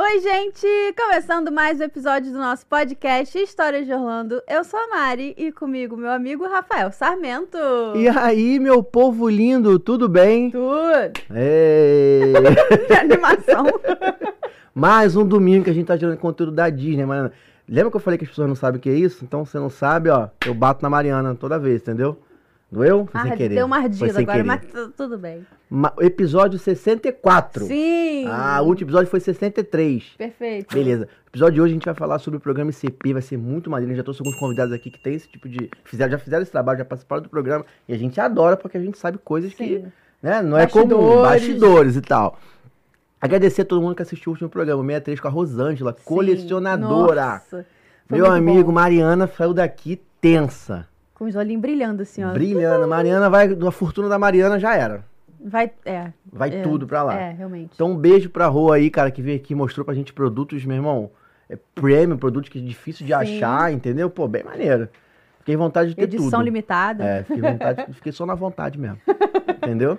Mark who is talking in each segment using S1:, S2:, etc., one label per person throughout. S1: Oi, gente! Começando mais um episódio do nosso podcast Histórias de Orlando. Eu sou a Mari e comigo meu amigo Rafael Sarmento.
S2: E aí, meu povo lindo, tudo bem?
S1: Tudo!
S2: Ei!
S1: Que animação!
S2: Mais um domingo que a gente tá tirando conteúdo da Disney, Mariana. Lembra que eu falei que as pessoas não sabem o que é isso? Então, se não sabe, ó, eu bato na Mariana toda vez, entendeu? Doeu? Foi
S1: Ah,
S2: sem querer.
S1: deu uma
S2: Foi
S1: ardida
S2: sem
S1: agora,
S2: querer.
S1: mas tu- tudo bem.
S2: Ma- Episódio 64.
S1: Sim!
S2: Ah, o último episódio foi 63.
S1: Perfeito.
S2: Beleza. O episódio de hoje a gente vai falar sobre o programa ICP, vai ser muito maneiro. Eu já trouxe alguns convidados aqui que tem esse tipo de. Fizeram, já fizeram esse trabalho, já participaram do programa. E a gente adora porque a gente sabe coisas que
S1: Sim.
S2: né, não é
S1: Bastidores.
S2: comum. Bastidores e tal. Agradecer a todo mundo que assistiu o último programa, o 63 com a Rosângela,
S1: Sim.
S2: colecionadora.
S1: Nossa, foi
S2: Meu
S1: muito
S2: amigo,
S1: bom.
S2: Mariana saiu daqui tensa.
S1: Com os olhinhos brilhando assim, ó.
S2: Brilhando. Mariana vai. A fortuna da Mariana já era.
S1: Vai, é,
S2: Vai
S1: É,
S2: tudo pra lá.
S1: é, realmente.
S2: Então, um beijo pra Rô aí, cara, que veio aqui e mostrou pra gente produtos, meu irmão. É premium, produtos que é difícil de
S1: Sim.
S2: achar, entendeu? Pô, bem maneiro. Fiquei vontade de ter
S1: Edição
S2: tudo.
S1: limitada.
S2: É, fiquei, vontade- fiquei só na vontade mesmo. entendeu?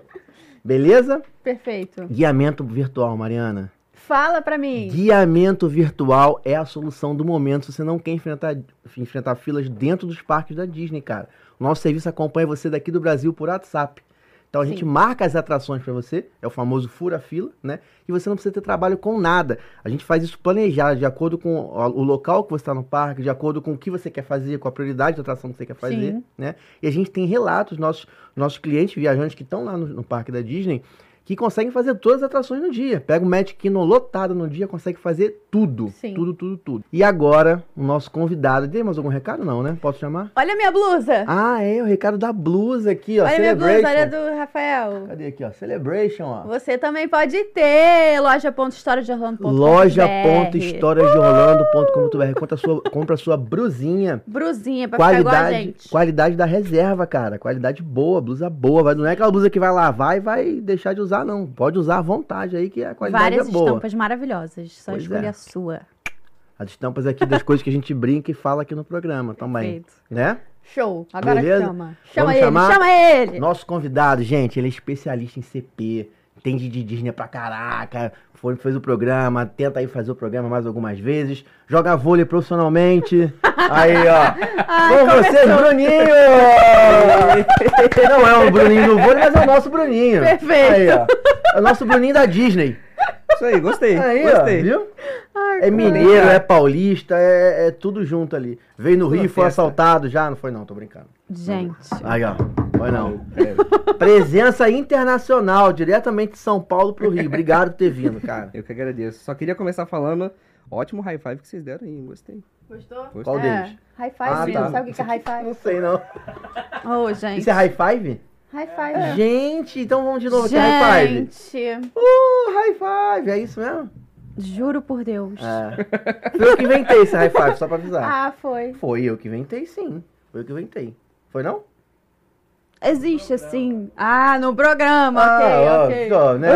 S2: Beleza?
S1: Perfeito.
S2: Guiamento virtual, Mariana.
S1: Fala pra mim.
S2: Guiamento virtual é a solução do momento se você não quer enfrentar, enfrentar filas dentro dos parques da Disney, cara. O nosso serviço acompanha você daqui do Brasil por WhatsApp. Então a
S1: Sim.
S2: gente marca as atrações pra você, é o famoso fura-fila, né? E você não precisa ter trabalho com nada. A gente faz isso planejado, de acordo com o o local que você está no parque, de acordo com o que você quer fazer, com a prioridade da atração que você quer fazer,
S1: Sim.
S2: né? E a gente tem relatos, nossos, nossos clientes, viajantes que estão lá no, no parque da Disney, que conseguem fazer todas as atrações no dia. Pega o Magic Kingdom lotado no dia, consegue fazer tudo.
S1: Sim.
S2: Tudo, tudo, tudo. E agora, o nosso convidado. Tem mais algum recado? Não, né? Posso chamar?
S1: Olha minha blusa!
S2: Ah, é, o recado da blusa aqui, ó.
S1: olha minha
S2: Celebration.
S1: blusa, olha do Rafael.
S2: Cadê aqui, ó? Celebration, ó.
S1: Você também pode ter loja.historiadeorlando.com.br
S2: Loja.historiasdeorlando.com.br Compra a sua, compra a sua brusinha.
S1: Brusinha, pra ficar igual a
S2: Qualidade,
S1: gente.
S2: qualidade da reserva, cara. Qualidade boa, blusa boa. Vai- Não é aquela blusa que vai lavar e vai deixar de usar, não. Pode usar à vontade aí, que a qualidade
S1: Várias
S2: é boa.
S1: estampas maravilhosas. Só
S2: Pois
S1: escolha
S2: é.
S1: a sua.
S2: As estampas aqui das coisas que a gente brinca e fala aqui no programa também.
S1: Perfeito.
S2: Né?
S1: Show. Agora
S2: Beleza?
S1: chama.
S2: Vamos
S1: Chama ele,
S2: chamar?
S1: chama ele.
S2: Nosso convidado, gente, ele é especialista em CP. Entende de Disney pra caraca. Foi, fez o programa, tenta aí fazer o programa mais algumas vezes. Joga vôlei profissionalmente. Aí, ó.
S1: Ai,
S2: Com
S1: começou.
S2: vocês, Bruninho! Não é um Bruninho do vôlei, mas é o nosso Bruninho.
S1: Perfeito.
S2: Aí, ó. É o nosso Bruninho da Disney.
S3: Isso aí, gostei.
S2: Aí, ó,
S3: gostei.
S2: viu? é mineiro, é paulista, é, é tudo junto ali. Veio no
S3: Tudo
S2: Rio, foi
S3: festa.
S2: assaltado já. Não foi não, tô brincando.
S1: é? Gente.
S2: Aí, ó. Foi não.
S3: É,
S2: Presença internacional, diretamente de São Paulo pro Rio. Obrigado por ter vindo, cara.
S3: Eu que agradeço. Só queria começar falando. Ótimo high five que vocês deram aí, gostei.
S1: Gostou?
S3: Gostei.
S2: Qual
S1: é.
S2: deles?
S1: High five
S2: Ah,
S1: mesmo.
S2: tá.
S1: Sabe o que que é high five?
S2: Não sei, não.
S1: Ô, gente.
S2: Isso é high five?
S1: High five.
S2: Gente, então vamos de novo. que é high five.
S1: Gente,
S2: Uh, high five. É isso mesmo?
S1: juro por Deus.
S2: É. Foi eu que inventei esse high five, só pra avisar.
S1: Ah, foi.
S2: Foi eu que inventei, sim. Foi eu que inventei. Foi não?
S1: Existe assim. Ah, no programa.
S2: ó,
S1: ok, ok.
S2: ó, né?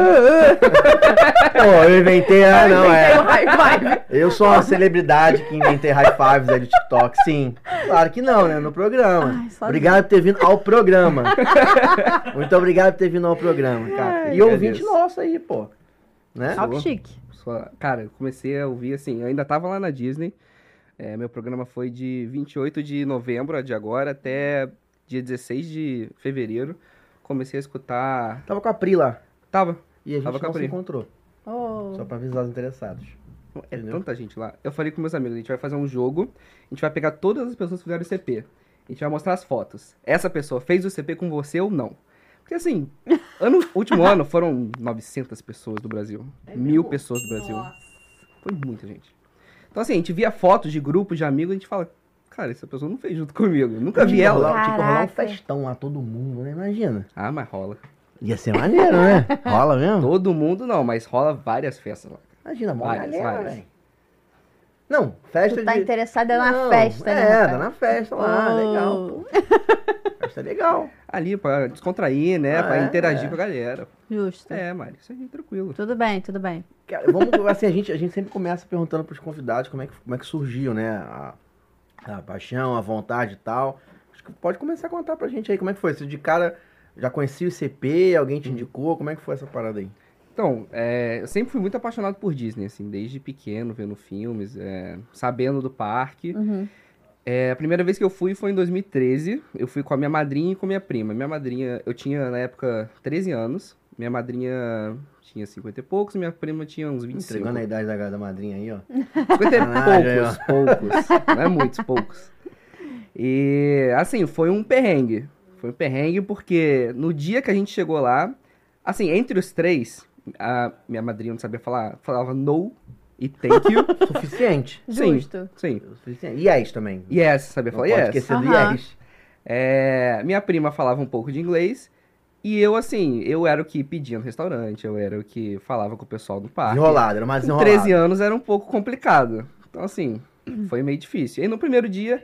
S2: Pô, eu inventei, ah,
S1: Eu
S2: não,
S1: inventei
S2: é.
S1: o high five.
S2: Eu sou uma celebridade que inventei high fives aí do TikTok, sim. Claro que não, né? No programa.
S1: Ai, só
S2: obrigado por ter vindo ao programa. Muito obrigado por ter vindo ao programa, cara. E
S3: eu
S2: ouvinte
S3: agradeço.
S2: nosso aí, pô. Né?
S3: Ah,
S1: Ó, que chique.
S3: Só- cara, eu comecei a ouvir assim, eu ainda tava lá na Disney. É, meu programa foi de 28 de novembro, a de agora, até dia 16 de fevereiro. Comecei a escutar.
S2: Tava com a Pri lá.
S3: Tava.
S2: E a gente
S3: Tava com a
S2: não se
S3: Pri.
S2: encontrou.
S1: Oh.
S2: Só pra avisar os interessados.
S3: É
S2: Entendeu?
S3: tanta gente lá. Eu falei com meus amigos, a gente vai fazer um jogo, a gente vai pegar todas as pessoas que fizeram o CP. A gente vai mostrar as fotos. Essa pessoa fez o CP com você ou não? Porque assim, ano, último ano foram 900 pessoas do Brasil.
S2: É
S3: mil pessoas do Brasil. Foi muita gente. Então assim, a gente via fotos de grupos de amigos, a gente fala, cara, essa pessoa não fez junto comigo. Eu nunca vi
S2: Tinha que
S3: ela.
S2: rolar- tinha que rolar um
S1: Caraca.
S2: festão lá, todo mundo, né? Imagina.
S3: Ah, mas rola.
S2: Ia ser maneiro, né? Rola mesmo?
S3: Todo mundo não, mas rola várias festas lá.
S2: Imagina, mó
S3: Várias,
S2: galera,
S3: várias.
S2: velho. Não, festa
S1: Tu tá
S2: de...
S1: interessada na
S2: Não,
S1: festa,
S2: é,
S1: né? Rafael?
S2: tá na festa lá,
S1: Oh.
S2: legal. pô. Festa é legal.
S3: Ali pra descontrair, né?
S2: Ah,
S3: pra
S2: é,
S3: interagir
S2: é.
S3: com a galera.
S1: Justo.
S3: É, Mari, isso aí tranquilo.
S1: Tudo bem, tudo bem.
S2: Cara, Vamos, assim, a gente, a gente sempre começa perguntando pros convidados como é que, como é que surgiu, né? A, a paixão, a vontade e tal. Acho que pode começar a contar pra gente aí como é que foi. Se de cara já conhecia o CP, alguém
S3: Uhum.
S2: te indicou, como é que foi essa parada aí?
S3: Então, é, eu sempre fui muito apaixonado por Disney, assim, desde pequeno, vendo filmes, é, sabendo do parque.
S1: Uhum.
S3: É, a primeira vez que eu fui foi em 2013. Eu fui com a minha madrinha e com a minha prima. Minha madrinha, eu tinha na época 13 anos. Minha madrinha tinha 50 e poucos, minha prima tinha uns 25.
S2: Entregando a idade da, da madrinha aí, ó.
S3: 50
S2: Sacanagem,
S3: e poucos, poucos. Não é muitos, poucos. E, assim, foi um perrengue. Foi um perrengue porque no dia que a gente chegou lá, assim, entre os três, a minha madrinha não sabia falar, falava no e thank you.
S2: Suficiente.
S3: Sim.
S1: Justo.
S3: Sim.
S2: Suficiente. Yes também.
S3: Yes, sabia
S2: Não
S3: falar
S2: pode
S3: yes.
S2: esquecer do
S1: Aham.
S2: yes.
S3: É, minha prima falava um pouco de inglês. E eu, assim, eu era o que pedia no restaurante, eu era o que falava com o pessoal do parque.
S2: Enrolado, era mais
S3: Com
S2: enrolado.
S3: 13 anos era um pouco complicado. Então, assim, foi meio difícil. E no primeiro dia,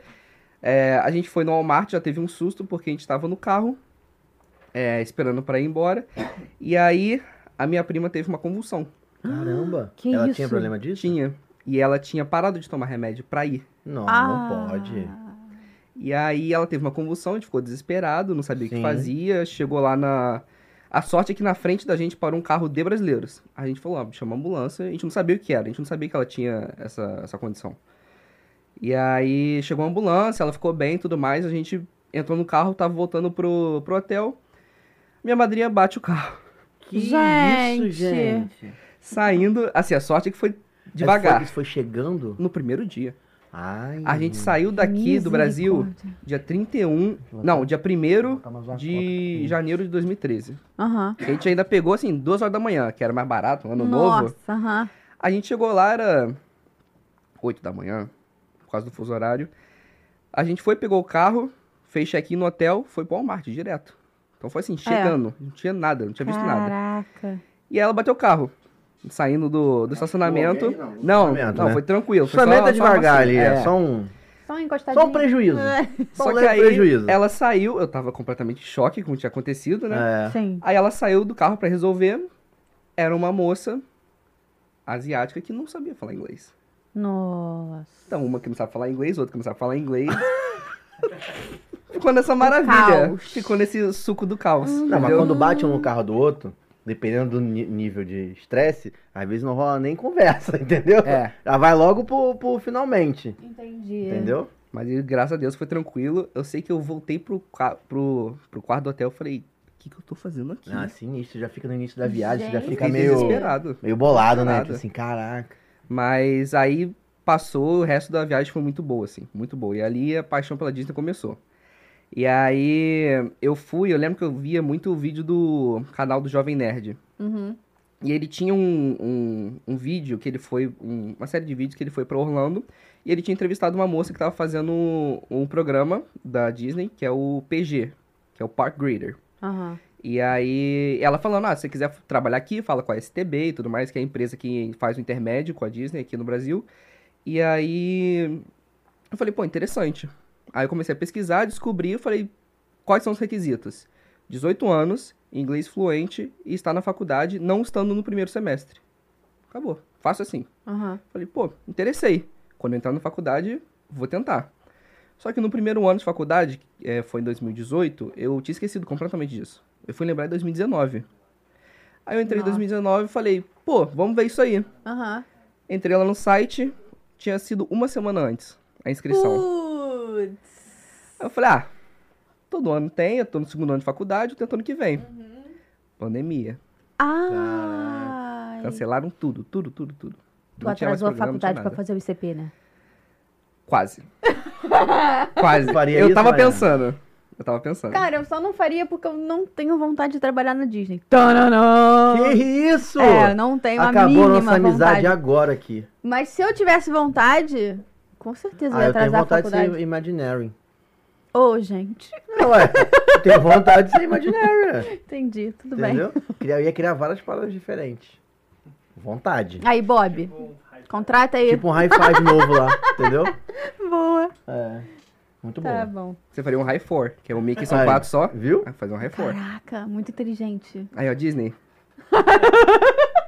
S3: é, a gente foi no Walmart, já teve um susto, porque a gente tava no carro, é, esperando pra ir embora. E aí, a minha prima teve uma convulsão.
S2: Caramba.
S1: Que
S2: Ela
S1: isso?
S2: tinha problema disso?
S3: Tinha. E ela tinha parado de tomar remédio pra ir.
S2: Não,
S1: Ah.
S2: não pode.
S3: E aí, ela teve uma convulsão, a gente ficou desesperado, não sabia o que
S2: Sim.
S3: fazia. Chegou lá na... A sorte é que na frente da gente parou um carro de brasileiros. A gente falou, ó, chama a ambulância. A gente não sabia o que era, a gente não sabia que ela tinha essa, essa condição. E aí chegou a ambulância, ela ficou bem e tudo mais. A gente entrou no carro, tava voltando pro, pro hotel. Minha madrinha bate o carro.
S2: Que
S1: Gente.
S2: isso, gente?
S3: Saindo, assim, a sorte é que foi devagar.
S2: Isso foi, isso foi chegando?
S3: No primeiro dia.
S2: Ai.
S3: A gente saiu daqui do Brasil
S1: Misericórdia.
S3: dia 31. Não, dia 1 de janeiro de 2013.
S1: Aham.
S3: A gente ainda pegou, assim, duas horas da manhã, que era mais barato, um ano novo.
S1: Nossa, aham.
S3: A gente chegou lá, era 8 da manhã, por causa do fuso horário. A gente foi, pegou o carro, fez check-in no hotel, foi pro Walmart direto. Então foi assim, chegando, não tinha nada, não tinha visto nada.
S1: Caraca.
S3: E ela bateu o carro, saindo do, do estacionamento.
S2: bem, não, do
S3: não, não,
S2: estacionamento, né?
S3: foi tranquilo. Foi
S2: Somente
S3: só,
S2: é devagar
S3: só
S2: ali, é só um,
S1: Só
S4: Tá
S1: encostadinho.
S2: só um prejuízo.
S4: É,
S1: É.
S2: Só
S3: Só
S2: um
S3: que
S2: leve
S3: aí
S2: prejuízo.
S3: ela saiu, eu tava completamente em choque com o que tinha acontecido, né?
S2: É.
S1: Sim.
S3: Aí ela saiu do carro pra resolver. Era uma moça asiática que não sabia falar inglês.
S1: Nossa.
S3: Então, uma que não sabe falar inglês, outra que não sabe falar inglês. Ficou nessa maravilha.
S1: caos.
S3: Ficou nesse suco do caos.
S2: Não, mas
S3: entendeu?
S2: quando bate um no carro do outro, dependendo do ni- nível de estresse, às vezes não rola nem conversa, entendeu?
S3: É,
S2: Já vai logo pro, pro finalmente,
S4: É.
S1: Entendi.
S2: entendeu?
S3: mas e, graças a Deus foi tranquilo. Eu sei que eu voltei pro, qua- pro, pro quarto do hotel e falei, o que, que eu tô fazendo aqui?
S2: Ah, sinistro, já fica no início da viagem, você já
S1: Gente.
S2: fica
S3: Fiquei
S2: meio,
S3: desesperado.
S2: meio bolado, né?
S3: Desesperado.
S2: Tipo assim, caraca.
S3: Mas aí passou, o resto da viagem foi muito boa, assim, muito boa. E ali a paixão pela Disney começou. E aí eu fui, eu lembro que eu via muito o vídeo do canal do Jovem Nerd.
S1: Uhum.
S3: E ele tinha um, um, um vídeo que ele foi, um- uma série de vídeos que ele foi pra Orlando. E ele tinha entrevistado uma moça que tava fazendo um, um programa da Disney, que é o PG, que é o Park Greeter.
S1: Aham.
S3: E aí, ela falando, ah, se você quiser trabalhar aqui, fala com a STB e tudo mais, que é a empresa que faz o intermédio com a Disney aqui no Brasil. E aí, eu falei, pô, interessante. Aí eu comecei a pesquisar, descobri, eu falei, quais são os requisitos? 18 anos, inglês fluente e estar na faculdade, não estando no primeiro semestre. Acabou, faço assim.
S1: Aham.
S3: Falei, pô, interessei. Quando eu entrar na faculdade, vou tentar. Só que no primeiro ano de faculdade, que, eh, foi em 2018, eu tinha esquecido completamente disso. Eu fui lembrar em 2019. Aí eu entrei
S1: Nossa.
S3: em 2019 e falei, pô, vamos ver isso aí.
S1: Aham.
S3: Entrei lá no site, tinha sido uma semana antes a inscrição.
S1: Putz.
S3: Aí Eu falei, ah, todo ano tem, eu tô no segundo ano de faculdade, eu tento ano que vem.
S1: Uhum.
S3: Pandemia.
S1: Ai.
S3: Cancelaram tudo, tudo, tudo, tudo.
S1: É. Tu
S3: não tinha mais
S1: Ah! Então, atrasou a
S3: programa, não tinha
S1: faculdade pra
S3: nada.
S1: fazer o ICP, né?
S3: Quase. Quase.
S2: Faria
S3: eu
S2: isso,
S3: tava
S2: Mariana?
S3: pensando. Eu tava pensando.
S1: Cara, eu só não faria porque eu não tenho vontade de trabalhar na Disney.
S3: Ah.
S1: Tananã!
S2: Que isso?
S1: É, eu não tenho a
S2: Acabou
S1: mínima
S2: nossa amizade
S1: vontade.
S2: agora aqui.
S1: Mas se eu tivesse vontade, com certeza eu
S2: Ah,
S1: ia
S2: eu tenho
S1: atrasar a
S2: vontade de
S1: faculdade.
S2: ser Imaginary.
S1: Ô, gente.
S2: Não, ué, eu tenho vontade de ser Imaginary.
S1: Entendi, tudo
S2: Entendeu? Queria, eu ia criar várias palavras diferentes. Vontade.
S1: bem. Aí, Bob, contrata aí.
S2: Tipo um high five novo lá, entendeu?
S1: Boa.
S2: É. Muito bom.
S1: Tá bom.
S3: Você faria um high four, que é o Mickey são
S2: Aí,
S3: quatro só.
S2: viu?
S3: Ah, fazer um high four.
S1: Caraca, muito inteligente.
S3: Aí, ó, Disney.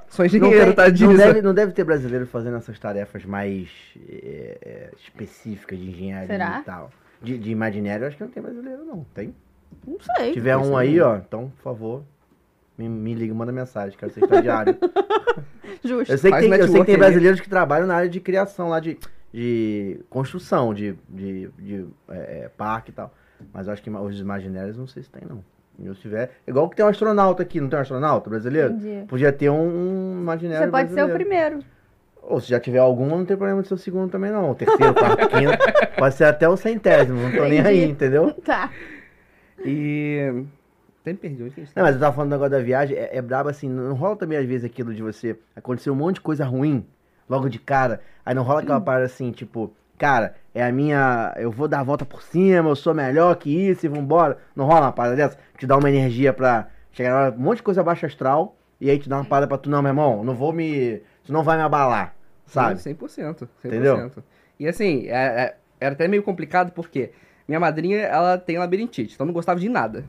S3: Sou
S2: Não,
S3: engenheiro,
S2: tem-
S3: tá,
S2: não
S3: Disney?
S2: deve, não deve ter brasileiro fazendo essas tarefas mais é, é, específicas de engenharia
S1: Será?
S2: e tal. De, de imaginário, eu acho que não tem brasileiro, não. Tem?
S1: Não sei.
S2: Se tiver um aí, ó, então, por favor, me, me liga, manda mensagem, quero ser estagiário.
S1: Justo.
S2: eu, sei que
S3: Faz
S2: tem, eu sei que
S3: network
S2: tem
S3: aí.
S2: brasileiros que trabalham na área de criação lá, de, de construção, de, de, de, é, é, parque e tal. Mas eu acho que ma- os imaginários, não sei se tem, não. E se tiver, igual que tem um astronauta aqui, não tem um astronauta brasileiro?
S1: Entendi.
S2: Podia ter um, um imaginário
S1: Você pode ser o
S2: brasileiro.
S1: primeiro.
S2: Ou se já tiver algum, não tem problema de ser o segundo também, não. O terceiro, quarto, quinto. Pode ser até o centésimo, não tô nem aí,
S1: Entendi.
S2: entendeu?
S1: Tá.
S3: E. Até me perdi onde que a gente tá.
S2: Não, mas eu tava falando do negócio da viagem, é, é brabo assim, não rola também às vezes aquilo de você acontecer um monte de coisa ruim logo de cara. Aí não rola aquela parada assim, tipo, cara, é a minha. Eu vou dar a volta por cima, eu sou melhor que isso e vambora. Não rola uma parada dessa? Te dá uma energia pra chegar na hora, um monte de coisa baixa astral, e aí te dá uma parada pra tu, não, meu irmão, não vou me. Isso não vai me abalar, sabe?
S3: 100%. 100%.
S2: Entendeu?
S3: E assim, é- é- era até meio complicado porque minha madrinha, ela tem labirintite, então não gostava de nada.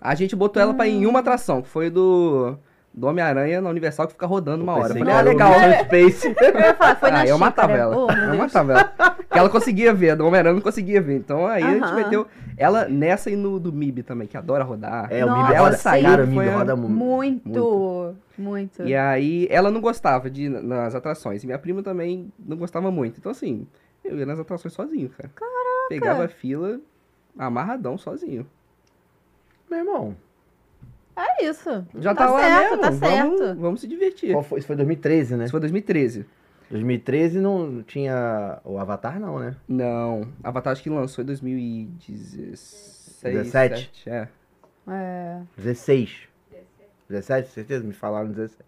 S3: A gente botou ela pra ir em uma atração, que foi do, do Homem-Aranha na Universal, que fica rodando uma hora. Eu
S2: Pensei
S3: falei,
S2: que
S3: ah,
S2: era o
S3: legal.
S2: Mission Space.
S1: Eu ia falar, foi na
S3: ah, eu
S1: xícara.
S3: matava ela.
S1: Ô, meu
S3: eu
S1: Deus.
S3: matava ela. Porque ela conseguia ver, a do Homem-Aranha não conseguia ver. Então aí a
S1: Aham.
S3: gente meteu ela nessa e no do Mib também, que adora rodar.
S2: É, o
S1: Nossa,
S2: Mib roda.
S1: isso aí
S2: Cara, o
S3: foi um
S2: Mib
S3: a-
S2: roda muito.
S1: Muito. Muito.
S2: é-
S3: E aí ela não gostava de ir na- nas atrações. E minha prima também não gostava muito. Então, assim, eu ia nas atrações sozinho, cara. Caraca! Pegava a fila amarradão sozinho.
S2: Meu irmão,
S1: É isso.
S3: Já
S1: tá
S3: tá, lá
S1: certo,
S3: mesmo.
S1: tá
S3: vamos,
S1: certo.
S3: Vamos se divertir.
S2: qual foi? Isso foi 2013, né?
S3: Isso foi 2013.
S2: 2013 não tinha o Avatar, não, né?
S3: Não, Avatar acho que lançou em 2016.
S2: 17.
S3: 17, É.
S1: É.
S2: 16. 17, certeza? Me falaram 17.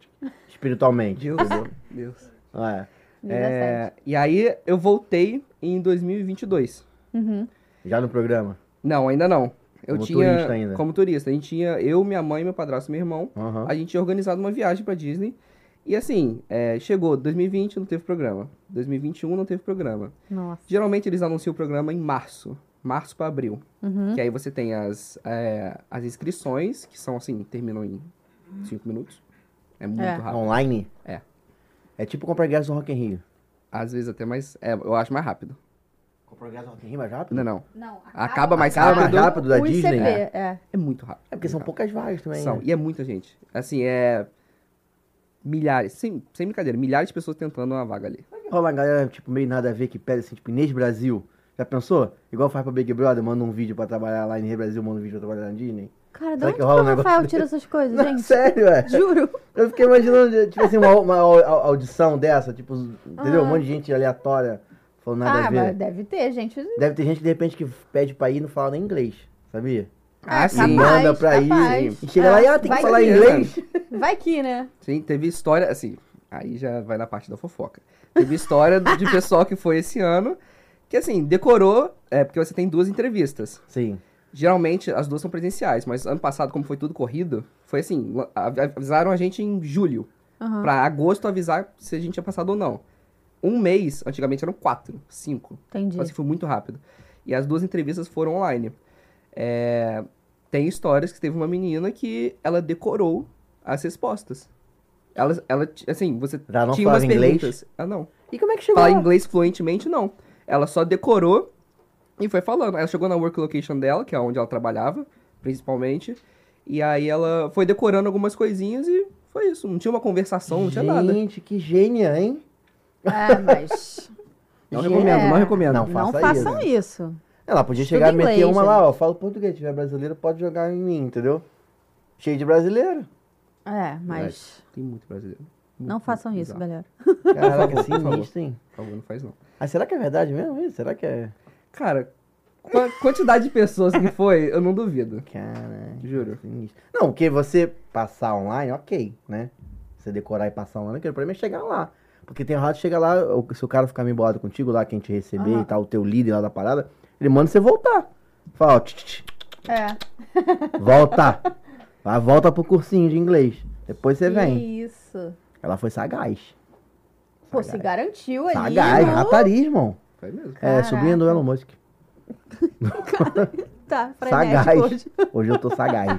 S2: Espiritualmente.
S3: Deus,
S2: entendeu?
S3: Deus.
S2: É.
S3: É, e aí eu voltei em 2022.
S1: Uhum.
S2: Já no programa?
S3: Não, ainda não. Eu
S2: Como
S3: tinha
S2: turista ainda.
S3: como turista. A gente tinha eu, minha mãe, meu padrasto, e meu irmão.
S2: Aham.
S3: A gente tinha organizado uma viagem pra Disney. E assim, é, chegou 2020, não teve programa. 2021 não teve programa.
S1: Nossa.
S3: Geralmente eles anunciam o programa em março. Março pra abril.
S1: Uhum.
S3: Que aí você tem as, é, as inscrições, que são assim, terminam em 5 minutos. É muito
S1: É.
S3: rápido.
S2: Ah, Online?
S3: É.
S2: É tipo comprar gás no Rock in Rio.
S3: Às vezes até mais. é, eu acho mais rápido.
S2: Comprar gás no Rock in Rio É mais rápido?
S3: Não, não.
S1: Não,
S3: Acaba mais
S2: acaba mais
S3: rápido.
S2: rápido da
S1: o
S2: Disney?
S1: ICP,
S2: É.
S1: é.
S3: É muito rápido.
S2: porque são
S3: Muito rápido.
S2: poucas vagas também.
S3: São.
S2: né?
S3: E é muita gente. Assim, é. Milhares, sem, sem brincadeira, milhares de pessoas tentando uma vaga ali.
S2: Rola uma galera, tipo, meio nada a ver que pede assim, tipo, Inês Brasil. Já pensou? Igual faz pra Big Brother, manda um vídeo pra trabalhar lá em Inês Brasil, manda um vídeo pra trabalhar na Disney.
S1: Cara, de
S2: Será
S1: onde
S2: que
S1: que
S2: rola
S1: o
S2: um negócio
S1: Rafael
S2: desse?
S1: tira essas coisas,
S2: Não,
S1: gente?
S2: sério, é.
S1: Juro.
S2: Eu fiquei imaginando, tipo assim, uma, uma au- au- audição dessa, tipo, entendeu? Um monte de gente aleatória falando nada
S1: ah,
S2: a ver.
S1: mas deve ter, gente.
S2: Deve ter gente, de repente, que pede pra ir e não fala nem inglês, sabia?
S3: Ah,
S2: E
S3: sim.
S2: manda pra
S1: capaz.
S2: ir. E chega
S1: É,
S2: lá e ah, tem
S1: vai
S2: que falar
S1: que, né?
S2: inglês.
S1: Vai que, né?
S3: Sim, teve história, assim, aí já vai na parte da fofoca. Teve história de pessoal que foi esse ano, que assim, decorou, é, porque você tem duas entrevistas.
S2: Sim.
S3: Geralmente as duas são presenciais, mas ano passado, como foi tudo corrido, foi assim, la- a- avisaram a gente em julho,
S1: Aham.
S3: pra agosto avisar se a gente tinha passado ou não. Um mês, antigamente eram quatro, cinco.
S1: Entendi.
S3: Então, assim, foi muito rápido. E as duas entrevistas foram online. É, tem histórias que teve uma menina que ela decorou as respostas. Ela, ela t- assim, você
S2: Ela não
S3: tinha umas
S2: falava inglês?
S3: perguntas. Ah, não.
S2: E como é que chegou
S3: Falar
S2: lá?
S3: inglês fluentemente, não. Ela só decorou e foi falando. Ela chegou na work location dela, que é onde ela trabalhava, principalmente. E aí ela foi decorando algumas coisinhas e foi isso. Não tinha uma conversação, não tinha nada.
S2: Gente, que gênia, hein?
S1: Ah, mas.
S3: Não
S2: Gente.
S3: recomendo, não recomendo.
S2: Não,
S1: Não
S2: Faça
S1: façam isso.
S2: Ela podia
S1: Estuda
S2: chegar e meter
S1: inglês,
S2: uma
S1: né?
S2: lá, ó, eu falo português, se tiver brasileiro, pode jogar em mim, entendeu? Cheio de brasileiro.
S1: É, mas.
S3: Tem muito brasileiro.
S1: Não façam isso,
S3: Exato.
S1: galera.
S2: Caraca,
S3: Por favor, por favor.
S2: sinistro, hein?
S3: Por favor, não faz não.
S2: Ah, será que é verdade mesmo isso? Será que é.
S3: Cara, com a quantidade de pessoas que foi, eu não duvido.
S2: Caraca.
S3: Juro.
S2: Sinistro. Não, porque você passar online, ok, né? Você decorar e passar online, que o problema é chegar lá. Porque tem rato que chega lá, o- se o cara ficar meio bolado contigo lá, quem te receber
S1: Aham.
S2: e tal, o teu líder lá da parada, ele manda você voltar. Fala, ó, tch, tch, tch,
S4: É.
S2: volta. Vai, volta pro cursinho de inglês. Depois você vem.
S4: Isso.
S2: Ela foi sagaz.
S4: Pô, se garantiu ali.
S2: Sagaz,
S4: no-
S2: rataria, irmão.
S3: Foi mesmo.
S2: É,
S4: Caraca.
S2: sobrinha do Elon Musk.
S1: Tá, frenético
S2: Sagaz.
S1: hoje.
S2: Hoje. eu tô sagaz.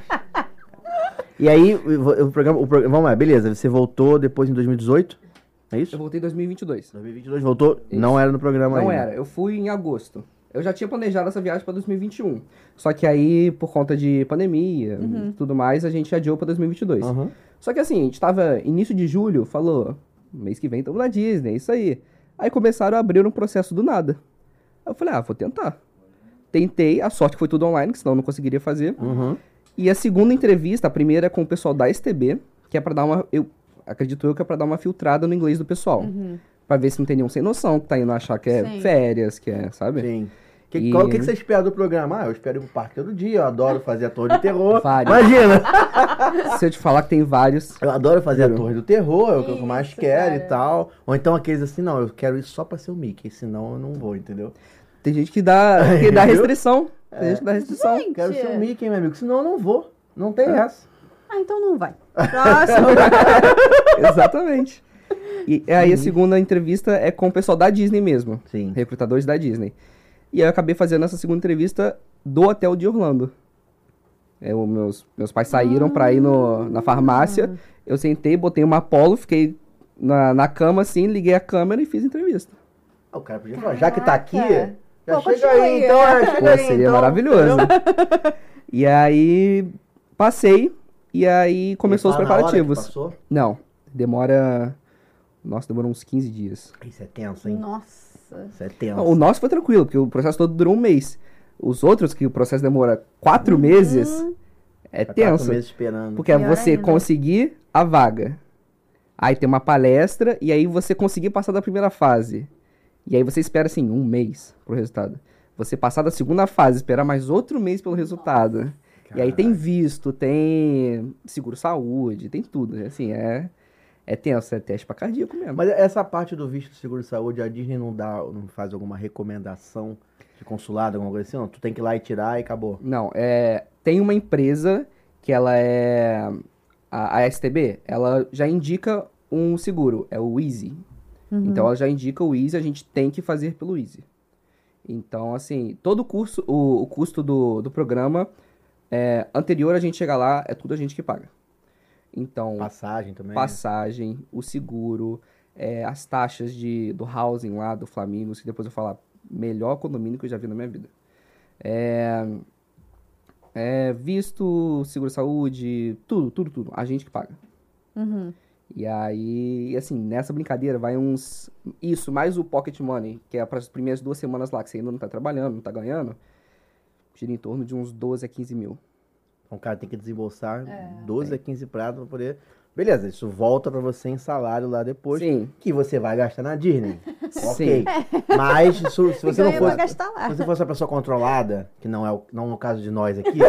S2: e aí, o, o programa, o programa. Vamos lá, beleza. Você voltou depois em 2018? É
S3: Eu
S2: isso?
S3: voltei em 2022.
S2: 2022 voltou, não era no programa
S3: Não
S2: ainda.
S3: era, eu fui em agosto. Eu já tinha planejado essa viagem pra 2021. Só que aí, por conta de pandemia e tudo mais, a gente adiou pra 2022.
S2: Aham.
S3: Só que assim, a gente tava início de julho, falou, mês que vem estamos na Disney, é isso aí. Aí começaram a abrir um processo do nada. Aí eu falei, ah, vou tentar. Tentei, a sorte que foi tudo online, que senão eu não conseguiria fazer.
S2: Uhum.
S3: E a segunda entrevista, a primeira é com o pessoal da STB, que é pra dar uma. Eu acredito eu que é pra dar uma filtrada no inglês do pessoal. Pra ver se não tem nenhum sem noção que tá indo achar que é
S1: Sim.
S3: férias, que é, sabe?
S2: Sim. Que,
S3: E-
S2: qual- O que, que você espera do programa? Ah, eu espero ir pro parque todo dia, eu adoro fazer a torre do terror.
S3: Vários.
S2: Imagina!
S3: Se eu te falar que tem vários.
S2: Eu adoro fazer a torre do terror, é o que eu mais
S4: Isso,
S2: quero
S4: cara.
S2: e tal. Ou então aqueles assim, não, eu quero ir só pra ser o Mickey, senão eu não vou, entendeu?
S3: Tem gente que dá, que dá
S2: É, Viu? É.
S3: restrição. Tem gente que dá restrição.
S2: Eu quero ser o Mickey, meu amigo, senão eu não vou. Não tem essa.
S1: Ah, então não vai. Próximo.
S3: Exatamente. E é aí a segunda entrevista é com o pessoal da Disney mesmo.
S2: Uhum. Sim.
S3: Recrutadores da Disney. E aí eu acabei fazendo essa segunda entrevista do hotel de Orlando. É, o meus, meus pais saíram pra ir no,
S2: Ah.
S3: na farmácia. Eu sentei, botei uma polo, fiquei na, na cama assim, liguei a câmera e fiz entrevista.
S2: Ah, o cara podia falar, já que tá aqui, já
S4: Pô,
S2: chega
S4: continua
S2: aí,
S4: aí.
S2: então, é, chega
S3: Pô,
S2: aí,
S3: seria
S2: então.
S3: maravilhoso. e aí passei e aí começou os
S2: Fala Tá na hora que
S3: preparativos.
S2: passou.
S3: Não, demora. Nossa, demorou uns 15 dias.
S2: Isso é tenso, hein?
S4: Nossa.
S2: Isso é
S3: Não, O
S2: tenso.
S3: nosso foi tranquilo, porque o processo todo durou um mês. Os outros, que o processo demora quatro meses, é
S2: Tá quatro
S3: tenso.
S2: meses esperando.
S3: Porque é
S1: Uhum. Pior
S3: você
S1: ainda.
S3: conseguir a vaga. Aí tem uma palestra, e aí você conseguir passar da primeira fase. E aí você espera, assim, um mês pro resultado. Você passar da segunda fase, esperar mais outro mês pelo resultado. E aí tem visto, tem seguro-saúde, tem tudo. né? Assim, é, é tenso, é teste pra cardíaco mesmo.
S2: Mas essa parte do visto de seguro-saúde, a Disney não dá, não faz alguma recomendação de consulado, alguma coisa assim? Não, tu tem que ir lá e tirar e acabou.
S3: Não, é, tem uma empresa que ela é a, a STB, ela já indica um seguro, é o Easy. Então ela já indica o Easy, a gente tem que fazer pelo Easy. Então, assim, todo o curso, o, o custo do, do programa é, anterior a gente chegar lá, é tudo a gente que paga. Então,
S2: Passagem também. né?
S3: passagem, o seguro, é, as taxas de, do housing lá do Flamengo, que depois eu falar, melhor condomínio que eu já vi na minha vida. É, é, visto, seguro-saúde, tudo, tudo, tudo. A gente que paga.
S1: Uhum.
S3: E aí, assim, nessa brincadeira vai uns. Isso, mais o pocket money, que é para as primeiras duas semanas lá que você ainda não tá trabalhando, não tá ganhando. Gira em torno de uns 12 a 15 mil.
S2: Então o cara tem que desembolsar
S4: É.
S2: 12 a 15 pratos pra poder... Beleza, isso volta pra você em salário lá depois.
S3: Sim,
S2: Que você vai gastar na Disney.
S3: sim.
S2: ok. Mas isso- se você não
S1: Ganha pra
S2: fosse...
S1: gastar lá.
S2: Se você fosse uma pessoa controlada, que não é o, não é o caso de nós aqui,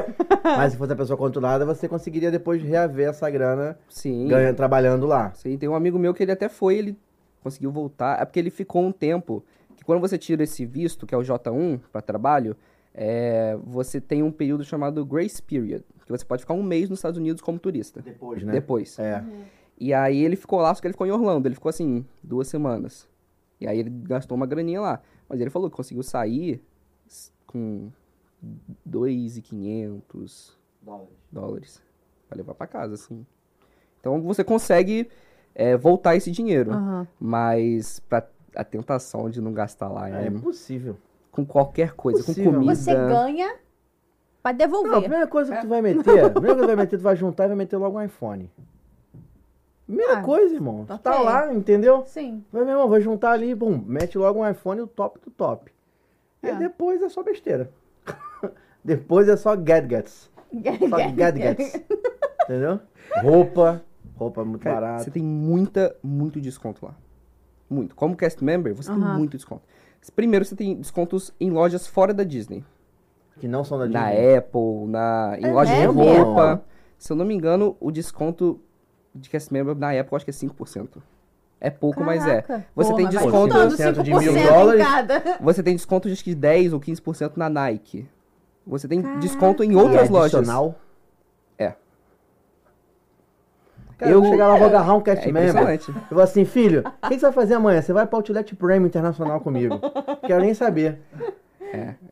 S2: mas se fosse uma pessoa controlada, você conseguiria depois reaver essa grana
S3: Sim.
S2: ganha, trabalhando lá.
S3: Sim, tem um amigo meu que ele até foi, ele conseguiu voltar. É porque ele ficou um tempo. Que quando você tira esse visto, que é o J1 para trabalho, é, você tem um período chamado Grace Period, que você pode ficar um mês nos Estados Unidos como turista.
S2: Depois, né?
S3: Depois.
S2: É.
S3: E aí ele ficou lá, só que ele ficou em Orlando. Ele ficou assim, duas semanas. E aí ele gastou uma graninha lá. Mas ele falou que conseguiu sair s- com 2,500 dólares pra levar pra casa, assim. Então você consegue é, voltar esse dinheiro.
S4: Ah.
S2: Uhum.
S1: Aham.
S3: Mas pra, a tentação de não gastar lá
S2: É
S3: é,
S2: impossível.
S3: com qualquer coisa,
S2: Possível.
S3: com comida.
S4: Você ganha.
S1: Pra
S2: Não, a
S1: devolver.
S2: primeira coisa que tu vai meter, a primeira coisa que tu vai meter, tu vai juntar e vai meter logo um iPhone. Primeira
S4: Ah,
S2: coisa, irmão. Tu tá
S4: ok.
S2: lá, entendeu?
S4: Sim.
S2: Vai, meu irmão, vai juntar ali, bum, mete logo um iPhone, o top do top. E
S4: É.
S2: depois é só besteira. Tá depois é só gadgets. Só gadgets. Entendeu? Roupa, roupa muito
S3: Cara,
S2: barata.
S3: Você tem muita, muito desconto lá. Muito. Como cast member, você tem
S1: Aham.
S3: muito desconto. Primeiro, você tem descontos em lojas fora da Disney.
S2: Que não são da
S3: Na
S2: Disney.
S3: Apple, na, em
S4: É
S3: loja de
S4: mesmo?
S3: roupa. Se eu não me engano, o desconto de cast member na Apple eu acho que é 5%. É pouco, mas é.
S4: Caraca.
S3: Você tem
S4: Porra, vai
S3: desconto.
S4: juntando
S2: 5% de mil
S4: 5% em
S2: dólares.
S4: cada.
S3: Você tem desconto de acho que 10 ou 15% na Nike. Você tem desconto em outras
S2: é
S3: lojas.
S2: adicional.
S3: É.
S2: Cara,
S3: Eu-
S2: eu vou chegar lá, vou agarrar um
S3: É
S2: cast member.
S3: impressionante.
S2: Eu vou assim, filho, o que, que você vai fazer amanhã? Você vai pra Outlet Premium Internacional comigo. Quero nem saber.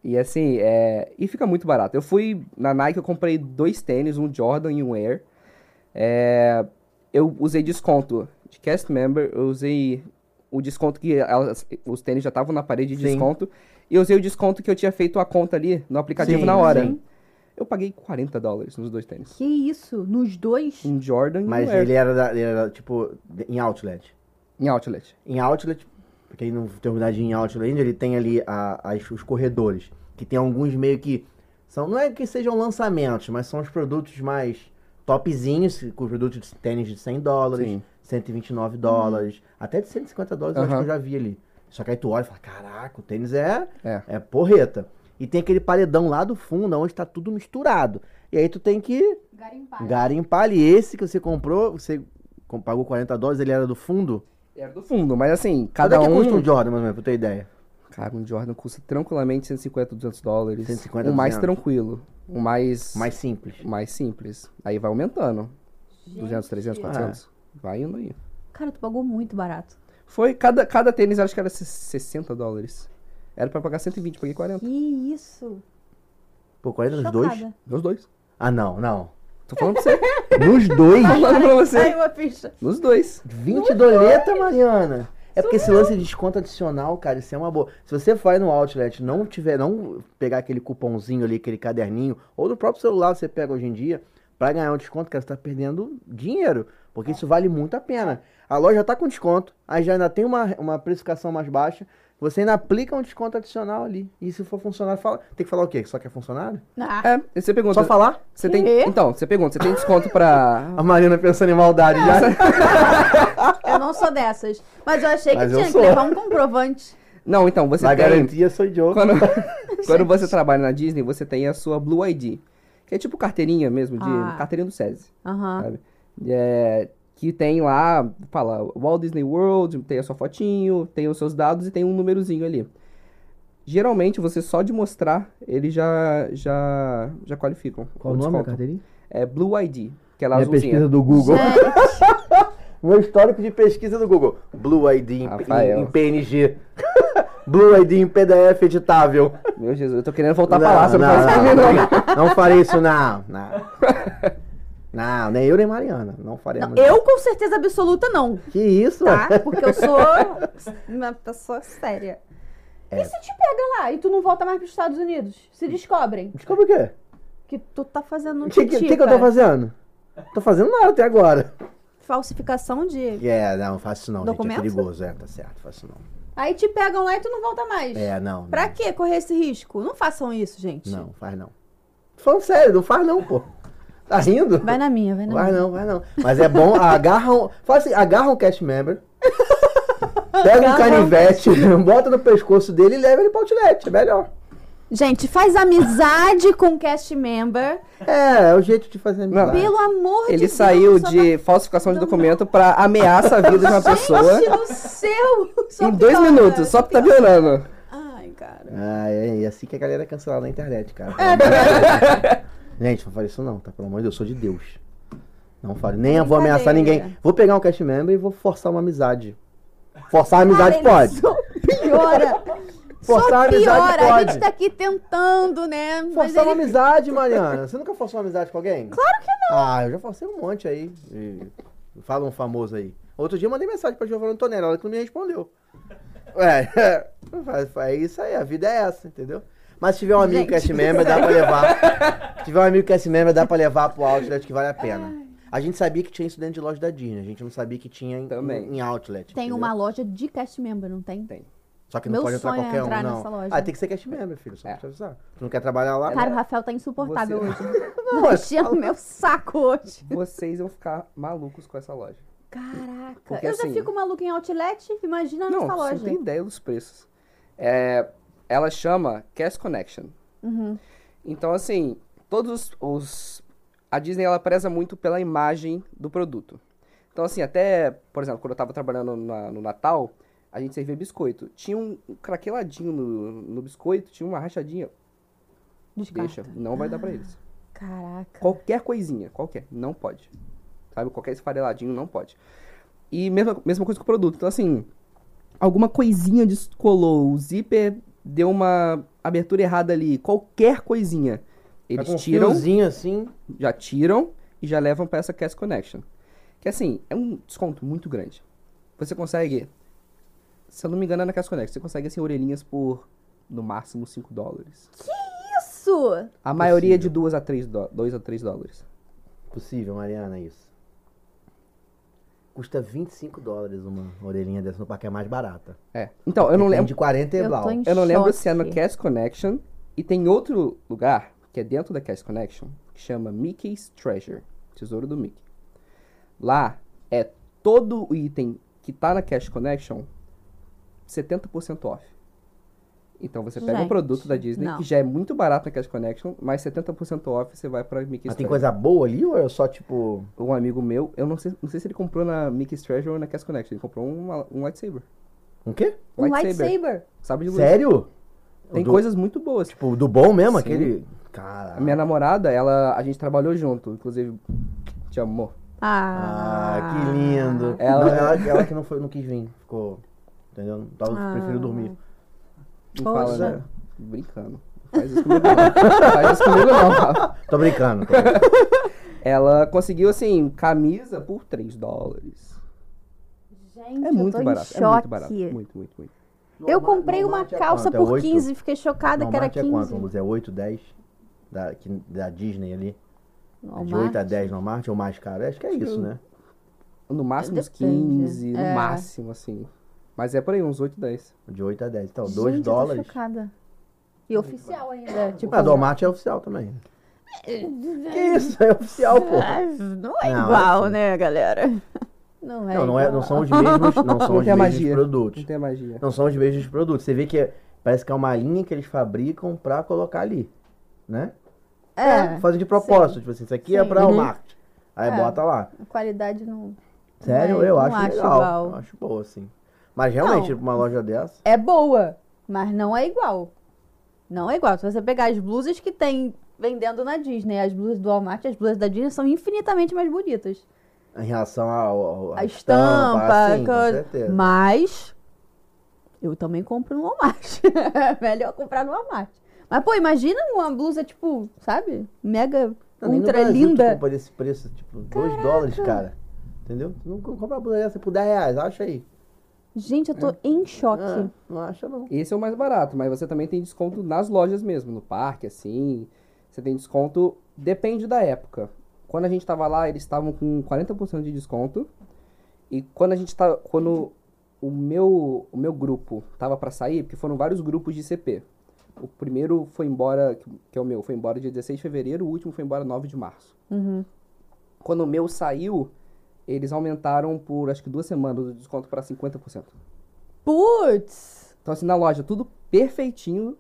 S3: E assim, é... e fica muito barato. Eu fui na Nike, eu comprei dois tênis, um Jordan e um Air. É, Eu usei desconto de cast member, eu usei o desconto que elas- os tênis já estavam na parede de
S2: Sim.
S3: desconto. E eu usei o desconto que eu tinha feito a conta ali no aplicativo
S2: Sim,
S3: na hora.
S2: sim.
S3: Eu paguei 40 dólares nos dois tênis.
S4: Que isso? Nos dois?
S3: Um Jordan
S2: Mas
S3: e um Air.
S2: ele é era, da- ele era, tipo, em Outlet.
S3: Em outlet.
S2: Em Outlet, pra quem não tem oportunidade de ir em Outlet ainda, ele tem ali a- as- os corredores. Que tem alguns meio que. São, não é que sejam lançamentos, mas são os produtos mais topzinhos, com produtos de tênis de 100 dólares,
S3: Sim.
S2: 129 dólares, até de 150 dólares eu acho
S3: Aham.
S2: que eu já vi ali. Só que aí tu olha e fala, caraca, o tênis é,
S3: É.
S2: é. porreta. E tem aquele paredão lá do fundo, onde tá tudo misturado. E aí tu tem que
S4: Garimpar.
S2: garimpar ali. Esse que você comprou, você com- pagou 40 dólares, ele era do fundo.
S3: Era do fundo, mas assim,
S2: Cada
S3: cada
S2: Quanto é que
S3: um...
S2: custa um Jordan, mais ou menos, pra eu ter ideia?
S3: Cara, um Jordan custa tranquilamente 150, 200 dólares.
S2: 150,
S3: um mais
S2: 200.
S3: tranquilo. Um mais...
S2: Mais simples.
S3: mais simples. Aí vai aumentando. 200, 300,
S4: Gente.
S3: 400.
S2: Ah.
S3: Vai indo aí.
S4: Cara, tu pagou muito barato.
S3: Foi, cada, cada tênis acho que era 60 dólares. Era pra pagar 120, paguei 40.
S4: Que isso?
S2: Pô, 40 nos dois?
S4: Chocada.
S3: Nos dois.
S2: Ah, não, não.
S3: Tô falando pra você.
S2: Nos dois?
S3: Tô falando pra
S4: Ai,
S3: você.
S4: uma ficha.
S3: Nos dois.
S2: 20 doleta, Mariana. É porque esse lance de desconto adicional, cara, isso é uma boa. Se você vai no outlet, não tiver, não pegar aquele cupomzinho ali, aquele caderninho, ou do próprio celular você pega hoje em dia, pra ganhar um desconto, cara, você tá perdendo dinheiro. Porque isso vale muito a pena. A loja tá com desconto, aí já ainda tem uma, uma precificação mais baixa, você ainda aplica um desconto adicional ali. E se for funcionário, fala. Tem que falar o quê? Que Só que é funcionário?
S4: Ah,
S3: É, e você pergunta.
S2: Só falar?
S3: Você tem,
S4: Quê?
S3: então, você pergunta, você tem desconto pra.
S2: A Mariana pensando em maldade
S3: é
S2: já.
S4: eu não sou dessas. Mas eu achei que
S2: Mas eu
S4: tinha que
S2: sou.
S4: levar um comprovante.
S3: Não, então, você
S2: Na
S3: tem.
S2: garantia, sou idiota.
S3: Quando, quando você trabalha na Disney, você tem a sua Blue ID. Que é tipo carteirinha mesmo, de.
S4: Ah.
S3: Carteirinha do SESI.
S4: Aham.
S3: Sabe? É, que tem lá, fala, Walt Disney World, tem a sua fotinho, tem os seus dados e tem um númerozinho ali. Geralmente, você só de mostrar, eles já, já, já qualificam. o desconto.
S2: carteirinha?
S3: É Blue ID, que é lá
S2: Minha
S3: azulzinha.
S2: pesquisa do Google.
S4: Gente,
S2: Meu histórico de pesquisa do Google. Blue ID em,
S3: Rafael.
S2: em- em PNG. Blue ID em PDF editável.
S3: Meu Jesus, eu tô querendo voltar Tá pra lá, você não, faz
S2: não,
S3: isso comigo, não.
S2: não, não farei isso, não. Não. Não, nem eu nem Mariana. Não faremos.
S4: não,
S2: isso.
S4: eu com certeza absoluta não,
S2: Que isso?
S4: tá? Porque eu sou uma pessoa séria.
S2: É.
S4: E se te pega lá e tu não volta mais pros Estados Unidos? Se descobrem
S2: Descobre o quê?
S4: que tu tá fazendo um
S2: O que, que,
S4: titi,
S2: que que eu
S4: cara.
S2: tô fazendo? Tô fazendo nada até agora.
S4: Falsificação de...
S2: É, não, faço isso não,
S4: Documento?
S2: gente. É perigoso, é, tá certo, faço isso não.
S4: Aí te pegam lá e tu não volta mais.
S2: É, não.
S4: Pra que correr esse risco? Não façam isso, gente.
S2: Não, faz não. Tô falando sério, não faz não, pô. Tá rindo?
S4: Vai na minha, vai na
S2: Vai
S4: minha.
S2: não, vai não. Mas é bom, agarram. Fala assim, agarra um cast member. Pega um canivete, bota no pescoço dele e leva ele pra outlet. É melhor.
S4: Gente, faz amizade com cast member.
S2: É, é o jeito de fazer amizade.
S4: Pelo amor de
S3: Ele
S4: Deus.
S3: saiu
S4: só tá
S3: de falsificação de documento pra ameaça a vida de uma
S4: vai-
S3: pessoa
S4: Gente do céu! só
S3: em dois
S4: piora.
S3: minutos, só tá piorando.
S4: Ai, cara.
S2: Ah, é, é assim que a galera é cancelada na internet, cara.
S4: É
S2: Gente, não fale isso não, tá? Pelo amor de Deus, eu sou de Deus. Não fale. Nem eu vou ameaçar
S4: Brincadeira.
S2: ninguém. Vou pegar um cast member e vou forçar uma amizade. Forçar a amizade
S4: Cara, ele
S2: pode.
S4: Só piora.
S2: Forçar a
S4: só
S2: amizade
S4: piora. A
S2: pode.
S4: gente tá aqui tentando, né? Mas
S2: Forçar uma
S4: ele...
S2: amizade, Mariana. Você nunca forçou uma amizade com alguém? Claro que não. Ah, eu já forcei um monte aí. E- Fala um famoso aí. Outro dia eu mandei mensagem pra Giovanna Antonella, ela que não me respondeu. Ué, é, é isso aí, a vida é essa, entendeu? Mas se tiver um amigo
S4: Gente.
S2: cast member, dá pra levar. Se tiver um amigo cast member, dá pra levar pro outlet que vale a pena. A gente sabia que tinha isso dentro de loja da Disney, a gente não sabia que tinha em,
S3: Também.
S2: em outlet.
S4: Tem
S2: entendeu?
S4: uma loja de cast member, não tem?
S3: Tem.
S2: Só que não
S4: Meu
S2: pode entrar
S4: sonho é
S2: qualquer
S4: entrar
S2: um, não.
S4: nessa loja.
S2: Ah, tem que ser cast member, filho, só
S3: É.
S2: pra te avisar. Tu não quer trabalhar lá?
S4: Cara, o Rafael tá insuportável
S3: Você-
S4: hoje.
S2: Não,
S4: Tá
S2: eu
S4: enchendo
S2: falo-
S4: meu saco hoje.
S3: Vocês vão ficar malucos com essa loja.
S4: Caraca.
S3: Porque,
S4: eu já
S3: assim-
S4: fico maluca em outlet, imagina
S3: Não,
S4: nessa
S3: você
S4: loja.
S3: não tem ideia dos preços. É, ela chama Cast Connection.
S4: Uhum,
S3: Então, assim, todos os, os- A Disney, ela preza muito pela imagem do produto. Então, assim, até, por exemplo, quando eu tava trabalhando na- no Natal, a gente servia biscoito. Tinha um craqueladinho no, no biscoito, tinha uma rachadinha.
S4: Descarta.
S3: Deixa, não vai dar pra eles.
S4: Caraca.
S3: Qualquer coisinha, qualquer, não pode. Sabe? Qualquer esfareladinho, não pode. E mesma, mesma coisa com o produto. Então, assim, alguma coisinha descolou, o zíper deu uma abertura errada ali, qualquer coisinha.
S2: Tá
S3: Eles
S2: com um
S3: tiram,
S2: fiozinho assim.
S3: já tiram e já levam pra essa Cast Connection. Que, assim, é um desconto muito grande. Você consegue, se eu não me engano, é na Cast Connection, você consegue, assim, orelhinhas por, no máximo, 5 dólares.
S4: Isso!
S3: A maioria de
S2: Possível.
S3: 2 a 3 dólares.
S2: Possível, Mariana, isso. Custa 25 dólares uma orelhinha dessa no parque, é mais barata.
S3: É. Então, eu não
S2: Tem
S3: lembro.
S2: De 40
S4: Eu
S2: e
S4: tô
S2: blau.
S4: em
S3: Eu não lembro se é no
S4: choque.
S3: Cast Connection. E tem outro lugar, que é dentro da Cast Connection, que chama Mickey's Treasure Tesouro do Mickey. Lá é todo o item que tá na Cast Connection 70% off. Então você pega um
S4: Gente,
S3: produto da Disney,
S4: não.
S3: que já é muito barato na Cash Connection, mas 70% off você vai pra Mickey's
S2: Mas tem coisa
S3: Treasure.
S2: boa ali ou é só tipo.
S3: Um amigo meu, eu não sei, não sei se ele comprou na Mickey's Treasure ou na Cash Connection, ele comprou um, um lightsaber.
S2: Um quê?
S4: Um lightsaber.
S3: Sabe de luz.
S2: Sério?
S3: Tem
S2: Do-
S3: coisas muito boas.
S2: Tipo, do bom mesmo?
S3: Sim.
S2: Aquele. Cara.
S3: A minha namorada, ela, a gente trabalhou junto, inclusive, te amor.
S4: Ah,
S2: Ah, que lindo.
S3: Ela-
S2: Não, ela, ela que não, foi, não quis vir. Ficou. Entendeu? Tava,
S4: Ah.
S2: prefiro dormir.
S3: Não
S4: Poxa.
S3: fala, né? Brincando. Não Faz isso comigo não. Faz isso comigo não, Rafa.
S2: Tô brincando. tô brincando.
S3: Ela conseguiu, assim, camisa por 3 dólares.
S4: Gente,
S3: É muito
S4: eu tô
S3: barato.
S4: em
S3: É muito
S4: choque.
S3: barato. Muito, muito, muito.
S4: Eu comprei uma
S2: Walmart é
S4: calça
S2: quanto? É
S4: por
S2: oito?
S4: 15 fiquei chocada que era
S2: Walmart é quanto,
S4: 15.
S2: Luz? É 8, 10? Da, que- da Disney ali? De
S4: Walmart?
S2: 8 a 10 no Walmart é o mais caro? Acho que é isso, né?
S3: No máximo uns
S4: Depende.
S3: 15, no
S4: É.
S3: máximo, assim. Mas é por aí, uns 8, 10.
S2: De 8 a 10. Então,
S4: Gente,
S2: 2
S4: eu tô
S2: dólares.
S4: chocada. E oficial ainda. Tipo, é,
S2: Ah, do Walmart é oficial também. que isso? É oficial, pô.
S4: não é
S2: Não,
S4: igual,
S2: assim-
S4: né, galera? Não é.
S2: Não, não, é,
S4: igual.
S2: não são os mesmos, não são
S3: Não
S2: os
S3: tem a
S2: mesmos
S3: magia.
S2: produtos.
S3: Não tem a magia.
S2: Não são os mesmos produtos. Você vê que é- parece que é uma linha que eles fabricam pra colocar ali, né?
S4: É,
S2: Fazem de propósito. Tipo assim, isso aqui é
S4: Sim.
S2: pra
S4: Uhum.
S2: Walmart. Aí
S4: É.
S2: bota lá.
S4: a qualidade não.
S2: Sério,
S4: Não é-
S2: eu
S4: não
S2: acho
S4: acho
S2: legal.
S4: igual.
S2: Eu acho boa, assim. Mas realmente,
S4: Não.
S2: pra uma loja dessa...
S4: É boa, mas não é igual. Não é igual. Se você pegar as blusas que tem vendendo na Disney, as blusas do Walmart, as blusas da Disney são infinitamente mais bonitas.
S2: Em relação ao- ao... à
S4: a estampa,
S2: assim, com
S4: coisa.
S2: certeza.
S4: Mas eu também compro no Walmart. É Melhor comprar no Walmart. Mas, pô, imagina uma blusa, tipo, sabe? Mega
S2: Não, nem no
S4: ultra
S2: Brasil tu
S4: linda.
S2: compra esse preço, tipo, 2 dólares, cara. Entendeu? Tu não compra uma blusa dessa por 10 reais, acha aí.
S4: Gente, eu tô em choque.
S2: Ah, não acha, não.
S3: Esse é o mais barato, mas você também tem desconto nas lojas mesmo, no parque, assim. Você tem desconto, depende da época. Quando a gente tava lá, eles estavam com 40% de desconto. E quando a gente tá, quando o meu, o meu grupo tava pra sair, porque foram vários grupos de CP. O primeiro foi embora, que- que é o meu, foi embora dia 16 de fevereiro, o último foi embora 9 de março. Quando o meu saiu, eles aumentaram por acho que duas semanas o desconto pra 50%.
S4: Putz!
S3: Então, assim, na loja, tudo perfeitinho,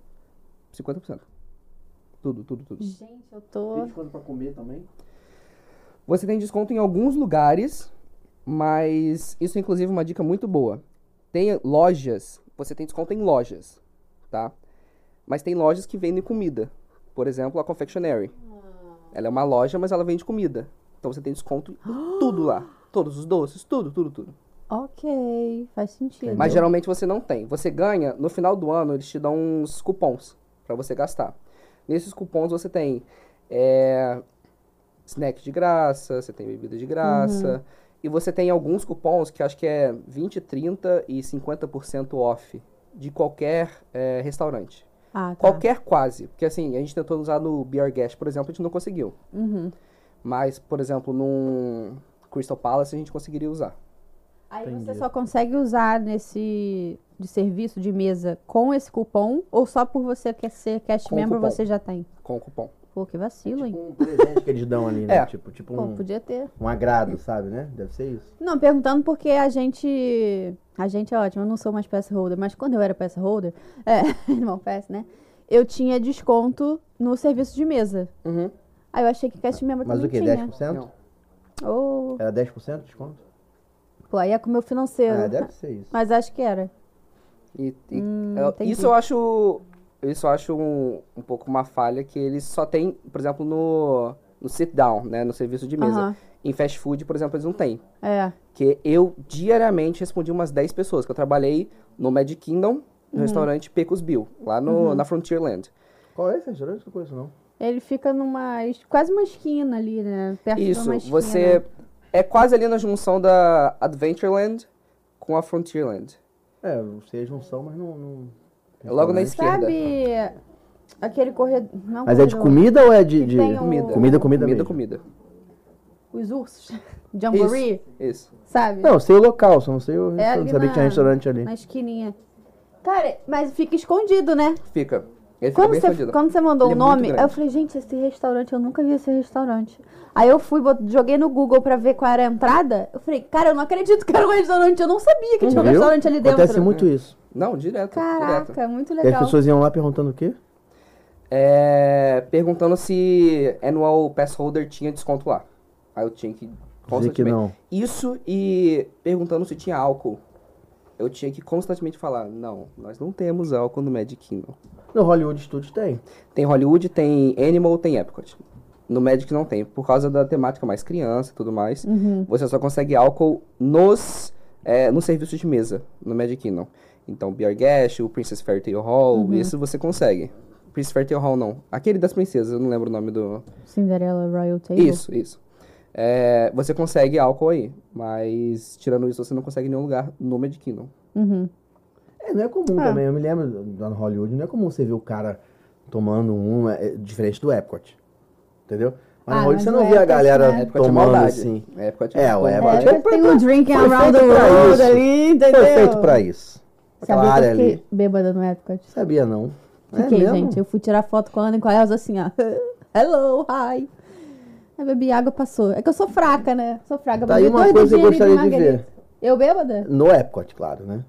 S3: 50%. Tudo, tudo, tudo.
S4: Gente, eu tô.
S2: coisa pra comer também?
S3: Você tem desconto em alguns lugares, mas isso é inclusive uma dica muito boa. Tem lojas, você tem desconto em lojas, tá? Mas tem lojas que vendem comida. Por exemplo, a Confectionery. Ela é uma loja, mas ela vende comida. Então você tem desconto em tudo lá. Todos os doces, tudo, tudo, tudo.
S4: Ok, faz sentido.
S3: Mas geralmente você não tem. Você ganha, no final do ano, eles te dão uns cupons pra você gastar. Nesses cupons você tem é, snack de graça, você tem bebida de graça. E você tem alguns cupons que acho que é 20, 30 e 50% off de qualquer é, restaurante.
S4: Ah, tá.
S3: Qualquer quase. Porque assim, a gente tentou usar no Beer Guest, por exemplo, a gente não conseguiu.
S4: Uhum.
S3: Mas, por exemplo, num Crystal Palace a gente conseguiria usar.
S4: Aí você
S2: Entendi.
S4: só consegue usar nesse de serviço de mesa com esse cupom ou só por você quer ser cast
S3: Com o
S4: member
S3: cupom.
S4: você já tem?
S3: com o cupom.
S4: Pô, que vacilo, hein?
S2: Tipo um presente que eles dão ali, né?
S3: É.
S2: Tipo, tipo
S4: Pô,
S2: um,
S4: podia ter.
S2: um agrado, sabe, né? Deve ser isso.
S4: Não, perguntando porque a gente. A gente é ótimo, eu não sou mais pass holder, mas quando eu era pass holder, é, irmão pass, né? Eu tinha desconto no serviço de mesa.
S3: Uhum.
S4: Aí eu achei que cast member
S2: Mas o que?
S4: também tinha.
S2: 10%?
S3: Não.
S4: Oh,
S2: Era 10% de desconto?
S4: pô, aí é com o meu financeiro.
S2: Ah, deve ser isso.
S4: Mas acho que era.
S3: E, e-
S4: Hum,
S3: eu-
S4: entendi.
S3: isso eu acho. Isso eu acho um, um pouco uma falha que eles só tem, por exemplo, no, no sit down, né? No serviço de mesa.
S4: Aham.
S3: Em fast food, por exemplo, eles não têm.
S4: É.
S3: Que eu diariamente respondi umas 10 pessoas. Que eu trabalhei no Magic Kingdom,
S4: Hum.
S3: no restaurante Pecos Bill, lá no,
S4: Uhum.
S3: na Frontierland.
S2: Qual é esse restaurante? Não conheço, não.
S4: Ele fica numa. es- quase uma esquina ali, né? Perto de
S3: Isso,
S4: uma esquina.
S3: você. É quase ali na junção da Adventureland com a Frontierland.
S2: É, vocês não são, mas não... não... né?
S3: É logo
S2: Uhum.
S3: na esquina.
S4: Sabe aquele corredor. Não,
S2: Mas é de
S4: corredor,
S2: comida ou é de... de...
S4: tem o-
S2: Comida, comida, comida
S3: Comida,
S2: mesmo?
S3: comida.
S4: Os ursos. Jamboree,
S3: Isso.
S4: sabe?
S2: Não, eu sei o local, só não sei o restaurante.
S4: É ali
S2: Sabia
S4: na-
S2: que tinha restaurante ali.
S4: Na esquininha. Cara, mas fica escondido, né?
S3: Fica. Ele fica
S4: Quando
S3: bem
S4: você,
S3: escondido.
S4: quando você mandou o
S3: Ele é muito
S4: nome,
S3: grande.
S4: eu falei, gente, esse restaurante, eu nunca vi esse restaurante. Aí eu fui, bot- joguei no Google pra ver qual era a entrada. Eu falei, cara, eu não acredito que era um restaurante. Eu não sabia que tinha um
S2: Viu?
S4: restaurante ali dentro.
S2: Acontece muito isso.
S3: Não, direto.
S4: Caraca,
S3: direto.
S4: muito
S2: E as
S4: legal.
S2: pessoas iam lá perguntando o quê?
S3: É, perguntando se Annual Pass Holder tinha desconto lá. Aí eu tinha que
S2: Dizer que
S3: constantemente.
S2: não.
S3: Isso e perguntando se tinha álcool. Eu tinha que constantemente falar, não, nós não temos álcool no Magic Kingdom.
S2: No Hollywood Studios tem.
S3: Tem Hollywood, tem Animal, tem Epcot. No Magic não tem, por causa da temática mais criança e tudo mais. Você só consegue álcool nos, é, nos serviços de mesa, no Magic Kingdom. Então, Beer Gash, o Princess Fairytale Hall, isso você consegue. Princess Fairytale Hall não. Aquele das princesas, eu não lembro o nome do...
S4: Cinderella Royal Table.
S3: Isso, isso. É, você consegue álcool aí, mas tirando isso, você não consegue em nenhum lugar no Magic Kingdom.
S2: É, não é comum também. Eu me lembro lá no Hollywood, não é comum você ver o cara tomando uma, é, diferente do Epcot. Entendeu? Mas
S4: Ah,
S2: no
S4: mas
S2: Hollywood você
S4: o
S2: não vê a
S4: Epcot,
S2: galera
S4: né?
S3: Epcot é
S2: tomando
S3: maldade.
S2: assim.
S3: Epcot
S2: É, o
S4: É,
S2: Epcot
S4: mas tem um drink
S2: foi
S4: around
S2: feito
S4: the
S2: pra
S4: world
S2: isso.
S4: ali, entendeu?
S2: foi feito pra isso. Aquela
S4: Sabia que
S2: área
S4: eu fiquei
S2: ali.
S4: bêbada no Epcot.
S2: Sabia não. É
S4: Fiquei,
S2: mesmo?
S4: gente. Eu fui tirar foto com a Ana e com a Elsa assim, ó. Hello, hi. Aí bebi água, passou. É que eu sou fraca, né? Sou fraca.
S2: Tá
S4: bebi
S2: aí uma
S4: dois
S2: coisa que eu
S4: dedinhos ali
S2: gostaria de ver.
S4: margarita. Eu bêbada?
S2: No Epcot, claro, né?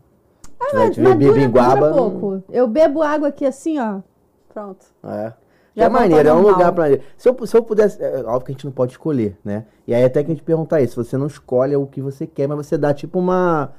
S2: Ah,
S4: Mas dura- dura pouco. Eu bebo água aqui assim, ó. Pronto.
S2: É.
S4: Já
S2: é
S4: volta ao
S2: maneiro, é um
S4: normal.
S2: lugar pra. Se eu, se eu pudesse. É, óbvio que a gente não pode escolher, né? E aí até que a gente perguntar isso. Você não escolhe o que você quer, mas você dá tipo uma.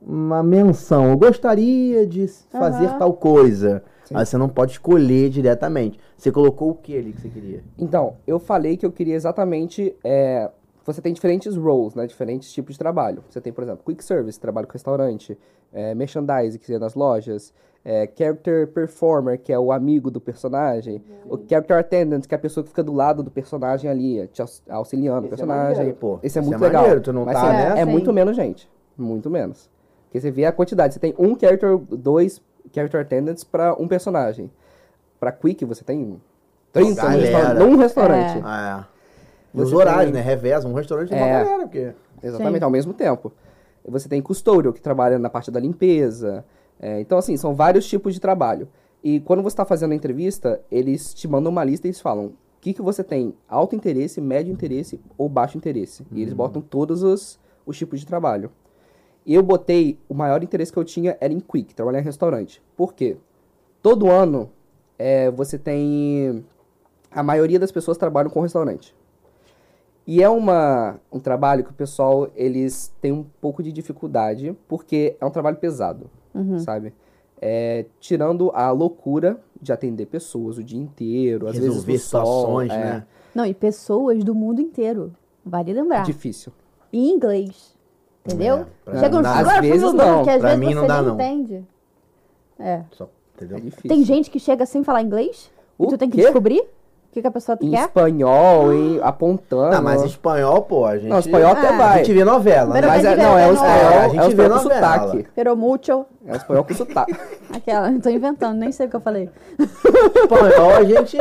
S2: Uma menção. Eu gostaria de s- fazer
S4: Aham.
S2: tal coisa. Mas você não pode escolher diretamente. Você colocou o que ali que você queria?
S3: Então, eu falei que eu queria exatamente. é, você tem diferentes roles, né? Diferentes tipos de trabalho. Você tem, por exemplo, quick service, trabalho com restaurante, é, merchandise, que é nas lojas, é, character performer, que é o amigo do personagem, o
S2: Uhum.
S3: character attendant, que é a pessoa que fica do lado do personagem ali, te aux- auxiliando o
S2: Esse é
S3: personagem.
S2: maneiro, pô.
S3: Esse é
S2: Esse
S3: muito
S2: é
S3: legal.
S2: maneiro, tu não
S3: Mas
S2: tá
S3: você-
S2: nessa?
S3: é
S4: Sim.
S3: muito menos gente. Muito menos. Porque você vê a quantidade. Você tem um character, dois character attendants pra um personagem. Pra quick, você tem 30 num
S2: Galera.
S3: restaurante- num restaurante.
S4: É.
S2: Ah, é. Nos
S3: Você
S2: horários,
S3: tem-
S2: né? Reveza, um restaurante é.
S3: É.
S2: uma galera, porque.
S3: Exatamente, ao mesmo tempo. Você tem custódio, que trabalha na parte da limpeza. É, então, assim, são vários tipos de trabalho. E quando você está fazendo a entrevista, eles te mandam uma lista e eles falam o que, que você tem alto interesse, médio interesse ou baixo interesse. E eles botam todos os, os tipos de trabalho. E eu botei, o maior interesse que eu tinha era em quick, trabalhar em restaurante. Por quê? Todo ano, é, você tem... A maioria das pessoas trabalham com restaurante. E é uma, um trabalho que o pessoal, eles têm um pouco de dificuldade, porque é um trabalho pesado,
S4: Uhum.
S3: sabe? É, tirando a loucura de atender pessoas o dia inteiro, às vezes
S2: Resolver
S3: no sol,
S2: situações,
S3: é
S2: né?
S4: Não, e pessoas do mundo inteiro. Vale lembrar.
S3: é Difícil.
S4: Em inglês. Entendeu?
S2: É, pra
S4: Chega um
S2: mim não dá.
S4: agora
S3: Às
S4: eu fui
S3: vezes
S4: no
S3: não,
S4: Google, que às
S2: pra
S4: vezes
S2: mim não
S4: você
S2: dá,
S4: nem
S2: não.
S4: entende. É.
S2: Só, entendeu?
S3: É difícil.
S4: Tem gente que chega sem falar inglês e
S3: O
S4: tu tem que
S3: quê?
S4: descobrir o que, que a pessoa
S3: Em
S4: quer.
S3: espanhol, em apontando.
S2: Ah, mas espanhol, pô, a gente.
S3: Não, espanhol até
S4: Ah.
S2: A
S3: vai.
S2: gente vê novela, né?
S4: Pero
S3: Mas é,
S4: Brasileiro
S3: não, é um
S4: é
S3: espanhol,
S2: novela. A
S3: é um
S2: gente vê
S3: espanhol com
S2: novela.
S3: sotaque.
S4: Pero mucho.
S3: É um espanhol com sotaque.
S4: Aquela, tô inventando, nem sei o que eu falei.
S2: espanhol, a gente.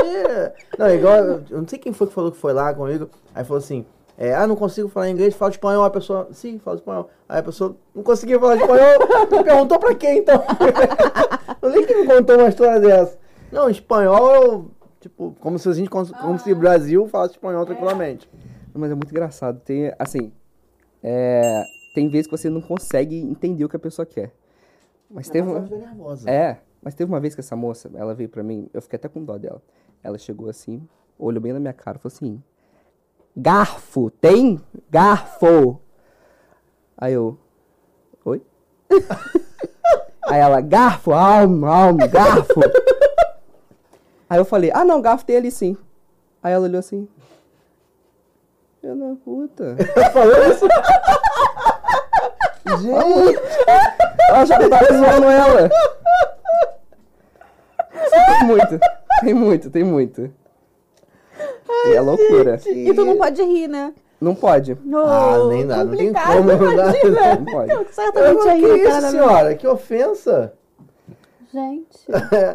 S2: Não, igual. Eu não sei quem foi que falou que foi lá comigo. Aí falou assim: é, ah, não consigo falar inglês, falo espanhol, a pessoa, sim, falo espanhol. Aí a pessoa, não conseguiu falar espanhol, perguntou pra quem então? não nem que me contou uma história dessa. Não, espanhol, tipo, como se a gente, cons- como
S4: Ah.
S2: se o Brasil falasse espanhol tranquilamente.
S3: Mas é muito engraçado. Tem, assim, é, tem vezes que você não consegue entender o que a pessoa quer. Mas teve
S2: Mas ela fica
S3: uma...
S2: nervosa.
S3: É, mas teve uma vez que essa moça, ela veio pra mim, eu fiquei até com dó dela. Ela chegou assim, olhou bem na minha cara, e falou assim: Garfo, tem? Garfo! Aí eu, oi? Aí ela, garfo, almo, almo, garfo! Aí eu falei: ah não, garfo tem ali sim. Aí ela olhou assim: eu da puta.
S2: Gente,
S3: Eu achava que eu tava tá zoando ela. Tem muito, tem muito, tem muito. E é loucura.
S4: E tu não pode rir, né?
S3: Não pode.
S2: Ah,
S4: Oh,
S2: nem dá, não tem
S4: complicado,
S2: como, não dá.
S4: imagina.
S3: Não pode.
S4: É. Eu certamente
S2: que
S4: aí,
S2: isso,
S4: cara.
S2: senhora, que ofensa.
S4: Gente,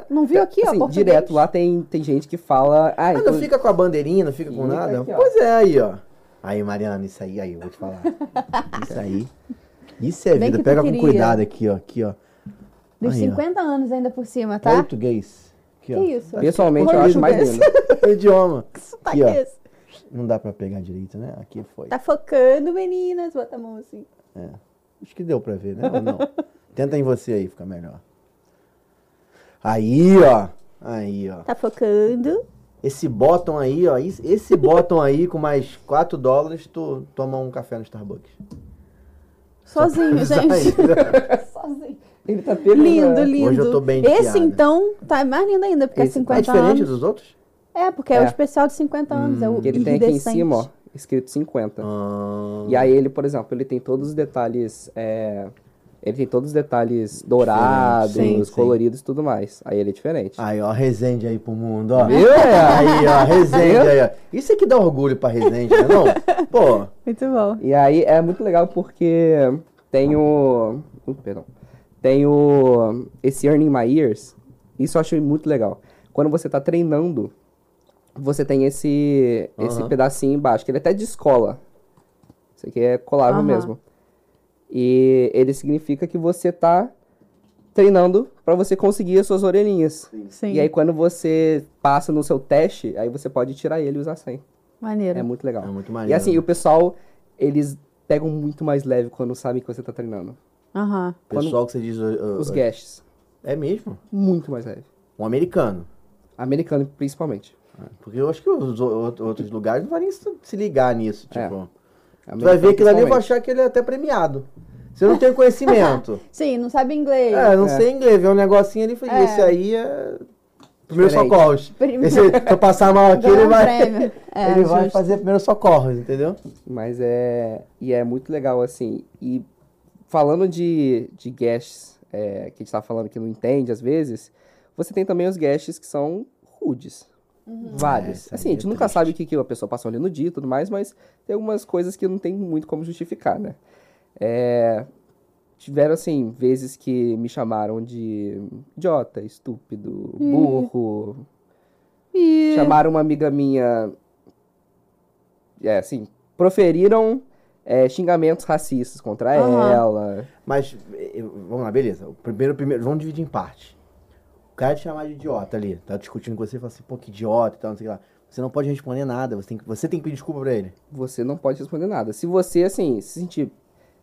S4: não viu aqui, ó,
S3: Assim,
S4: português?
S3: direto lá tem, tem gente que fala. Ah,
S2: Ah,
S3: então-
S2: não fica com a bandeirinha, não fica com
S3: Fica
S2: nada?
S3: aqui, ó.
S2: pois é, aí, ó. Aí, Mariana, isso aí, aí, eu vou te falar. Isso aí. Isso é
S4: Bem que
S2: vida.
S4: tu
S2: Pega com
S4: queria.
S2: cuidado aqui, ó. Aqui, ó.
S4: Dos
S2: Aí, ó.
S4: 50 anos ainda por cima, tá?
S2: Português. Aqui,
S4: Que
S2: ó.
S4: isso?
S3: Pessoalmente, eu
S4: Olha
S3: acho mais
S4: isso,
S3: lindo.
S2: É Idioma.
S4: Tá,
S2: Aqui, ó.
S4: aqui, esse.
S2: Não dá pra pegar direito, né? Aqui foi.
S4: tá focando, meninas. Bota a mão assim.
S2: Acho que deu pra ver, né? Ou não? Tenta em você aí, fica melhor. Aí, ó. Aí, ó.
S4: Tá focando.
S2: Esse bottom aí, ó. is- Esse bottom aí com mais 4 dólares, tu toma um café no Starbucks.
S4: Sozinho, gente. Sozinho.
S3: Ele tá
S4: Lindo, lindo.
S2: Hoje eu tô bem
S4: Esse,
S2: enfiada.
S4: então, tá mais lindo ainda, porque
S3: Esse
S4: é
S3: tá
S4: 50
S2: É diferente
S4: anos.
S2: dos outros?
S4: É, porque é,
S3: É.
S4: o especial de 50 anos. é o
S3: Hum, Ele tem aqui em
S4: iridescente.
S3: cima, ó, escrito 50.
S2: Ah,
S3: E aí ele, por exemplo, ele tem todos os detalhes. é, Ele tem todos os detalhes dourados,
S2: Sim, sim.
S3: coloridos e tudo mais. Aí ele é diferente.
S2: Aí, ó, Resende aí pro mundo, ó.
S3: Viu? É,
S2: Aí, ó, Resende aí, ó. Isso é que dá orgulho pra Resende, né, não? Pô,
S4: Muito bom.
S3: E aí é muito legal porque tem o. Uh, perdão. Tem o. Esse Earning My Ears. Isso eu achei muito legal. Quando você tá treinando, você tem esse, esse
S2: Aham.
S3: pedacinho embaixo, que ele é até de escola. Isso aqui é colável
S4: Aham.
S3: mesmo. E ele significa que você tá treinando pra você conseguir as suas orelhinhas.
S4: Sim.
S3: E aí quando você passa no seu teste, aí você pode tirar ele e usar sem.
S4: Maneiro.
S3: É muito legal.
S2: é muito
S3: E
S2: maneiro.
S3: assim, o pessoal, eles pegam muito mais leve quando sabem que você tá treinando.
S4: Aham.
S2: pessoal que você diz... ó, ó,
S3: Os
S2: ó,
S3: guests,
S2: É mesmo?
S3: muito mais leve.
S2: Um americano.
S3: Americano, principalmente.
S2: Porque eu acho que os o- outros lugares não vai nem se se ligar nisso,
S4: É,
S2: tipo... Tu vai
S3: Americano,
S2: ver aquilo ali e vai
S3: principalmente.
S2: achar que ele é até premiado. Você não tem conhecimento.
S4: Sim, não sabe inglês.
S2: É, não sei inglês, vê um negocinho ali e falei,
S4: É.
S2: esse aí é. Primeiro
S3: Diferente.
S2: socorros.
S4: Primeiro-
S2: Esse, se eu passar mal aqui,
S4: Ganha
S2: ele
S4: um
S2: vai.
S4: prêmio. É,
S2: ele vai
S4: justo.
S2: fazer primeiro socorros, entendeu?
S3: Mas é... E é muito legal, assim. E falando de, de guests, é, que a gente tá falando que não entende às vezes, você tem também os guests que são rudes. Vários.
S2: Essa
S3: assim, a
S2: aí
S3: gente
S2: é
S3: nunca
S2: triste.
S3: sabe o que, que a pessoa passou ali no dia e tudo mais, mas tem algumas coisas que não tem muito como justificar, né? É, tiveram, assim, vezes que me chamaram de idiota, estúpido, burro. Chamaram uma amiga minha. É, assim, proferiram é, xingamentos racistas contra
S4: Aham.
S3: ela.
S2: Mas, eh, vamos lá, beleza. O primeiro, primeiro, vamos dividir em parte. O cara te chamar de idiota ali, tá discutindo com você, fala assim, pô, que idiota e tal, não sei o que lá. Você não pode responder nada, você tem que, você tem que pedir desculpa pra ele.
S3: você não pode responder nada. Se você, assim, se sentir,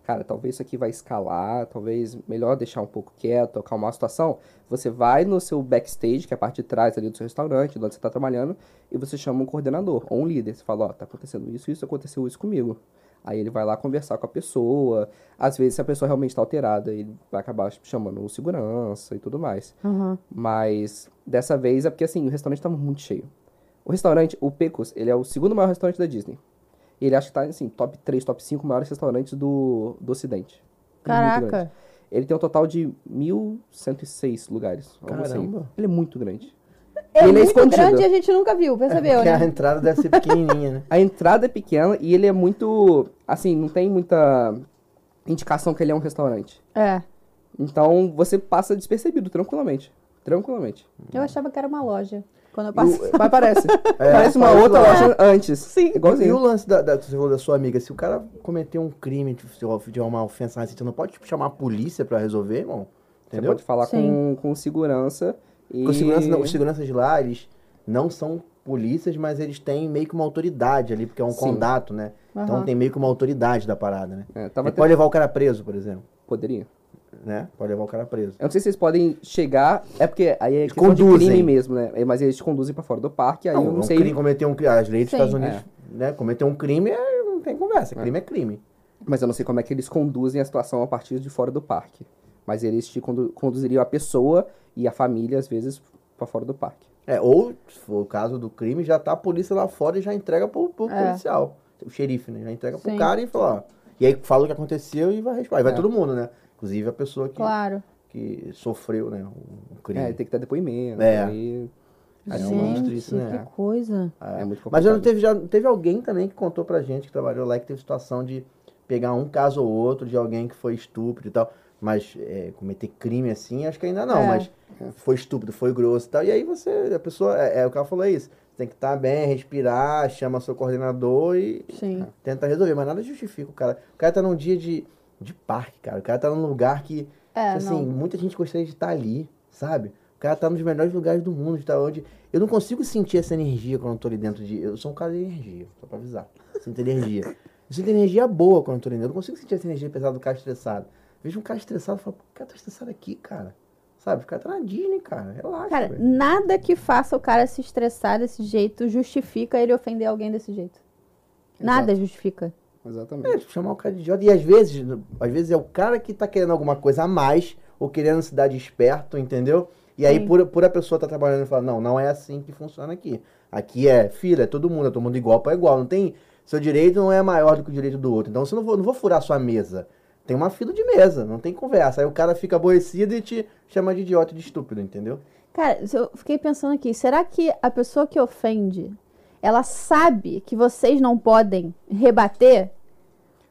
S3: cara, talvez isso aqui vai escalar, talvez melhor deixar um pouco quieto, acalmar a situação, você vai no seu backstage, que é a parte de trás ali do seu restaurante, de onde você está trabalhando, e você chama um coordenador ou um líder. Você fala, ó, tá acontecendo isso, isso aconteceu isso comigo. Aí ele vai lá conversar com a pessoa. Às vezes, se a pessoa realmente está alterada, ele vai acabar chamando o segurança e tudo mais.
S4: Aham.
S3: Mas dessa vez é porque assim, o restaurante estava muito cheio. O restaurante, o Pecos, ele é o segundo maior restaurante da Disney. E ele acha que tá assim, top 3, top 5 maiores restaurantes do, do Ocidente. Ele é muito
S4: Caraca.
S3: grande. Ele tem um total de 1.106 lugares. algo assim.
S2: Caramba.
S3: Ele é muito grande.
S4: É
S3: Ele é
S4: muito
S3: escondido.
S4: grande e a gente nunca viu, percebeu,
S2: Porque a
S4: né?
S2: entrada deve ser pequenininha, né?
S3: A entrada é pequena e ele é muito. Assim, não tem muita indicação que ele é um restaurante.
S4: É.
S3: Então você passa despercebido tranquilamente. Tranquilamente.
S4: Eu achava que era uma loja. Quando eu
S3: E
S4: passei.
S3: o- Mas parece. parece uma
S2: parece
S3: outra
S2: É, lá.
S3: loja antes.
S2: Sim, e o
S3: Igualzinho.
S2: lance da, da, que você falou da sua amiga, se o cara cometeu um crime de, de uma ofensa racista, não pode tipo, chamar a polícia pra resolver, irmão?
S3: Você
S2: Entendeu?
S3: pode falar com, com segurança. E...
S2: Porque os seguranças, não- os seguranças de lá, eles não são polícias, mas eles têm meio que uma autoridade ali, porque é um
S3: Sim.
S2: condato, né? Então
S4: Aham.
S2: tem meio que uma autoridade da parada, né?
S3: É, tava
S2: Ele
S3: até-
S2: pode levar o cara preso, por exemplo,
S3: Poderia.
S2: né? Pode levar o cara preso.
S3: Eu não sei se vocês podem chegar. É porque aí é questão de
S2: conduzem.
S3: crime mesmo, né? É, Mas eles te conduzem pra fora do parque, aí É, eu não
S2: um
S3: sei.
S2: crime, cometer um crime, as leis dos
S4: Sim.
S2: Estados Unidos, né? Cometer um crime, é- não tem conversa, crime é crime.
S3: Mas eu não sei como é que eles conduzem a situação a partir de fora do parque. Mas eles te condu- conduziriam a pessoa e a família, às vezes, pra fora do parque.
S2: É, ou, se for o caso do crime, já tá a polícia lá fora e já entrega pro, pro
S4: É.
S2: policial. O xerife, né? Já entrega pro
S4: Sim.
S2: cara e fala, ó. E aí fala o que aconteceu e vai responder. Vai
S3: É.
S2: todo mundo, né? Inclusive a pessoa que,
S4: Claro.
S2: que sofreu, né? Um um crime.
S3: É, tem que dar depoimento.
S2: É.
S3: aí
S2: Aí é um monstro
S4: Gente,
S2: isso, né?
S4: que coisa.
S3: é muito complicado.
S2: Mas já não teve, já teve alguém também que contou pra gente que trabalhou lá que teve situação de pegar um caso ou outro de alguém que foi estúpido e tal. Mas é, cometer crime assim, acho que ainda não,
S4: É.
S2: mas foi estúpido, foi grosso e tal. E aí você, a pessoa, é, é, o cara falou isso. Tem que estar bem, respirar, chama seu coordenador e
S4: Sim.
S2: tenta resolver. Mas nada justifica o cara. O cara tá num dia de, de parque, cara. O cara tá num lugar que
S4: É,
S2: assim,
S4: não.
S2: muita gente gostaria de estar ali, sabe? O cara tá nos melhores lugares do mundo, tá onde. Eu não consigo sentir essa energia quando eu tô ali dentro de. Eu sou um cara de energia, só pra avisar. Eu Sinto energia. Eu sinto energia boa quando eu tô ali dentro. Eu não consigo sentir essa energia pesada do cara estressado. Vejo um cara estressado e falo, por que o cara tá estressado aqui, cara? Sabe? O cara tá na Disney, cara. Relaxa.
S4: Cara,
S2: velho.
S4: nada que faça o cara se estressar desse jeito justifica ele ofender alguém desse jeito. Nada justifica.
S2: É,
S3: Exatamente.
S2: tipo, chamar o cara de idiota. E às vezes, às vezes é o cara que tá querendo alguma coisa a mais, ou querendo se dar de esperto, entendeu? E aí,
S4: Sim.
S2: por, por a pessoa tá trabalhando e fala, não, não é assim que funciona aqui. Aqui é fila, é todo mundo, é todo mundo igual pra igual. Não tem. Seu direito não é maior do que o direito do outro. Então você não vou, não vou furar a sua mesa. Tem uma fila de mesa, não tem conversa. Aí o cara fica aborrecido e te chama de idiota e de estúpido, entendeu?
S4: Cara, se eu fiquei pensando aqui, será que a pessoa que ofende, ela sabe que vocês não podem rebater?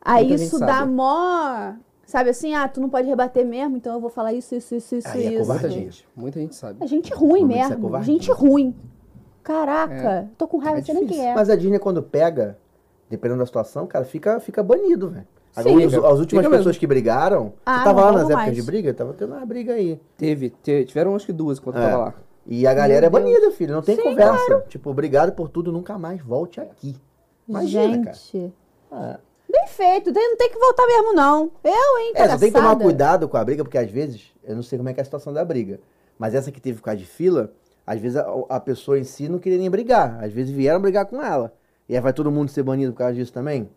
S4: Aí
S3: Muita gente
S4: isso dá
S3: sabe.
S4: mó. Sabe assim, ah, tu não pode rebater mesmo, então eu vou falar isso, isso, isso, isso,
S2: Aí é
S4: isso.
S3: Muita
S2: covardia.
S3: gente. Muita gente sabe.
S4: É gente ruim
S2: Normalmente isso é
S4: mesmo.
S2: covardia.
S4: gente ruim. Caraca, tô com raiva,
S3: É
S4: não sei nem quem
S3: difícil.
S4: é.
S2: Mas a Disney, quando pega, dependendo da situação, cara, fica, fica banido, velho. Agora,
S3: Sim.
S2: os- as últimas
S3: Fica mesmo.
S2: pessoas que brigaram,
S4: Ah,
S2: eu tava
S4: não
S2: lá nas
S4: vamos
S2: épocas
S4: mais.
S2: de briga, tava tendo uma briga aí.
S3: Teve, te- tiveram acho que duas enquanto eu
S2: É.
S3: tava lá.
S2: E a galera é
S4: Meu Deus.
S2: banida, filho, não tem
S4: Sim,
S2: conversa. Tipo, obrigado por tudo, nunca mais volte aqui. Imagina, cara.
S4: gente.
S2: Ah.
S4: Bem feito, tem- não tem que voltar mesmo, não. Eu, hein,
S2: É, você tem que tomar
S4: palhaçada.
S2: cuidado com a briga, porque às vezes, eu não sei como é que é a situação da briga, mas essa que teve com a de fila, às vezes a, a pessoa em si não queria nem brigar, às vezes vieram brigar com ela. E aí vai todo mundo ser banido por causa disso também?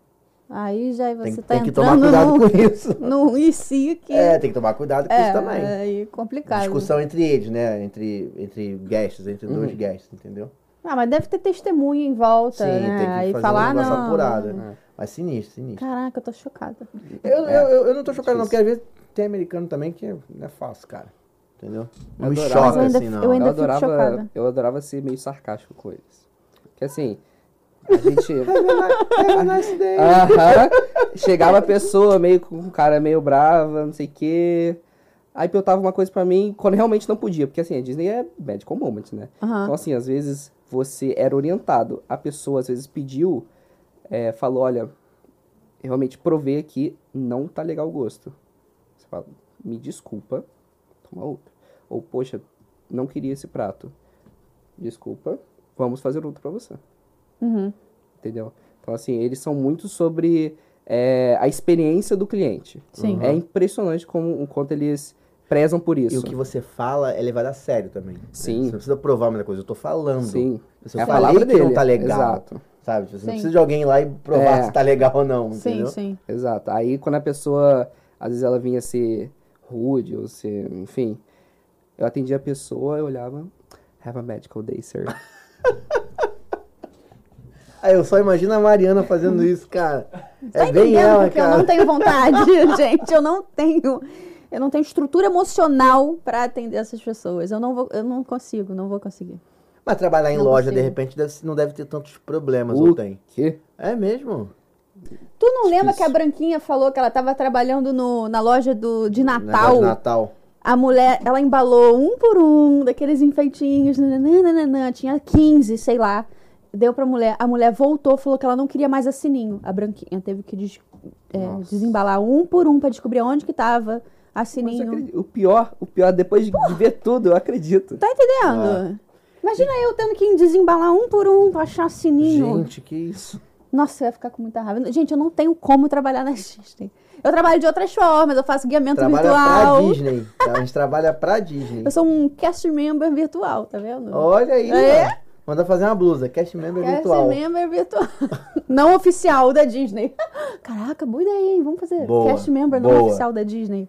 S4: Aí já você
S2: Tem,
S4: tá
S2: tem que tomar
S4: entrando
S2: cuidado
S4: num,
S2: com isso.
S4: num e si que
S2: É, tem que tomar cuidado com
S4: é,
S2: isso também.
S4: aí complicado.
S2: Discussão entre eles, né? Entre, entre guests, entre dois
S3: Uhum.
S2: guests, entendeu?
S4: Ah, mas deve ter testemunha em volta,
S2: Sim,
S4: né?
S2: tem que
S4: aí
S2: fazer
S4: falar,
S2: um negócio
S4: não.
S2: apurado. né?
S3: É.
S2: Mas sinistro, sinistro.
S4: Caraca, eu tô chocada.
S2: Eu, eu, eu- eu não tô chocado não, porque
S3: É difícil.
S2: às vezes tem americano também que não é fácil, cara. Entendeu? Não
S4: Mas
S2: me
S3: adorava.
S4: eu
S2: choca
S4: ainda-
S2: assim, não.
S4: eu ainda
S3: eu
S4: fico chocada.
S3: adorava, eu adorava ser meio sarcástico com eles. Porque assim, a gente.
S2: Have a nice day.
S3: Aham. Chegava a pessoa meio com um cara meio brava, não sei o quê. Aí perguntava uma coisa pra mim quando realmente não podia, porque assim, a Disney é medical moment, né?
S4: Aham.
S3: Então assim, às vezes você era orientado, a pessoa às vezes pediu, é, falou, olha, realmente provei aqui, não tá legal o gosto. Você fala, me desculpa, toma outro. Ou, poxa, não queria esse prato. Desculpa, vamos fazer outro pra você
S4: Uhum.
S3: entendeu? Então, assim, eles são muito sobre é, a experiência do cliente.
S4: Sim.
S3: É impressionante como, o quanto eles prezam por
S2: E
S3: isso.
S2: o que você fala é levado a sério também. Você
S3: Sim.
S2: não precisa provar muita coisa, eu tô falando.
S3: Sim.
S2: Se
S3: É
S2: eu
S3: a
S2: falei
S3: palavra
S2: que não
S3: dele,
S2: tá legal,
S3: exato.
S2: sabe? Tipo, Você
S4: Sim.
S2: não precisa de alguém lá e provar
S3: É.
S2: se tá legal ou não,
S4: Sim,
S2: entendeu?
S4: sim.
S3: Exato. Aí, quando a pessoa, às vezes ela vinha ser rude ou ser, enfim, eu atendia a pessoa, eu olhava, have a medical day, sir.
S2: Aí eu só imagino a Mariana fazendo isso, cara.
S4: Tá
S2: é bem
S4: entendendo
S2: ela,
S4: porque eu não
S2: cara.
S4: tenho vontade, gente. Eu não tenho. Eu não tenho estrutura emocional pra atender essas pessoas. Eu não vou, eu não consigo, não vou conseguir.
S2: Mas trabalhar em
S4: Não
S2: loja, de
S4: consigo.
S2: repente, deve- não deve ter tantos problemas,
S3: O
S2: ou tem?
S3: quê?
S2: É mesmo?
S4: Tu não lembra que
S3: Difícil.
S4: a Branquinha falou que ela tava trabalhando no- na loja do, de Natal?
S2: Negócio de Natal.
S4: A mulher, ela embalou um por um daqueles enfeitinhos, nananana, tinha 15, sei lá. Deu pra mulher. A mulher voltou, falou que ela não queria mais a sininho. A branquinha teve que des- é, desembalar um por um pra descobrir onde que tava a
S3: Mas eu
S4: sininho.
S3: acredito- o pior, o pior, depois de ver tudo, eu acredito.
S4: Tá
S2: É.
S4: entendendo? Imagina eu tendo que desembalar um por um pra achar sininho.
S2: Gente, que isso.
S4: Nossa, eu ia ficar com muita raiva. Gente, eu não tenho como trabalhar na Disney. Eu trabalho de outras formas, eu faço guiamento
S2: Trabalha
S4: virtual.
S2: pra Disney. A gente trabalha pra Disney.
S4: Eu sou um cast member virtual, tá vendo?
S2: Olha aí,
S4: É?
S2: mano. Manda fazer uma blusa. Cast member
S4: cast
S2: virtual.
S4: member é virtual. não oficial da Disney. Caraca, boa ideia, hein? Vamos fazer
S2: Boa,
S4: cast member não
S2: boa.
S4: oficial da Disney.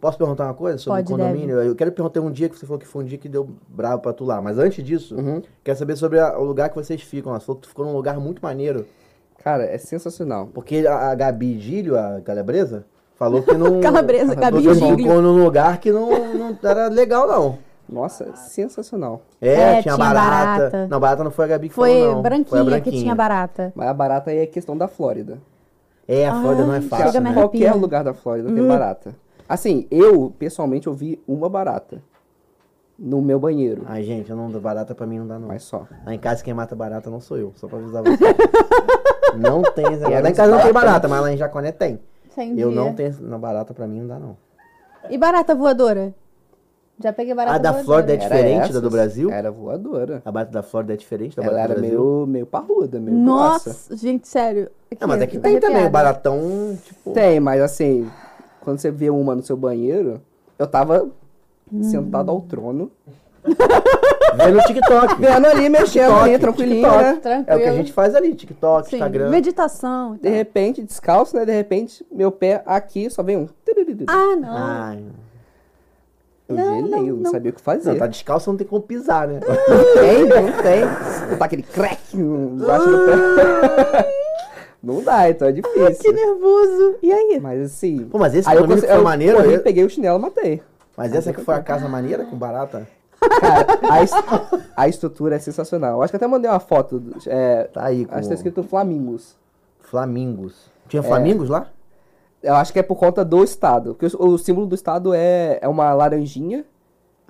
S2: Posso perguntar uma coisa sobre
S4: Pode,
S2: o condomínio? Eu quero perguntar um dia que você falou que foi um dia que deu bravo pra tu lá. Mas antes disso, quero saber sobre a- o lugar que vocês ficam. lá. Você falou que tu ficou num lugar muito maneiro.
S3: Cara, é sensacional.
S2: Porque a, a Gabi Gílio, a calabresa, falou que Hum, não...
S4: Calabresa,
S2: falou
S4: Gabi
S2: que
S4: Gigli.
S2: ficou num lugar que não, não era legal, não.
S3: Nossa, sensacional.
S2: É,
S4: É,
S2: tinha,
S4: tinha
S2: barata.
S4: barata.
S2: Não, barata não foi a Gabi que
S4: Foi
S2: falou, não. Foi a
S4: branquinha que tinha barata.
S3: Mas a barata aí é questão da Flórida.
S2: É, a Flórida não é
S4: Ai,
S2: fácil,
S4: Ah, chega
S2: né?
S4: me arrepia.
S3: Qualquer lugar da Flórida tem barata. Assim, eu, pessoalmente, eu vi uma barata no meu banheiro.
S2: né? Ai, gente, eu não, barata pra mim não dá, não.
S3: Ah, Mas só.
S2: Lá em casa quem mata barata não sou eu, só pra avisar você. não tem essa Lá em casa não tem barata, mas lá em Jaconé tem.
S4: um né? Entendi.
S2: Eu não tenho essa- na barata pra mim não dá, não.
S4: E barata voadora? Já peguei barata
S2: A da
S4: voadora.
S2: Flórida é
S3: Era
S2: diferente da
S3: essas,
S2: do Brasil?
S3: Era voadora.
S2: A barata da Flórida é diferente da
S3: Ela
S2: barata do
S3: era
S2: Brasil?
S3: meio, meio parruda, meio
S4: Nossa,
S3: grossa.
S4: gente, sério.
S2: É, mas é que
S4: Aqui,
S2: tem também,
S4: arrepiada.
S2: o baratão, tipo...
S3: Tem, mas assim, quando você vê uma no seu banheiro, eu tava sentado ao trono,
S2: Vê no TikTok.
S3: vendo ali, mexendo ali, tranquilinho,
S2: É
S3: né?
S2: o que a
S4: Tranquilo.
S2: gente faz ali, TikTok,
S4: Sim,
S2: Instagram.
S4: meditação. e
S3: De
S4: tal.
S3: repente, descalço, né? De repente, meu pé aqui só vem um.
S4: Ah, não.
S2: Ai,
S3: Eu gelei, eu não sabia o que fazer.
S2: não, tá descalço, não tem como pisar, né?
S3: Tem, não tem. Tá aquele crack embaixo do pé. não dá, então é
S4: Que
S3: difícil.
S4: nervoso. E aí?
S3: Mas assim.
S2: Pô, mas esse
S3: aí eu,
S2: condomínio
S3: consegui-
S2: que foi
S3: eu
S2: maneiro,
S3: corri,
S2: eu-
S3: peguei o chinelo e matei.
S2: Mas essa que "Ah, foi a casa maneira com barata?
S3: Cara, a, es- a estrutura é sensacional. Eu acho que até mandei uma foto. do- É,
S2: Tá aí com
S3: acho que tá escrito Flamingos.
S2: Flamingos. É. Tinha Flamingos lá?
S3: Eu acho que é por conta do estado. Porque o, o símbolo do estado é, é uma laranjinha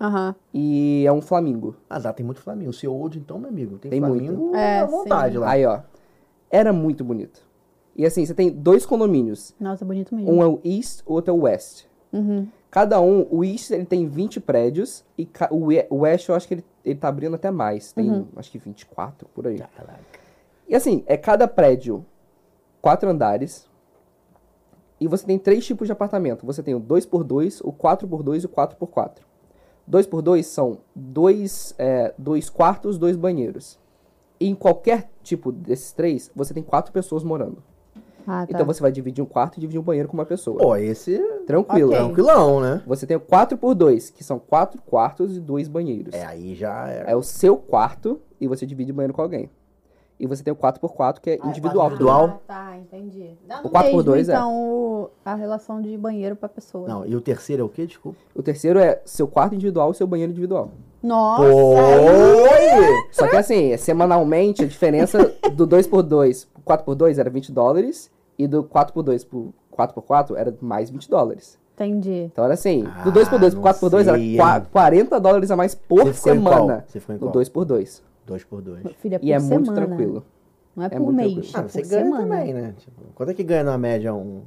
S4: Aham.
S3: e é um flamingo.
S2: Ah, lá tem muito Flamingo. Se eu hoje, então, meu amigo, tem,
S3: Tem
S2: Flamingo
S3: muito.
S4: É,
S2: à vontade
S4: sim.
S2: lá.
S3: Aí, ó. Era muito bonito. E assim, você tem dois condomínios.
S4: Nossa, bonito mesmo.
S3: Um é o East, o outro é o West.
S4: Uhum.
S3: Cada um, o East ele tem 20 prédios e ca- o E- o West eu acho que ele, ele tá abrindo até mais. Tem
S4: Uhum.
S3: acho que 24 por aí. E assim, é cada prédio quatro andares. E você tem três tipos de apartamento. Você tem o 2x2, o 4x2 e o 4x4. 2x2 são dois, é, dois quartos, dois banheiros. E em qualquer tipo desses três, você tem quatro pessoas morando.
S4: Ah, tá.
S3: Então você vai dividir um quarto e dividir um banheiro com uma pessoa.
S2: Pô, esse é
S3: Tranquilo.
S4: ok.
S2: tranquilão, né?
S3: Você tem o 4 por 2 que são quatro quartos e dois banheiros.
S2: É, aí já é.
S3: É o seu quarto e você divide o banheiro com alguém. E você tem o 4x4,
S2: Ah,
S3: que é individual.
S2: individual.
S4: tá, entendi. Dá
S3: no O quatro por mesmo, dois é.
S4: então, o- a relação de banheiro pra pessoa.
S2: Não, e o terceiro é o quê? Desculpa.
S3: O terceiro é seu quarto individual e seu banheiro individual.
S4: Nossa!
S2: Oi!
S3: Só que assim, é semanalmente a diferença do 2x2 pro 4x2 era 20 dólares e do 4x2 pro 4x4 era mais 20 dólares.
S4: Entendi.
S3: Então era assim, do
S2: Ah,
S3: 2x2
S2: não
S3: pro 4x2 era
S2: sei,
S3: qua-
S2: hein.
S3: 40 dólares a mais
S2: Você
S3: por
S2: ficou em
S3: semana.
S2: qual? Você ficou em
S3: No
S2: qual?
S3: 2x2.
S2: Dois por dois.
S4: Filha, por
S3: E é
S4: semana.
S3: muito tranquilo.
S4: Não é, por
S3: muito
S4: mês.
S3: tranquilo.
S4: é
S2: Ah, você
S4: por
S2: ganha
S4: semana.
S2: também, né? Tipo, quanto é que ganha na média um, um-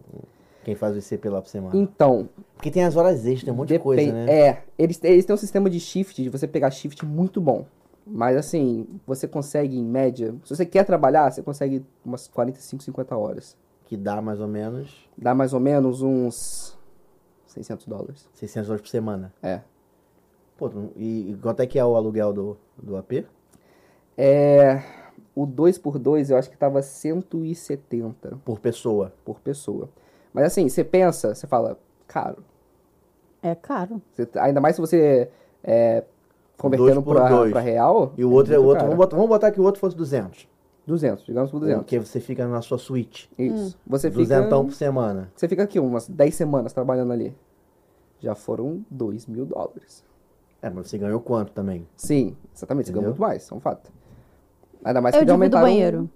S2: quem faz o ICP lá por semana?
S3: Então,
S2: Porque tem as horas extras, tem um monte de coisa,
S3: Depen-
S2: né?
S3: É, eles, eles têm um sistema de shift, de você pegar shift muito bom. Mas assim, você consegue em média, se você quer trabalhar, você consegue umas 45, 50 horas.
S2: Que dá mais ou menos
S3: Dá mais ou menos uns 600 dólares.
S2: 600 horas por semana.
S3: É.
S2: Pô, tu- e, e quanto é que é o aluguel do, do AP?
S3: É, o 2x2 eu acho que tava 170
S2: Por pessoa.
S3: por pessoa. Mas assim, você pensa, você fala, caro.
S4: É caro.
S3: Você- tá, ainda mais se você é, convertendo
S2: Dois por
S3: pra,
S2: dois.
S3: pra real.
S2: E o
S3: é
S2: outro é o
S3: muito
S2: outro.
S3: caro.
S2: Vamos botar, vamos botar que o outro fosse 200.
S3: 200, digamos por 200.
S2: Porque você fica na sua suíte.
S3: Isso. Você fica.
S2: 200 por semana.
S3: Você fica aqui umas 10 semanas trabalhando ali. Já foram 2 mil dólares.
S2: É, mas você ganhou quanto também?
S3: Sim, exatamente. Você ganha
S2: Entendeu?
S3: muito mais, é um fato. Ainda mais
S4: Eu
S3: que um já
S4: divido o
S3: aumentaram...
S4: banheiro.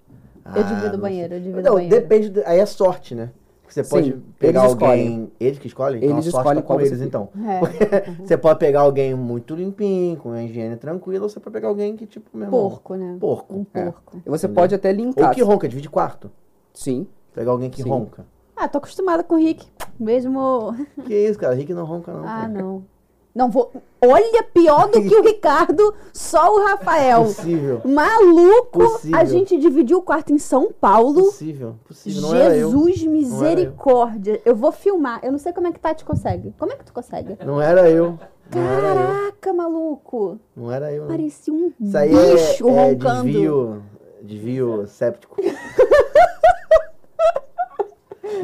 S2: Ah,
S4: Eu divido o
S2: não sei.
S4: banheiro, eu divido o
S2: Não,
S4: banheiro.
S2: depende. do- Aí é sorte, né? Você pode
S3: Sim,
S2: pegar
S3: eles
S2: alguém.
S3: escolhem.
S2: Eles que escolhem?
S3: Eles
S2: Então, a sorte
S3: escolhem
S2: tá
S3: qual
S2: com
S3: você
S2: eles,
S3: fica.
S2: então.
S4: É.
S2: Você pode pegar alguém muito limpinho, com a higiene tranquila, ou você pode pegar alguém que, tipo, meu irmão,
S4: Porco, né? Um
S2: Porco.
S4: porco.
S3: É. E você
S2: Entendeu?
S3: pode até linkar.
S2: Ou que ronca, divide quarto.
S3: Sim.
S2: Pegar alguém que
S3: Sim.
S2: ronca.
S4: Ah, tô acostumada com o Rick. Mesmo.
S2: Que isso, cara? Rick não ronca, não.
S4: Ah,
S2: cara.
S4: não. Não vou. Olha, pior do que o Ricardo, só É o Rafael.
S2: Possível.
S4: Maluco!
S2: Possível.
S4: A gente dividiu o quarto em São Paulo.
S2: Possível. Possível. Não era eu.
S4: Jesus misericórdia. Eu vou filmar. Eu não sei como é que Tati consegue. Como é que tu consegue?
S2: Não era eu. Não era eu.
S4: Caraca, maluco.
S2: Não era eu, não.
S4: Parecia um
S2: Isso aí
S4: bicho
S2: é, é
S4: roncando.
S2: desvio, desvio séptico.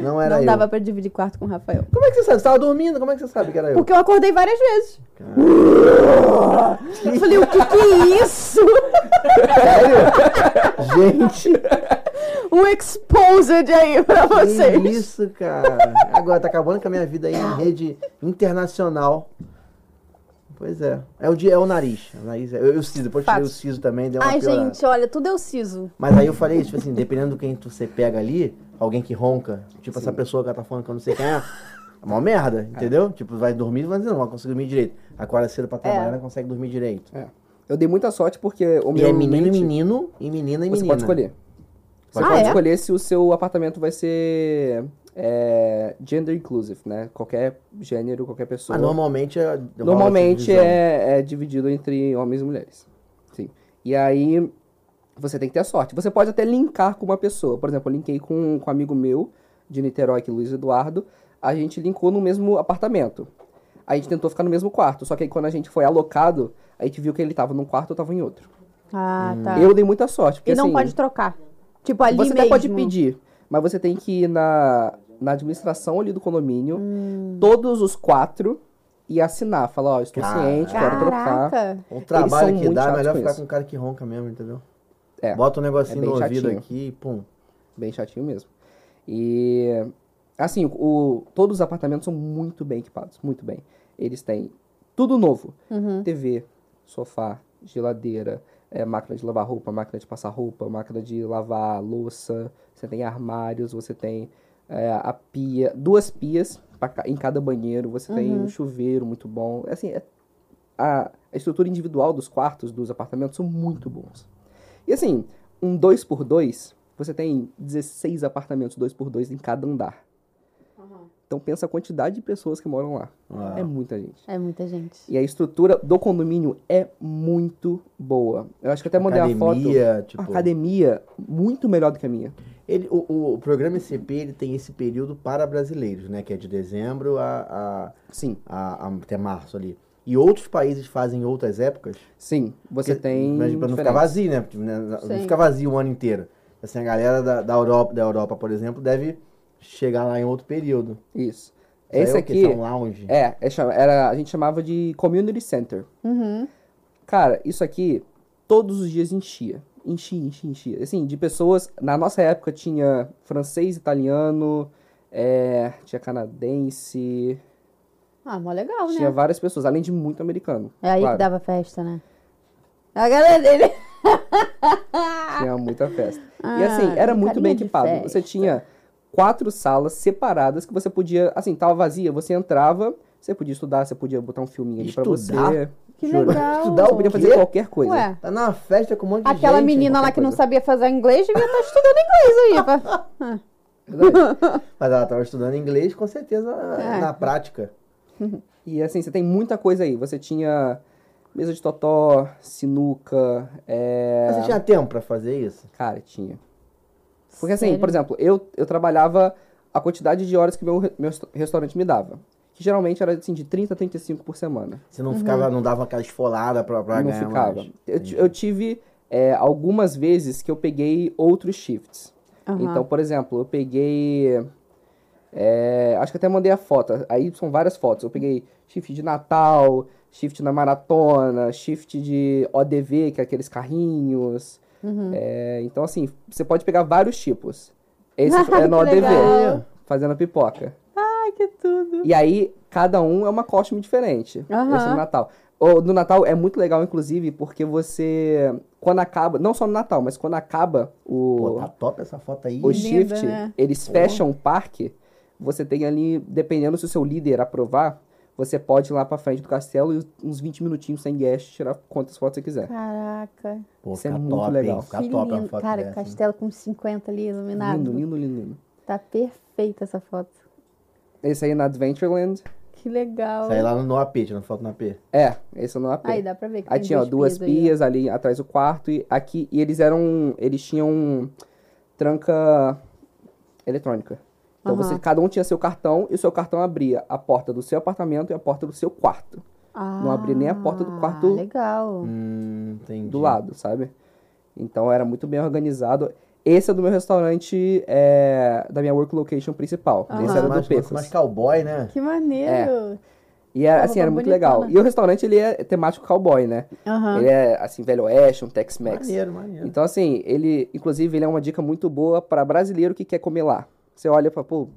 S2: Não era
S4: não
S2: eu.
S4: dava pra dividir quarto com o Rafael.
S2: Como é que você sabe? Você tava dormindo, como é que você sabe que era eu?
S4: Porque eu acordei várias vezes. Eu falei, o que que é isso?
S2: Gente,
S4: Um exposed aí pra vocês.
S2: que isso, cara. Agora tá acabando com a minha vida aí em rede internacional. Pois é. É o, di- é o nariz. O nariz é- eu, eu siso, depois tirei o
S4: Fato.
S2: siso também, deu uma
S4: Ai,
S2: piorada.
S4: gente, olha, tudo é o siso.
S2: Mas aí eu falei isso, tipo assim, dependendo de quem tu, você pega ali, alguém que ronca, tipo essa pessoa que ela tá falando que eu não sei quem é, é uma merda, entendeu? Tipo, vai dormir, mas não vai conseguir dormir direito. Acorda cedo pra trabalhar, não consegue dormir direito.
S3: É. Eu dei muita sorte porque
S2: E
S3: o meu
S2: é menino e né?
S3: ambiente-
S2: menino, e menina e menina.
S3: Você pode escolher. Você
S4: Ah,
S3: pode
S4: é?
S3: escolher se o seu apartamento vai ser é, gender inclusive, né? Qualquer gênero, qualquer pessoa.
S2: Mas normalmente é...
S3: Normalmente
S2: rola essa
S3: é, é dividido entre homens e mulheres. Sim. E aí você tem que ter sorte. Você pode até linkar com uma pessoa. Por exemplo, eu linkei com, com um amigo meu de Niterói, que é o Luiz Eduardo. A gente linkou no mesmo apartamento. A gente tentou ficar no mesmo quarto. Só que aí quando a gente foi alocado, a gente viu que ele tava num quarto, eu tava em outro.
S4: Ah,
S2: Hum.
S4: tá.
S3: Eu dei muita sorte. Porque,
S4: e não
S3: assim,
S4: pode trocar. Tipo, ali
S3: você
S4: mesmo.
S3: até pode pedir, mas você tem que ir na, na administração ali do condomínio,
S4: Hum.
S3: todos os quatro, e assinar. Falar, ó, estou
S2: Caraca.
S3: ciente, quero trocar.
S4: Caraca.
S2: visão. O
S3: Eles
S2: trabalho
S3: são
S2: que
S3: muito
S2: dá, é
S3: chatos
S2: melhor
S3: com
S2: ficar
S3: isso.
S2: com um cara que ronca mesmo, entendeu?
S3: É.
S2: Bota um negocinho
S3: É bem
S2: no ouvido
S3: chatinho.
S2: aqui e pum.
S3: Bem chatinho mesmo. E, assim, o, todos os apartamentos são muito bem equipados, muito bem. Eles têm tudo novo. TV, sofá, geladeira, é, máquina de lavar roupa, máquina de passar roupa, máquina de lavar louça, você tem armários, você tem é, a pia, duas pias pra ca- em cada banheiro, você tem um chuveiro muito bom. Assim, é- a, a estrutura individual dos quartos, dos apartamentos, são muito bons. E assim, um 2 por 2 você tem 16 apartamentos 2 por 2 em cada andar. Então pensa a quantidade de pessoas que moram lá.
S2: Uau.
S3: É muita gente.
S4: É muita gente.
S3: E a estrutura do condomínio é muito boa. Eu acho que eu até mandei a foto.
S2: Tipo Academia, tipo...
S3: Uma academia muito melhor do que a minha.
S2: Ele, o, o- o programa ICP ele tem esse período para brasileiros, né? Que é de dezembro a,
S3: Sim,
S2: a- a- a- até março ali. E outros países fazem em outras épocas.
S3: sim. Você
S2: Porque-
S3: tem.
S2: Mas pra não ficar
S3: diferença.
S2: vazio, né? Porque, né, Não
S4: Sim.
S2: fica vazio o ano inteiro. Assim, a galera da, da Europa, da Europa, por exemplo, deve chegar lá em outro período.
S3: Isso.
S2: Isso aí
S3: Esse
S2: é o quê?
S3: aqui.
S2: Isso é um lounge.
S3: É, é chama- era, a gente chamava de Community Center.
S4: Uhum.
S3: Cara, isso aqui todos os dias enchia. Enchia, enchia, enchia. Assim, de pessoas. Na nossa época tinha francês, italiano, é, tinha canadense.
S4: Ah, mó legal,
S3: Tinha
S4: né?
S3: várias pessoas, além de muito americano.
S4: É aí
S3: claro.
S4: que dava festa, né? A galera dele.
S3: Tinha muita festa.
S4: Ah,
S3: e assim, era muito
S4: brincadeira
S3: bem
S4: de
S3: equipado. Você
S4: festa.
S3: tinha quatro salas separadas que você podia, assim, tava vazia, você entrava, você podia estudar, você podia botar um filminho ali pra
S2: Estudar?
S3: você.
S4: Que
S2: Juro.
S4: legal.
S2: Estudar
S3: Você
S2: o
S3: podia
S2: quê?
S3: fazer qualquer coisa.
S4: Ué,
S2: Tá na festa com um monte de
S4: aquela
S2: gente.
S4: menina lá que não
S2: qualquer
S4: sabia fazer inglês devia estar estudando inglês aí. pra-
S2: coisa. Mas ela estava estudando inglês, com certeza,
S3: É.
S2: na prática.
S3: E assim, você tem muita coisa aí. Você tinha mesa de totó, sinuca, é...
S2: Mas Você tinha tempo pra fazer isso?
S3: Cara, tinha. Porque assim, por exemplo, eu, eu trabalhava a quantidade de horas que meu, re- meu resta- restaurante me dava. Que geralmente era assim, de 30 a 35 por semana.
S2: Você não ficava, não dava aquela esfolada pra, pra
S3: Uhum. não
S2: ganhar
S3: ficava.
S2: mais.
S3: Eu, ti- eu tive é, algumas vezes que eu peguei outros shifts.
S4: Aham.
S3: Então, por exemplo, eu peguei. é, acho que até mandei a foto. Aí são várias fotos. Eu peguei shift de Natal, shift na maratona, shift de ODV, que é aqueles carrinhos.
S4: Uhum.
S3: É, então, assim, você pode pegar vários tipos. Esse é no
S4: Que
S3: ODV,
S4: legal.
S3: fazendo a pipoca.
S4: Ai, que tudo.
S3: E aí, cada um é uma costume diferente.
S4: Aham.
S3: Esse é do Natal. O do Natal é muito legal, inclusive, porque você. Quando acaba, não só no Natal, mas quando acaba o,
S2: tá Pô, tá top essa foto aí.
S3: o
S4: Linda,
S3: shift,
S4: né?
S3: eles fecham o parque Você tem ali, dependendo se o seu líder aprovar, você pode ir lá pra frente do castelo e uns 20 minutinhos sem guest tirar quantas fotos você quiser.
S4: Caraca.
S5: Pô,
S3: Isso é
S5: fica
S3: muito
S5: top, hein?
S3: legal.
S5: Fica
S4: que
S5: top uma
S4: lindo.
S5: foto
S4: Cara,
S5: dessa, hein?
S4: castelo com 50 ali iluminado.
S3: Lindo, lindo, lindo, lindo.
S4: Tá perfeita essa foto.
S3: Esse aí é na Adventureland.
S4: Que legal.
S2: Sai lá no, no AP, tirando foto no AP.
S3: É, esse é no AP.
S4: Aí dá pra ver que
S3: Aí
S4: tem
S3: tinha ó, duas
S4: duas pias aí, ó.
S3: pias ali atrás do quarto e aqui e eles eram eles tinham tranca eletrônica. Então
S4: Aham.
S3: você cada um tinha seu cartão e o seu cartão abria a porta do seu apartamento e a porta do seu quarto Não abri nem a porta do quarto
S4: Ah, Legal.
S2: Hum, entendi.
S3: do lado, sabe? Então era muito bem organizado. Esse é do meu restaurante é, da minha work location principal.
S4: Aham.
S3: Esse era do
S2: mais,
S3: Pecos.
S2: mais cowboy, né?
S4: Que maneiro.
S3: E era,
S4: Uma
S3: assim, era
S4: roupa
S3: muito
S4: bonitona.
S3: legal. E o restaurante ele é temático cowboy, né?
S4: né? Aham.
S3: Ele é assim velho oeste, um Tex-Mex.
S2: Maneiro, maneiro.
S3: Então, assim, ele, inclusive, ele é uma dica muito boa para brasileiro que quer comer lá. Você olha e fala, pô,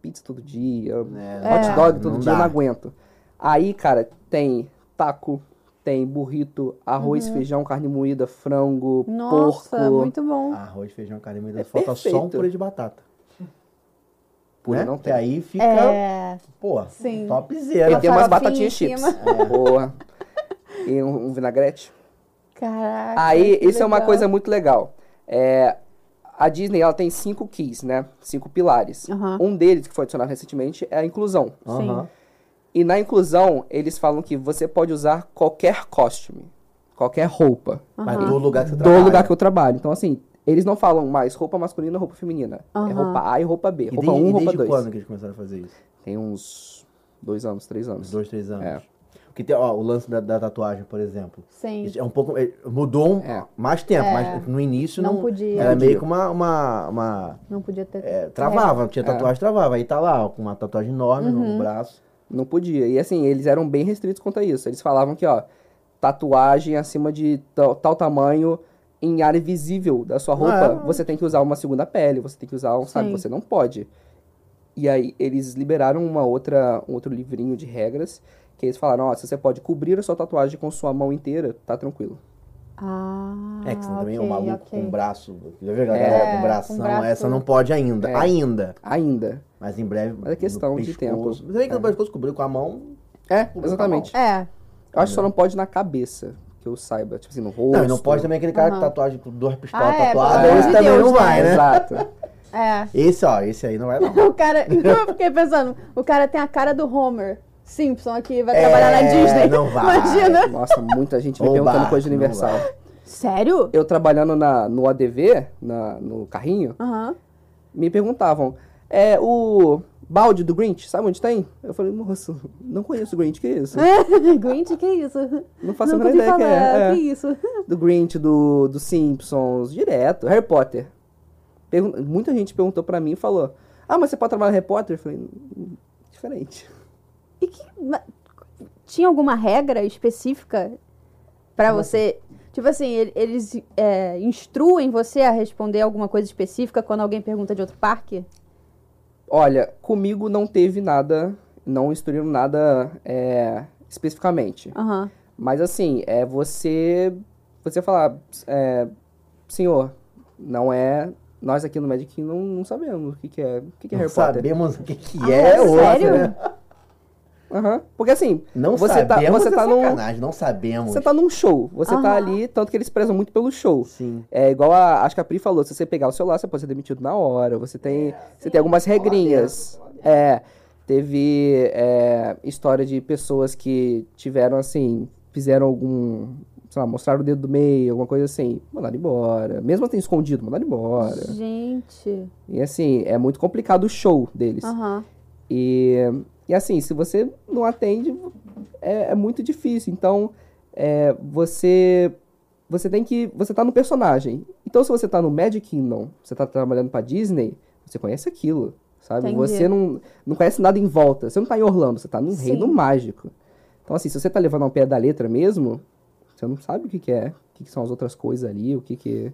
S3: pizza todo dia,
S4: É.
S3: hot dog todo
S2: É, Não
S3: dia, eu não
S2: dá.
S3: aguento. Aí, cara, tem taco, tem burrito, arroz, feijão, carne moída, frango,
S4: Uhum. Nossa, é
S3: porco.
S4: muito bom.
S2: Arroz, feijão, carne moída.
S3: É
S2: falta só um
S3: perfeito.
S2: purê de batata.
S3: Purê
S2: né?
S3: não
S2: Que
S3: tem.
S2: aí fica,
S4: É.
S2: pô,
S4: Sim.
S2: topzera.
S3: Ah, E tem
S4: farofinha
S3: umas batatinhas
S4: em
S3: chips.
S2: É.
S4: cima.
S3: Boa. E um, um vinagrete.
S4: Caraca.
S3: Aí,
S4: que
S3: isso é uma
S4: legal.
S3: coisa muito legal. É, a Disney, ela tem cinco keys, né? Cinco pilares.
S4: Aham.
S3: Um deles, que foi adicionado recentemente, é a inclusão.
S2: Aham.
S3: E na inclusão, eles falam que você pode usar qualquer costume, qualquer roupa
S2: Mas do lugar que você
S3: do
S2: trabalha.
S3: lugar que eu trabalho. Então, assim, eles não falam mais roupa masculina, roupa feminina. É
S4: Aham.
S3: roupa A e roupa B.
S2: E
S3: roupa
S2: desde,
S3: 1,
S2: e
S3: roupa
S2: desde
S3: 2.
S2: quando que eles começaram a fazer isso?
S3: Tem uns dois anos, três
S2: Uns
S3: anos.
S2: dois, três anos.
S3: É.
S2: Porque tem, ó, o lance da, da tatuagem, por exemplo.
S4: Sim.
S2: Isso é um pouco. é, Mudou um-
S3: É.
S2: mais tempo,
S4: É.
S2: mas no início não.
S4: Não podia.
S2: Era
S3: Não podia.
S2: meio que uma. uma, uma
S4: Não podia ter.
S2: é, travava, tinha
S3: É.
S2: tatuagem, travava. Aí tá lá, ó, com uma tatuagem enorme
S4: Uhum.
S2: no braço.
S3: Não podia. E assim, eles eram bem restritos quanto a isso. Eles falavam que, ó, tatuagem acima de tal, tal tamanho em área visível da sua roupa,
S2: Ah.
S3: você tem que usar uma segunda pele, você tem que usar um, sabe,
S4: Sim.
S3: você não pode. E aí eles liberaram uma outra, um outro livrinho de regras que eles falaram, ó, se você pode cobrir a sua tatuagem com sua mão inteira, tá tranquilo.
S4: Ah,
S2: é, que você também é um
S4: ok,
S2: maluco
S4: ok.
S2: com o braço. Já viu a galera
S4: É,
S2: com
S4: com
S2: bração?
S4: braço.
S2: Essa não pode ainda.
S3: É.
S2: Ainda.
S3: Ainda.
S2: Mas em breve.
S3: Mas é questão
S2: no
S3: de
S2: pescoço.
S3: tempo.
S2: Mas também que no pescoço cobriu com a mão.
S3: É,
S2: Cobriu com a
S3: exatamente.
S4: É,
S3: Eu acho que só não pode na cabeça, que eu saiba, tipo assim, no rosto.
S2: Não, e não pode também aquele cara
S4: Aham.
S2: com tatuagem com duas pistolas
S4: Ah, é,
S2: tatuadas.
S4: pelo amor
S2: esse
S4: de
S2: também
S4: Deus,
S2: não vai, né?
S3: Exato.
S4: é.
S2: Esse, ó, esse aí não vai, não.
S4: O cara. Eu fiquei pensando, o cara tem a cara do Homer Simpson aqui, vai
S2: É,
S4: trabalhar na Disney.
S2: não vai.
S4: Imagina.
S3: né? Nossa, muita gente me
S2: Oba,
S3: perguntando coisa de
S2: não
S3: Universal.
S4: Sério?
S3: Eu trabalhando na, no ADV, na, no carrinho,
S4: Aham.
S3: me perguntavam, é o balde do Grinch, sabe onde tem? Eu falei, moço, não conheço o Grinch, que é isso?
S4: Grinch, que isso?
S3: Não faço a
S4: Nunca
S3: menor
S4: ouvi
S3: ideia que
S4: falar,
S3: é.
S4: Que
S3: é.
S4: isso?
S3: Do Grinch, do, do Simpsons, direto, Harry Potter. Pergun- muita gente perguntou pra mim e falou, ah, mas você pode trabalhar no Harry Potter? Eu falei, "Hum, diferente.
S4: E que. ma- Tinha alguma regra específica pra você? Tipo assim, ele- eles é, instruem você a responder alguma coisa específica quando alguém pergunta de outro parque?
S3: Olha, comigo não teve nada, não instruíram nada é, especificamente.
S4: Aham.
S3: Mas assim, é você. Você falar, é, senhor, não é. Nós aqui no Magic Kingdom não, não sabemos o que, que é. O que, que é
S2: Não
S3: Harry Potter?
S2: sabemos o que, que
S4: Ah,
S2: é
S4: é
S2: outra,
S4: sério?
S2: né?
S3: Aham. Porque assim,
S2: Não
S3: você tá,
S2: sabemos.
S3: você tá
S2: é
S3: num.
S2: sacanagem, não sabemos.
S3: Você tá num show. Você
S4: Aham.
S3: tá ali, tanto que eles prezam muito pelo show.
S2: Sim.
S3: É igual a. Acho que a Pri falou, se você pegar o celular, você pode ser demitido na hora. Você tem. você tem algumas regrinhas. É. Teve é, história de pessoas que tiveram assim. Fizeram algum. Sei lá, mostraram o dedo do meio, alguma coisa assim. Mandaram embora. Mesmo assim, escondido, mandaram embora.
S4: Gente.
S3: E assim, é muito complicado o show deles.
S4: Aham.
S3: E, e assim, se você não atende, é, é muito difícil. Então, é, você você tem que. Você tá no personagem. Então, se você tá no Magic Kingdom, você tá trabalhando pra Disney, você conhece aquilo, sabe?
S4: Entendi.
S3: Você não, não conhece nada em volta. Você não tá em Orlando, você tá num
S4: Sim.
S3: reino mágico. Então, assim, se você tá levando ao pé da letra mesmo, você não sabe o que, que é. O que, que são as outras coisas ali, o que, que.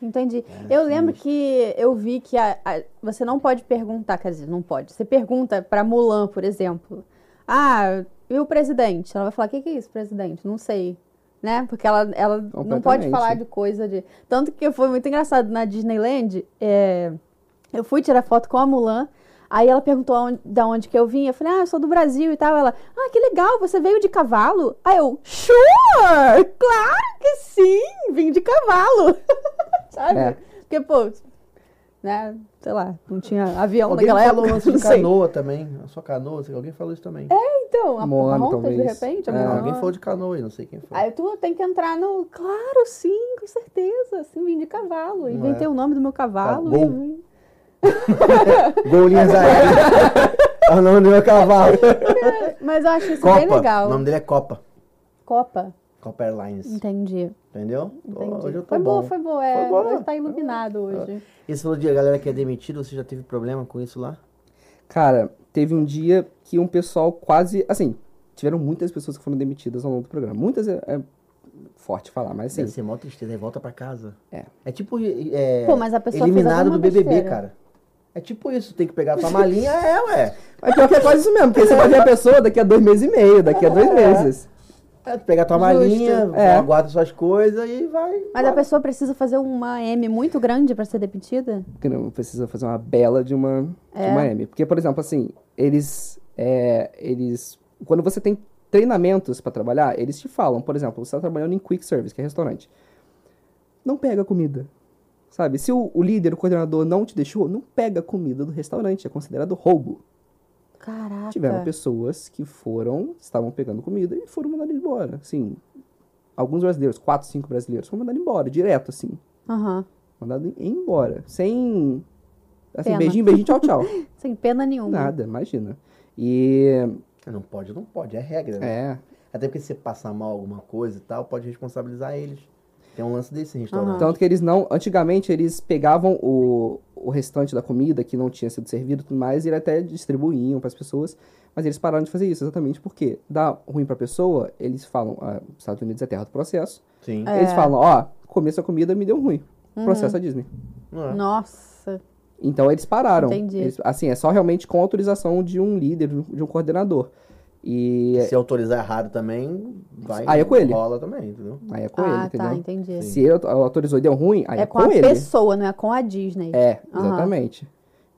S4: Entendi. eu lembro que eu vi que a- a- você não pode perguntar, quer dizer, não pode. Você pergunta pra Mulan, por exemplo. Ah, e o presidente? Ela vai falar, o que, que é isso, presidente? Não sei. Né? Porque ela, ela não pode
S3: Completamente.
S4: falar de coisa de. eh, Tanto que foi muito engraçado na Disneyland. é, Eu fui tirar foto com a Mulan. Aí ela perguntou aonde- da onde que eu vinha. Eu falei, ah, eu sou do Brasil e tal. Ela, ah, que legal, você veio de cavalo? Aí eu, sure! Claro que sim! Vim de cavalo! Sabe?
S3: É.
S4: Porque, pô, né, sei lá, não tinha avião
S2: Alguém
S4: naquela
S2: falou
S4: época.
S2: antes de
S4: não sei.
S2: canoa também. A sua canoa, sei, alguém falou isso também.
S4: Então, a
S3: Moana,
S4: monta, de
S3: talvez.
S4: repente, a
S2: Não,
S4: Moana.
S2: alguém falou de canoa aí, não sei quem foi.
S4: Aí tu tem que entrar no. Claro, sim, com certeza. Sim, vim de cavalo. Inventei o nome do meu cavalo.
S2: É. Tá
S4: e
S2: bom.
S4: vim.
S2: Golinhas aéreas. o nome do meu cavalo.
S4: Mas eu acho isso bem
S2: Copa.
S4: legal.
S2: O nome dele é Copa.
S4: Copa.
S2: Copa Airlines.
S4: Entendi.
S2: Entendeu? Tô-
S4: entendi.
S2: Hoje eu tô
S4: foi
S2: bom.
S4: boa, foi boa. É,
S2: Foi boa.
S4: hoje tá iluminado hoje.
S2: E você falou de galera que é demitida, você já teve problema com isso lá?
S3: Cara, teve um dia que um pessoal quase. Assim, tiveram muitas pessoas que foram demitidas ao longo do programa. Muitas é, é forte falar, mas
S2: Deve
S3: assim.
S2: ser mó tristeza, aí volta pra casa.
S3: É.
S2: É tipo é,
S4: Pô, mas a pessoa fez
S2: eliminado do
S4: alguma
S2: BBB,
S4: besteira.
S2: cara. É tipo isso, tem que pegar tua malinha, é, ué.
S3: Mas pior que é quase isso mesmo, porque você vai ver a pessoa daqui a dois meses e meio, daqui a dois meses.
S2: É, tu pegar tua
S4: Justo.
S2: malinha,
S3: É.
S2: guarda suas coisas e vai.
S4: Mas a pessoa precisa fazer uma M muito grande pra ser demitida?
S3: que não precisa fazer uma bela de uma, de uma M. Porque, por exemplo, assim, eles. é, eles quando você tem treinamentos pra trabalhar, eles te falam, por exemplo, você tá trabalhando em quick service, que é restaurante. Não pega comida. Sabe? Se o, o líder, o coordenador não te deixou, não pega comida do restaurante. É considerado roubo.
S4: Caraca.
S3: Tiveram pessoas que foram, estavam pegando comida e foram mandadas embora. Assim, alguns brasileiros, quatro, cinco brasileiros, foram mandados embora, direto, assim.
S4: Aham.
S3: Mandado em- embora. Sem. Assim,
S4: Pena.
S3: beijinho, beijinho, tchau, tchau.
S4: Sem pena nenhuma.
S3: Nada, imagina. E.
S2: Não pode, não pode, é regra. né?
S3: É.
S2: Até porque se você passar mal alguma coisa e tal, pode responsabilizar eles. Tem um lance desse em restaurante.
S4: Então,
S3: Tanto que eles não. Antigamente eles pegavam o, o restante da comida que não tinha sido servido e tudo mais, e até distribuíam pras pessoas. Mas eles pararam de fazer isso, exatamente porque dá ruim pra pessoa, eles falam. Ah, os Estados Unidos é terra do processo.
S2: Sim.
S4: é.
S3: Eles falam, ó, comer sua comida me deu ruim. Processo a Disney.
S2: Não é.
S4: Nossa.
S3: Então eles pararam.
S4: Entendi.
S3: Eles- assim, é só realmente com autorização de um líder, de um- de um coordenador. E
S2: Se autorizar errado também, vai.
S3: É. Aí é com ele.
S2: Rola também, entendeu?
S3: Aí é com
S4: ah,
S3: ele, entendeu?
S4: tá, entendi.
S3: Se ele auto- autorizou e deu ruim, aí é,
S4: É com, a
S3: ele.
S4: pessoa, não é com a Disney.
S3: É,
S4: Aham.
S3: exatamente.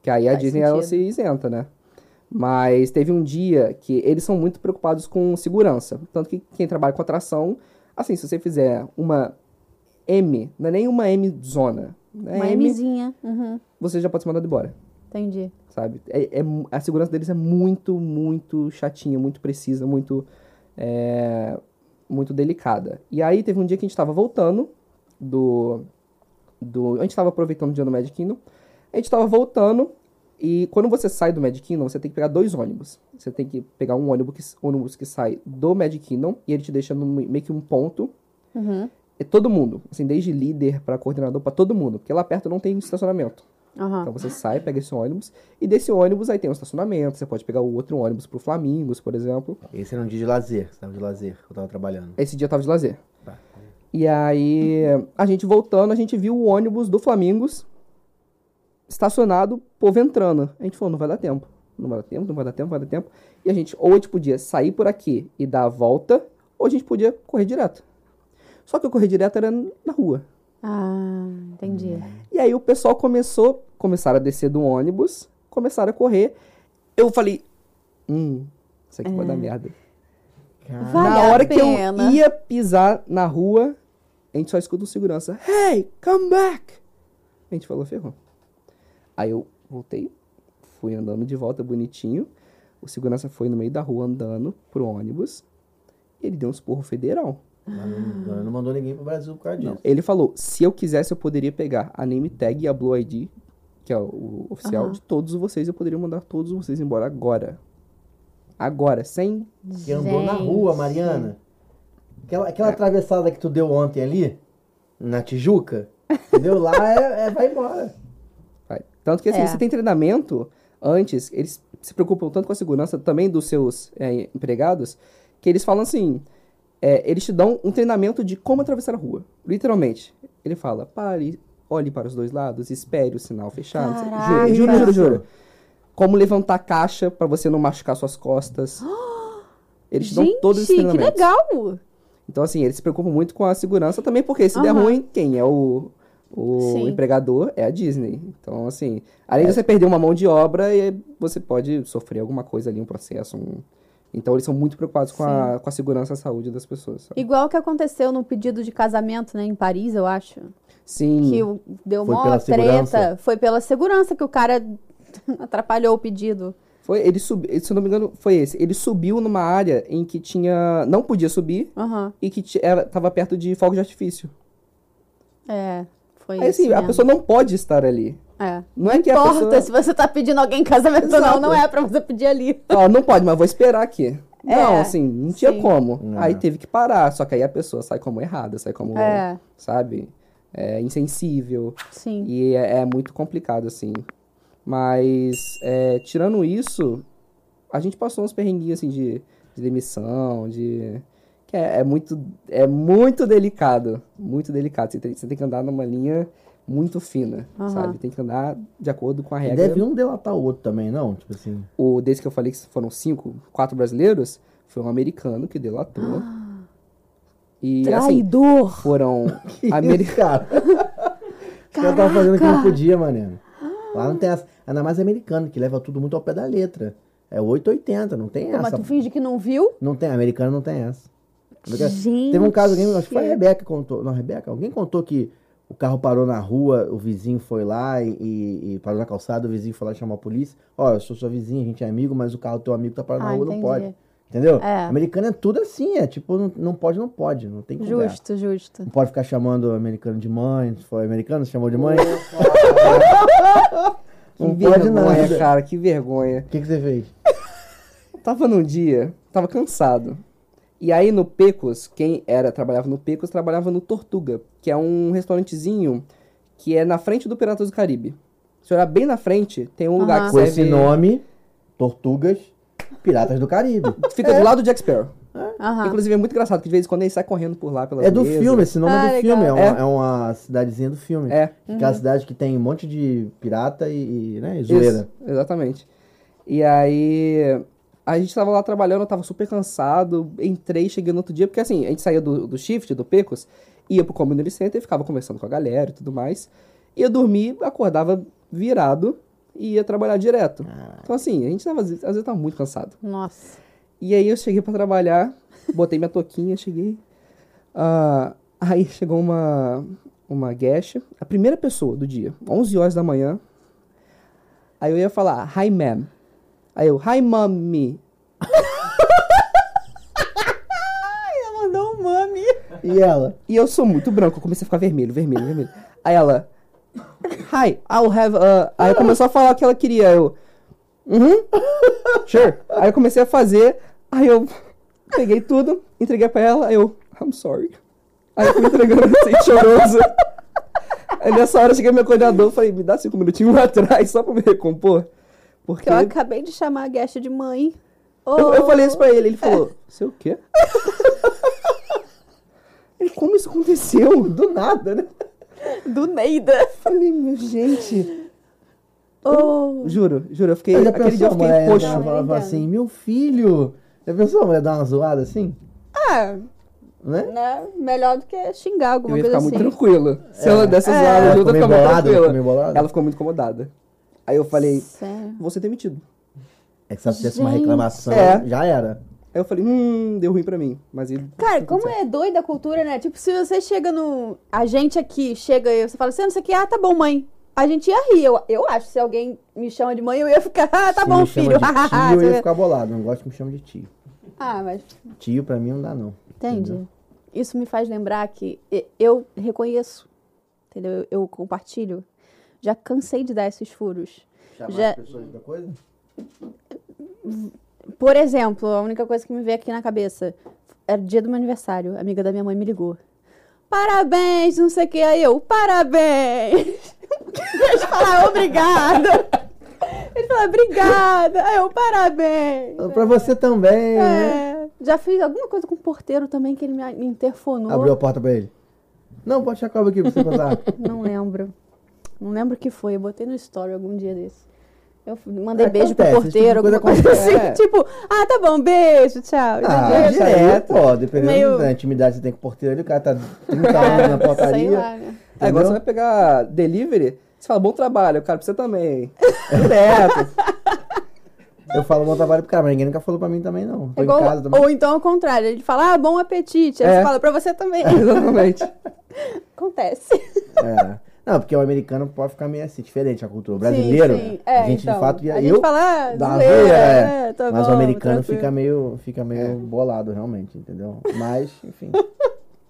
S3: Que aí a
S4: Faz
S3: Disney ela
S4: sentido.
S3: se isenta, né? Mas teve um dia que eles são muito preocupados com segurança. Tanto que quem trabalha com atração, assim, se você fizer uma M, não é nem uma M zona, né?
S4: Uma
S3: M,
S4: Mzinha. Uhum.
S3: você já pode ser mandado embora,
S4: Entendi.
S3: sabe? É, é mu- a segurança deles é muito, muito chatinha, muito precisa, muito, é, muito delicada. E aí teve um dia que a gente tava voltando do, do. A gente tava aproveitando o dia do Magic Kingdom. A gente tava voltando. E quando você sai do Magic Kingdom, você tem que pegar dois ônibus. Você tem que pegar um ônibus que, ônibus que sai do Magic Kingdom e ele te deixa num- meio que um ponto.
S4: Uhum.
S3: É todo mundo, assim, desde líder pra coordenador, pra todo mundo, porque lá perto não tem estacionamento.
S4: Aham.
S3: Então você sai, pega esse ônibus, e desse ônibus aí tem um estacionamento, você pode pegar o outro ônibus pro Flamingos, por exemplo.
S2: Esse era um dia de lazer, sabe? De lazer, que eu tava trabalhando.
S3: Esse dia eu tava de lazer.
S2: Tá.
S3: E aí, a gente voltando, a gente viu o ônibus do Flamingos estacionado, povo entrando. A gente falou, não vai dar tempo. Não vai dar tempo, não vai dar tempo, não vai dar tempo. E a gente, ou a gente podia sair por aqui e dar a volta, ou a gente podia correr direto. Só que o correr direto era na rua.
S4: Ah, entendi.
S3: E aí o pessoal começou, começaram a descer do ônibus, começaram a correr. Eu falei, hum, isso aqui vai dar merda.
S4: É. Vale
S3: na
S4: a
S3: hora que
S4: pena.
S3: eu ia pisar na rua, a gente só escuta um segurança, hey, come back. A gente falou, ferrou. Aí eu voltei, fui andando de volta bonitinho. O segurança foi no meio da rua andando pro ônibus. E ele deu um esporro federal.
S2: Mas
S3: Ah.
S2: não, não mandou ninguém pro Brasil por causa disso.
S3: Ele falou: se eu quisesse, eu poderia pegar a name tag e a Blue ID, que é o, o oficial, de todos vocês. Eu poderia mandar todos vocês embora agora. Agora, sem.
S2: Que andou na rua, Mariana. Aquela, aquela atravessada que tu deu ontem ali, na Tijuca, deu lá, é, é- vai embora.
S3: Vai. Tanto que assim,
S4: É.
S3: você tem treinamento antes, eles se preocupam tanto com a segurança também dos seus é, empregados, que eles falam assim. é, eles te dão um treinamento de como atravessar a rua. Literalmente. Ele fala, pare, olhe para os dois lados, espere o sinal fechar. não sei-
S4: Caraca.
S3: Juro, juro, juro, juro. Como levantar caixa pra você não machucar suas costas. Eles te dão
S4: Gente,
S3: todos os
S4: que
S3: treinamentos.
S4: legal!
S3: Então, assim, eles se preocupam muito com a segurança também, porque se der
S4: Aham.
S3: ruim, quem é o, O
S4: Sim. É.
S3: empregador é a Disney. Então, assim, além de você perder uma mão de obra, e você pode sofrer alguma coisa ali, um processo. um- Então, eles são muito preocupados com a, com a segurança e a saúde das pessoas. sabe?
S4: Igual o que aconteceu no pedido de casamento, né, em Paris, eu acho.
S3: Sim.
S4: Que o- deu
S2: Foi
S4: mó
S2: pela
S4: treta.
S2: segurança?
S4: Foi pela segurança que o cara atrapalhou o pedido.
S3: Foi, ele subiu, se eu não me engano, foi esse. Ele subiu numa área em que tinha. Não podia subir
S4: Aham.
S3: e que ti- era, tava perto de fogo de artifício.
S4: É, foi
S3: Aí
S4: isso.
S3: assim, a
S4: mesmo.
S3: pessoa não pode estar ali.
S4: É.
S3: Não é que a
S4: Importa
S3: pessoa.
S4: se você tá pedindo alguém em casamento ou não,
S3: Exato.
S4: não é pra você pedir ali.
S3: Ó, não pode, mas vou esperar aqui.
S4: É,
S3: não, assim, não tinha
S4: sim.
S3: como.
S2: É.
S3: Aí teve que parar, só que aí a pessoa sai como errada, sai como,
S4: É,
S3: sabe, é, insensível.
S4: sim.
S3: E é, é muito complicado, assim. Mas, é, tirando isso, a gente passou uns perrenguinhos, assim, de, de demissão, de... Que é, é muito, é muito delicado, muito delicado. Você tem, você tem que andar numa linha muito fina,
S4: Aham.
S3: sabe? Tem que andar de acordo com a regra.
S2: Deve um delatar o outro também, não? Tipo assim.
S3: O, desde que eu falei que foram cinco, quatro brasileiros, foi um americano que delatou. E, assim,
S4: Traidor!
S3: foram...
S2: Que
S3: ameri-
S2: isso, cara? Os caras estavam fazendo o que não podia, mané. Lá não
S4: Ah.
S2: tem essa. Ainda mais americano, que leva tudo muito ao pé da letra. É 880, não tem
S4: Pô, mas
S2: essa.
S4: tu finge que não viu?
S2: Não tem, americano não tem essa.
S4: Gente.
S2: Teve um caso, alguém, acho que foi a Rebeca que contou. Não, a Rebeca, alguém contou que o carro parou na rua, o vizinho foi lá e, e- e parou na calçada, o vizinho foi lá chamar a polícia. Ó, eu sou sua vizinha, a gente é amigo, mas o carro do teu amigo tá parado na
S4: Ah,
S2: rua,
S4: entendi.
S2: não pode. Entendeu?
S4: É.
S2: Americano é tudo assim, é tipo, não, não pode, não pode, não tem conversa.
S4: Justo, justo.
S2: Não pode ficar chamando o americano de mãe, se for americano, chamou de mãe.
S3: Que
S2: não pode
S3: vergonha,
S2: nada.
S3: cara, que vergonha.
S2: O que, que você fez?
S3: Tava num dia, tava cansado. E aí no Pecos, quem era, trabalhava no Pecos, trabalhava no Tortuga, que é um restaurantezinho que é na frente do Piratas do Caribe. Se olhar bem na frente, tem um lugar que
S2: Com
S3: serve...
S2: esse nome, Tortugas, Piratas do Caribe.
S3: Fica do lado do Jack Sparrow.
S4: Aham.
S3: Inclusive é muito engraçado, que de vez em quando ele sai correndo por lá pelas
S2: É do
S3: mesas.
S2: filme, esse nome
S4: Ah,
S2: é do
S4: legal. Uhum.
S2: filme. É uma,
S3: É.
S2: é uma cidadezinha do filme.
S3: É.
S2: Que é uma cidade que tem um monte de pirata e, e, né, e
S3: Isso,
S2: zoeira.
S3: exatamente. E aí, a gente tava lá trabalhando, eu tava super cansado, entrei, cheguei no outro dia, porque assim, a gente saía do, do shift, do Pecos, ia pro Community Center, ficava conversando com a galera e tudo mais. E eu dormi, acordava virado e ia trabalhar direto. Então assim, a gente tava, às vezes, às vezes tava muito cansado.
S4: Nossa.
S3: E aí eu cheguei pra trabalhar, botei minha touquinha, cheguei. Ah, aí chegou uma uma guest, a primeira pessoa do dia, 11 horas da manhã. Aí eu ia falar, hi ma'am. Aí eu, hi mommy.
S4: Ela mandou um mami.
S2: E ela?
S3: E eu sou muito branco, eu comecei a ficar vermelho, vermelho, vermelho. Aí ela, hi, I'll have a... Aí começou a falar o que ela queria, eu, uhum, sure. Aí eu comecei a fazer, aí eu peguei tudo, entreguei pra ela, aí eu, I'm sorry. Aí eu fui entregando assim, choroso. Aí nessa hora eu cheguei meu coordenador, falei, me dá cinco minutinhos lá atrás, só pra me recompor. Porque
S4: Que eu Oh. acabei de chamar a guest de mãe.
S3: eu, eu
S4: Ô,
S3: falei isso pra ele, ele falou, você é o quê? Ele, como isso aconteceu? Do nada, né?
S4: Do Neida.
S3: Falei, meu, gente.
S4: Ô,
S3: Juro, juro, eu fiquei.
S2: Aí já
S3: Aquele
S2: pensou,
S3: dia
S2: a
S3: eu fiquei
S2: mulher
S3: poxa.
S2: ela falava
S4: entendo.
S2: assim, meu filho. Já pensou a mulher dar uma zoada assim?
S4: Ah,
S2: Né?
S4: né? Melhor do que xingar
S3: Eu
S4: alguma
S3: ia
S4: coisa
S3: ficar
S4: assim. É.
S3: muito tranquilo. Se ela desse zoada,
S2: É. Ela
S3: junto, eu
S2: ficou meio
S3: ficava muito
S2: bolada, ela ficou meio
S3: tranquila.
S2: bolada.
S3: Ela ficou muito incomodada. Aí eu falei,
S4: Sério.
S3: vou ser demitido.
S2: É que se ela fizesse uma reclamação,
S3: É.
S2: já era.
S3: Aí eu falei, hum, deu ruim pra mim. Mas ele.
S4: Cara,
S2: Tipo,
S4: como é doida a cultura, né? Tipo, se você chega no. A gente aqui chega e você fala assim, "Ah, não sei o que, ah, tá bom, mãe. A gente ia rir. Eu, eu acho, se alguém me chama de mãe, eu ia ficar, ah, tá
S2: Se
S4: bom,
S2: me chama
S4: filho.
S2: de
S4: hahaha",
S2: tio, eu ia
S4: sabe?
S2: ficar bolado. Não gosto que me chama de tio.
S4: Ah, mas
S2: Tio pra mim não dá, não.
S4: Entende? Isso me faz lembrar que e- eu reconheço, entendeu? Eu, eu compartilho. Já cansei de dar esses furos. Já-
S2: pessoas de outra coisa?
S4: Por exemplo, a única coisa que me veio aqui na cabeça era o dia do meu aniversário. A amiga da minha mãe me ligou. Parabéns, não sei o que. Aí eu, parabéns. Eles falaram, obrigada. Eles falaram, obrigada. Aí eu, parabéns.
S2: Pra você também, né?
S4: É, já fiz alguma coisa com o porteiro também que ele me me interfonou.
S2: Abriu a porta pra ele. Não, pode deixar a cobra aqui pra você contar.
S4: Não lembro. Não lembro o que foi. Eu botei no story algum dia desse. Eu f- mandei beijo pro
S2: Acontece, esse tipo de
S4: porteiro,
S2: coisa
S4: alguma coisa assim.
S3: acontece.
S4: Tipo, ah, tá bom, beijo, tchau. entendeu?
S2: Ah, direto. Pô, dependendo
S4: Meio- É,
S2: da intimidade que você tem com o porteiro ali, o cara tá 30 anos na
S4: Sei
S2: portaria.
S4: lá, né?
S3: Aí agora
S2: Entendeu?
S3: você vai pegar delivery, você fala, bom trabalho, cara, pra você também. Direto.
S2: Eu falo bom trabalho pro cara, mas ninguém nunca falou pra mim também, não. Tô
S4: É igual-
S2: em casa também.
S4: Ou então ao contrário, ele fala, ah, bom apetite. Aí
S3: É.
S4: você fala, pra você também.
S3: Exatamente.
S4: Acontece.
S2: É. Não, porque o americano pode ficar meio assim, diferente a cultura. O brasileiro,
S4: Sim, sim. É,
S2: a gente
S4: então,
S2: de fato ia.
S4: A
S2: eu,
S4: gente fala, ah,
S2: dá uma
S4: zoeira,
S2: zoeira,
S4: é, tá
S2: mas
S4: bom,
S2: o americano
S4: tranquilo.
S2: fica meio, fica meio
S3: É.
S2: bolado, realmente, entendeu? Mas, enfim.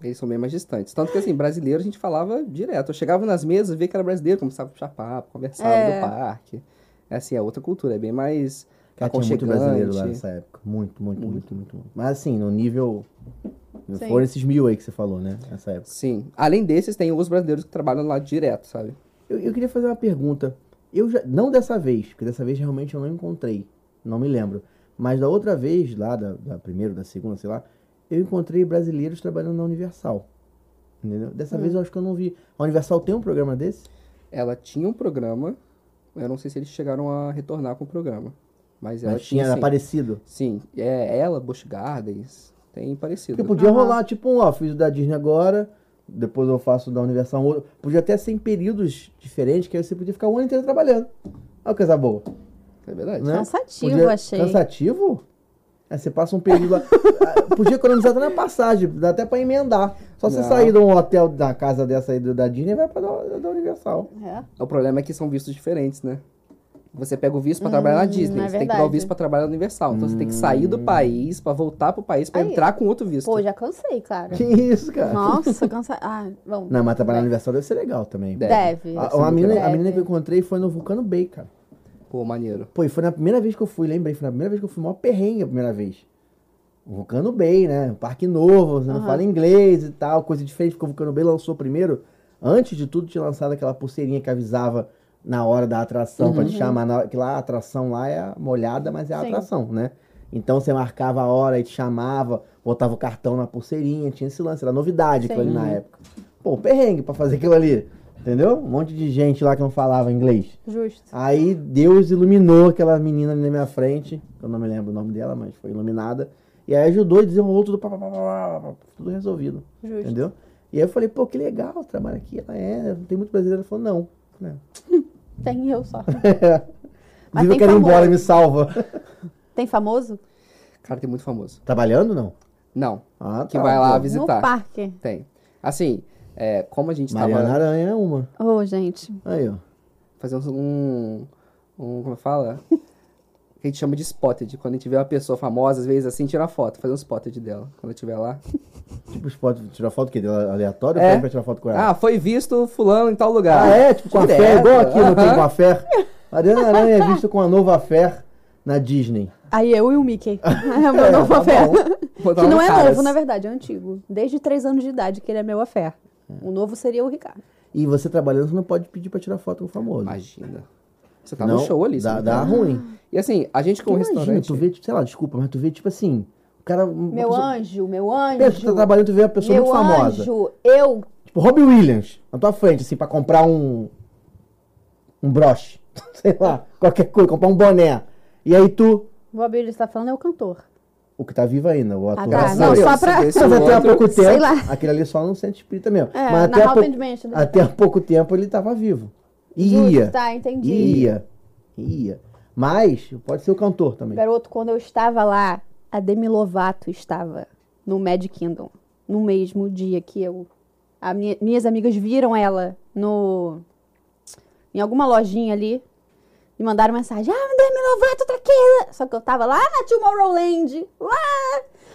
S3: Eles são bem mais distantes. Tanto que, assim, brasileiro a gente falava direto. Eu chegava nas mesas, via que era brasileiro, começava a puxar papo, conversava
S4: É.
S3: no parque. É assim, é outra cultura, é bem mais
S2: Cara, tinha muito
S3: aconchegante.
S2: brasileiro lá nessa época. Muito, muito, muito, muito, muito. Mas assim, no nível.
S4: Sim.
S2: Foram esses mil aí que você falou, né? Nessa época.
S3: Sim. Além desses, tem os brasileiros que trabalham lá direto, sabe?
S2: Eu, eu queria fazer uma pergunta. Eu já, não dessa vez, porque dessa vez realmente eu não encontrei. Não me lembro. Mas da outra vez, lá da, da primeira, da segunda, sei lá, eu encontrei brasileiros trabalhando na Universal. Entendeu? Dessa vez eu acho que eu não vi. A Universal tem um programa desse?
S3: Ela tinha um programa, eu não sei se eles chegaram a retornar com o programa. Mas ela
S2: Mas
S3: tinha,
S2: tinha
S3: sim.
S2: aparecido.
S3: Sim, é ela, Busch Gardens, tem parecido.
S2: Porque podia rolar, tipo, um, ó, fiz o da Disney agora, depois eu faço o da Universal. um outro. Podia até ser em períodos diferentes, que aí você podia ficar o ano inteiro trabalhando. Olha que coisa boa.
S3: É verdade.
S2: né?
S4: Cansativo,
S2: Podia-
S4: achei.
S2: Cansativo? Aí você passa um período lá. Ah, Podia economizar até na passagem, dá até pra emendar. Só você
S3: Não.
S2: sair de um hotel da casa dessa aí do- da Disney e vai pra da, da Universal.
S4: É.
S3: O problema é que são vistos diferentes, né? Você pega o visto pra trabalhar na Disney,
S4: é
S3: você tem que dar o
S4: verdade. Hum.
S3: visto pra trabalhar na Universal. Então você tem que sair do país pra voltar pro país pra
S4: Aí.
S3: entrar com outro visto.
S4: Pô, já cansei, cara.
S2: Que isso, cara?
S4: Nossa, cansei. Ah, vamos.
S2: Não, mas trabalhar no Universal deve Ah, ser legal também.
S3: Deve.
S4: Deve.
S2: A, a, menina, a
S4: Deve.
S2: menina que eu encontrei foi no Vulcano Bay, cara.
S3: Pô, maneiro.
S2: Pô, e foi na primeira vez que eu fui, lembrei, foi na primeira vez que eu fui, maior perrengue a primeira vez. O Vulcano Bay, né? Um parque novo, você não fala inglês e tal, coisa diferente, porque o Vulcano Bay lançou primeiro, antes de tudo, tinha lançado aquela pulseirinha que avisava na hora da atração, pra te chamar, na hora, que lá a atração lá é a molhada, mas é a
S4: Sim.
S2: atração, né? Então você marcava a hora e te chamava, botava o cartão na pulseirinha, tinha esse lance, era novidade aquilo ali na época. Pô, perrengue pra fazer aquilo ali, entendeu? Um monte de gente lá que não falava inglês.
S4: Justo.
S2: Aí Deus iluminou aquela menina ali na minha frente, que eu não me lembro o nome dela, mas foi iluminada. E aí ajudou e desenrolou tudo, pá, pá, pá, pá, pá, pá, tudo resolvido.
S4: Justo.
S2: Entendeu? E aí eu falei, pô, que legal, trabalha aqui. Ela é, tem muito brasileiro. Ela falou, não. né?
S4: Tem eu só. Mas tem
S2: Viva eu quero ir
S4: famoso.
S2: embora, me salva.
S4: Tem famoso?
S3: Cara, tem muito famoso.
S2: Trabalhando, não?
S3: Não.
S2: Ah,
S3: Que vai lá
S2: pô.
S4: No
S3: visitar.
S4: parque.
S3: Tem. Assim, é, como a gente
S2: Mariana
S3: tava
S2: Aranha é uma.
S4: Ô, gente.
S2: Aí, ó.
S3: fazendo um. um como fala? Que a gente chama de spotted. Quando a gente vê uma pessoa famosa, às vezes assim, tira foto, fazer um spotted dela. Quando eu estiver lá.
S2: Tipo, os fotos, tirar foto que dela aleatório
S3: É.
S2: ou pra tirar foto com ela?
S3: Ah, foi visto fulano em tal lugar.
S2: Ah, é? Tipo, com a fé,
S3: Direto.
S2: igual aqui não tem
S3: Aham.
S2: com a fé. Mariana Aranha é vista com a nova fé na Disney.
S4: Aí eu e o Mickey. É o meu novo
S2: tá
S4: afé.
S2: bom.
S3: Botar
S4: Que
S3: um
S4: não é
S3: caras.
S4: novo, na verdade, é antigo. Desde três anos de idade que ele é meu afé. O novo seria o Ricardo.
S2: E você trabalhando, você não pode pedir pra tirar foto com o famoso.
S3: Imagina. Você tá
S2: não,
S3: no show ali. você
S2: Dá,
S3: não
S2: dá
S3: tá?
S2: ruim.
S3: E assim, a gente com o
S2: Imagina,
S3: restaurante...
S2: tu vê, tipo, sei lá, desculpa, mas tu vê, tipo assim, o cara... uma
S4: Meu
S2: pessoa-
S4: anjo, meu anjo.
S2: Pensa, tu tá trabalhando, tu vê uma pessoa
S4: meu
S2: muito famosa.
S4: anjo, eu.
S2: Tipo, Robbie Williams, na tua frente, assim, pra comprar um... Um broche. Sei lá, qualquer coisa, comprar um boné. E aí tu...
S4: O Bob Willis tá falando é o cantor.
S2: O que tá vivo ainda, o ator...
S4: Ah, tá.
S2: Graças
S4: Não,
S2: a Deus.
S4: só pra. um
S3: Esse
S2: Mas até há
S3: outro,
S2: pouco tempo,
S4: sei lá.
S2: aquele ali é só não sente espírita mesmo.
S4: É,
S2: Mas
S4: na
S2: até há,
S4: Haunted
S2: pouco-
S4: Mansion.
S2: até há pouco tempo ele tava vivo. E
S4: Justo,
S2: ia.
S4: Tá, entendi.
S2: Ia. Ia. Mas pode ser o cantor também.
S4: Garoto, quando eu estava lá, a Demi Lovato estava no Mad Kingdom. No mesmo dia que eu. A minha- minhas amigas viram ela no. Em alguma lojinha ali. E mandaram mensagem. Ah, Demi Lovato tá aqui. Só que eu tava lá na Tomorrowland. Lá.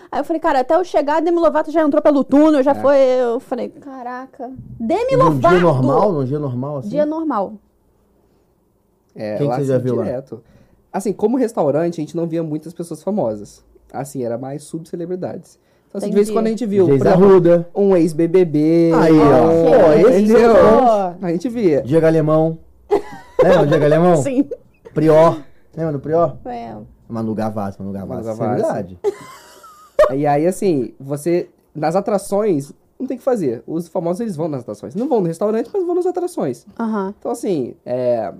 S4: Aí eu falei, cara, até eu chegar, a Demi Lovato já entrou pelo túnel, já foi. Eu falei, caraca. Demi
S2: É. Num
S4: Lovato!
S2: dia normal, num dia normal, assim.
S4: Dia normal.
S3: É,
S2: Quem que
S3: lá,
S2: você já
S3: assim,
S2: viu lá?
S3: direto. Assim, como restaurante, a gente não via muitas pessoas famosas. Assim, era mais subcelebridades. Então, assim, de vez em
S4: Entendi.
S3: quando a gente viu,
S2: Geis
S3: por exemplo,
S2: Arruda.
S3: um ex-BBB.
S2: Aí, ó.
S3: um-
S2: Pô, esse é
S3: entendeu?
S4: pô.
S3: A gente via.
S2: Diego Alemão. Lembra do Diego Alemão?
S4: Sim.
S2: Prior. Lembra do Prior?
S4: É.
S2: Manu Gavassi, Manu Gavassi.
S3: Manu
S2: Manu
S3: Gavassi.
S2: Verdade.
S3: E aí, assim, você... Nas atrações, não tem o que fazer. Os famosos, eles vão nas atrações. Não vão no restaurante, mas vão nas atrações.
S4: Aham.
S3: Então, assim, é,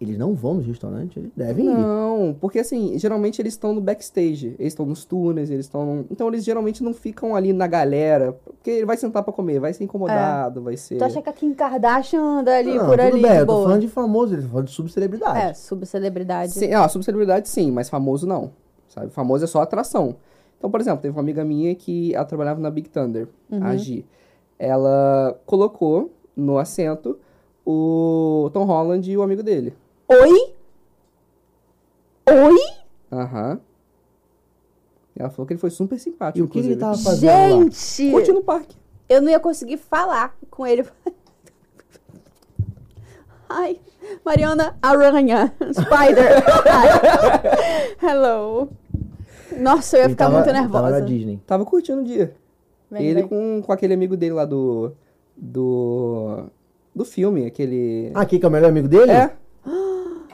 S2: Eles não vão nos restaurantes, eles devem ir.
S3: Não, porque assim, geralmente eles estão no backstage, eles estão nos túneis, eles estão. Então eles geralmente não ficam ali na galera, porque ele vai sentar pra comer, vai ser incomodado, vai ser.
S4: Tu acha que a Kim Kardashian anda ali
S2: É. não,
S4: por
S2: tudo
S4: ali,
S2: bem,
S4: de
S2: eu tô
S4: boa?
S2: falando de famoso, eles tô falando de subcelebridade.
S4: É, subcelebridade.
S3: Sim, ah, subcelebridade sim, mas famoso não. Sabe? Famoso é só atração. Então, por exemplo, teve uma amiga minha que ela trabalhava na Big Thunder,
S2: Uhum.
S3: a Gi. Ela colocou no assento o Tom Holland e o amigo dele.
S4: Oi? Oi?
S3: Aham. Ela falou que ele foi super simpático.
S2: E o que ele
S3: inclusive.
S2: tava Tá fazendo lá?
S4: Gente!
S3: Curte no parque.
S4: Eu não ia conseguir falar com ele. Ai, Mariana Aranha, Spider. Hi. Hello. Nossa, eu ia
S2: Ele
S4: ficar
S2: tava-
S4: muito
S2: ele Tava na
S4: nervosa.
S2: Disney.
S3: Tava curtindo o dia.
S4: Vem,
S3: ele
S4: vem.
S3: Com, com aquele amigo dele lá do. Do. Do filme, aquele.
S2: Ah, aqui que é o melhor amigo dele?
S3: é,
S2: Ah,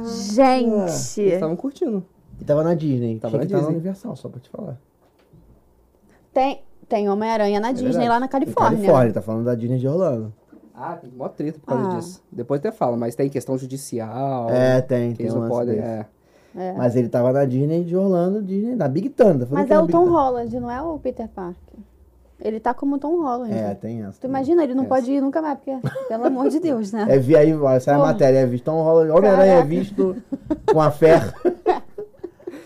S3: eles
S4: Gente,
S3: estavam curtindo.
S2: Ele tava na Disney.
S3: Tava
S2: Achei
S3: na
S2: que tá tava
S3: Disney.
S2: na Universal, só pra te falar.
S4: tem, tem Homem-Aranha na Disney
S3: verdade.
S4: lá na Califórnia.
S2: É Califórnia, tá falando da Disney de Orlando.
S3: Ah, tem mó treta por causa
S4: Ah.
S3: disso. Depois até fala, mas tem questão judicial.
S2: É, tem,
S3: que
S2: tem
S3: Eles
S2: um
S3: não
S2: lance
S3: podem.
S2: desse.
S3: É.
S4: É.
S2: Mas ele tava na Disney de Orlando, Disney, na Big Thunder.
S4: Mas é o Tom Holland, não é o Peter Parker. Ele tá como o Tom Holland.
S2: É, tem essa.
S4: Tu
S2: também.
S4: imagina, ele não pode ir nunca mais, porque, pelo amor de Deus, né?
S2: É, vi aí, ó, sai a
S4: Porra.
S2: matéria, é visto. Tom Holland, Homem-Aranha é
S4: Caraca.
S2: visto com a fé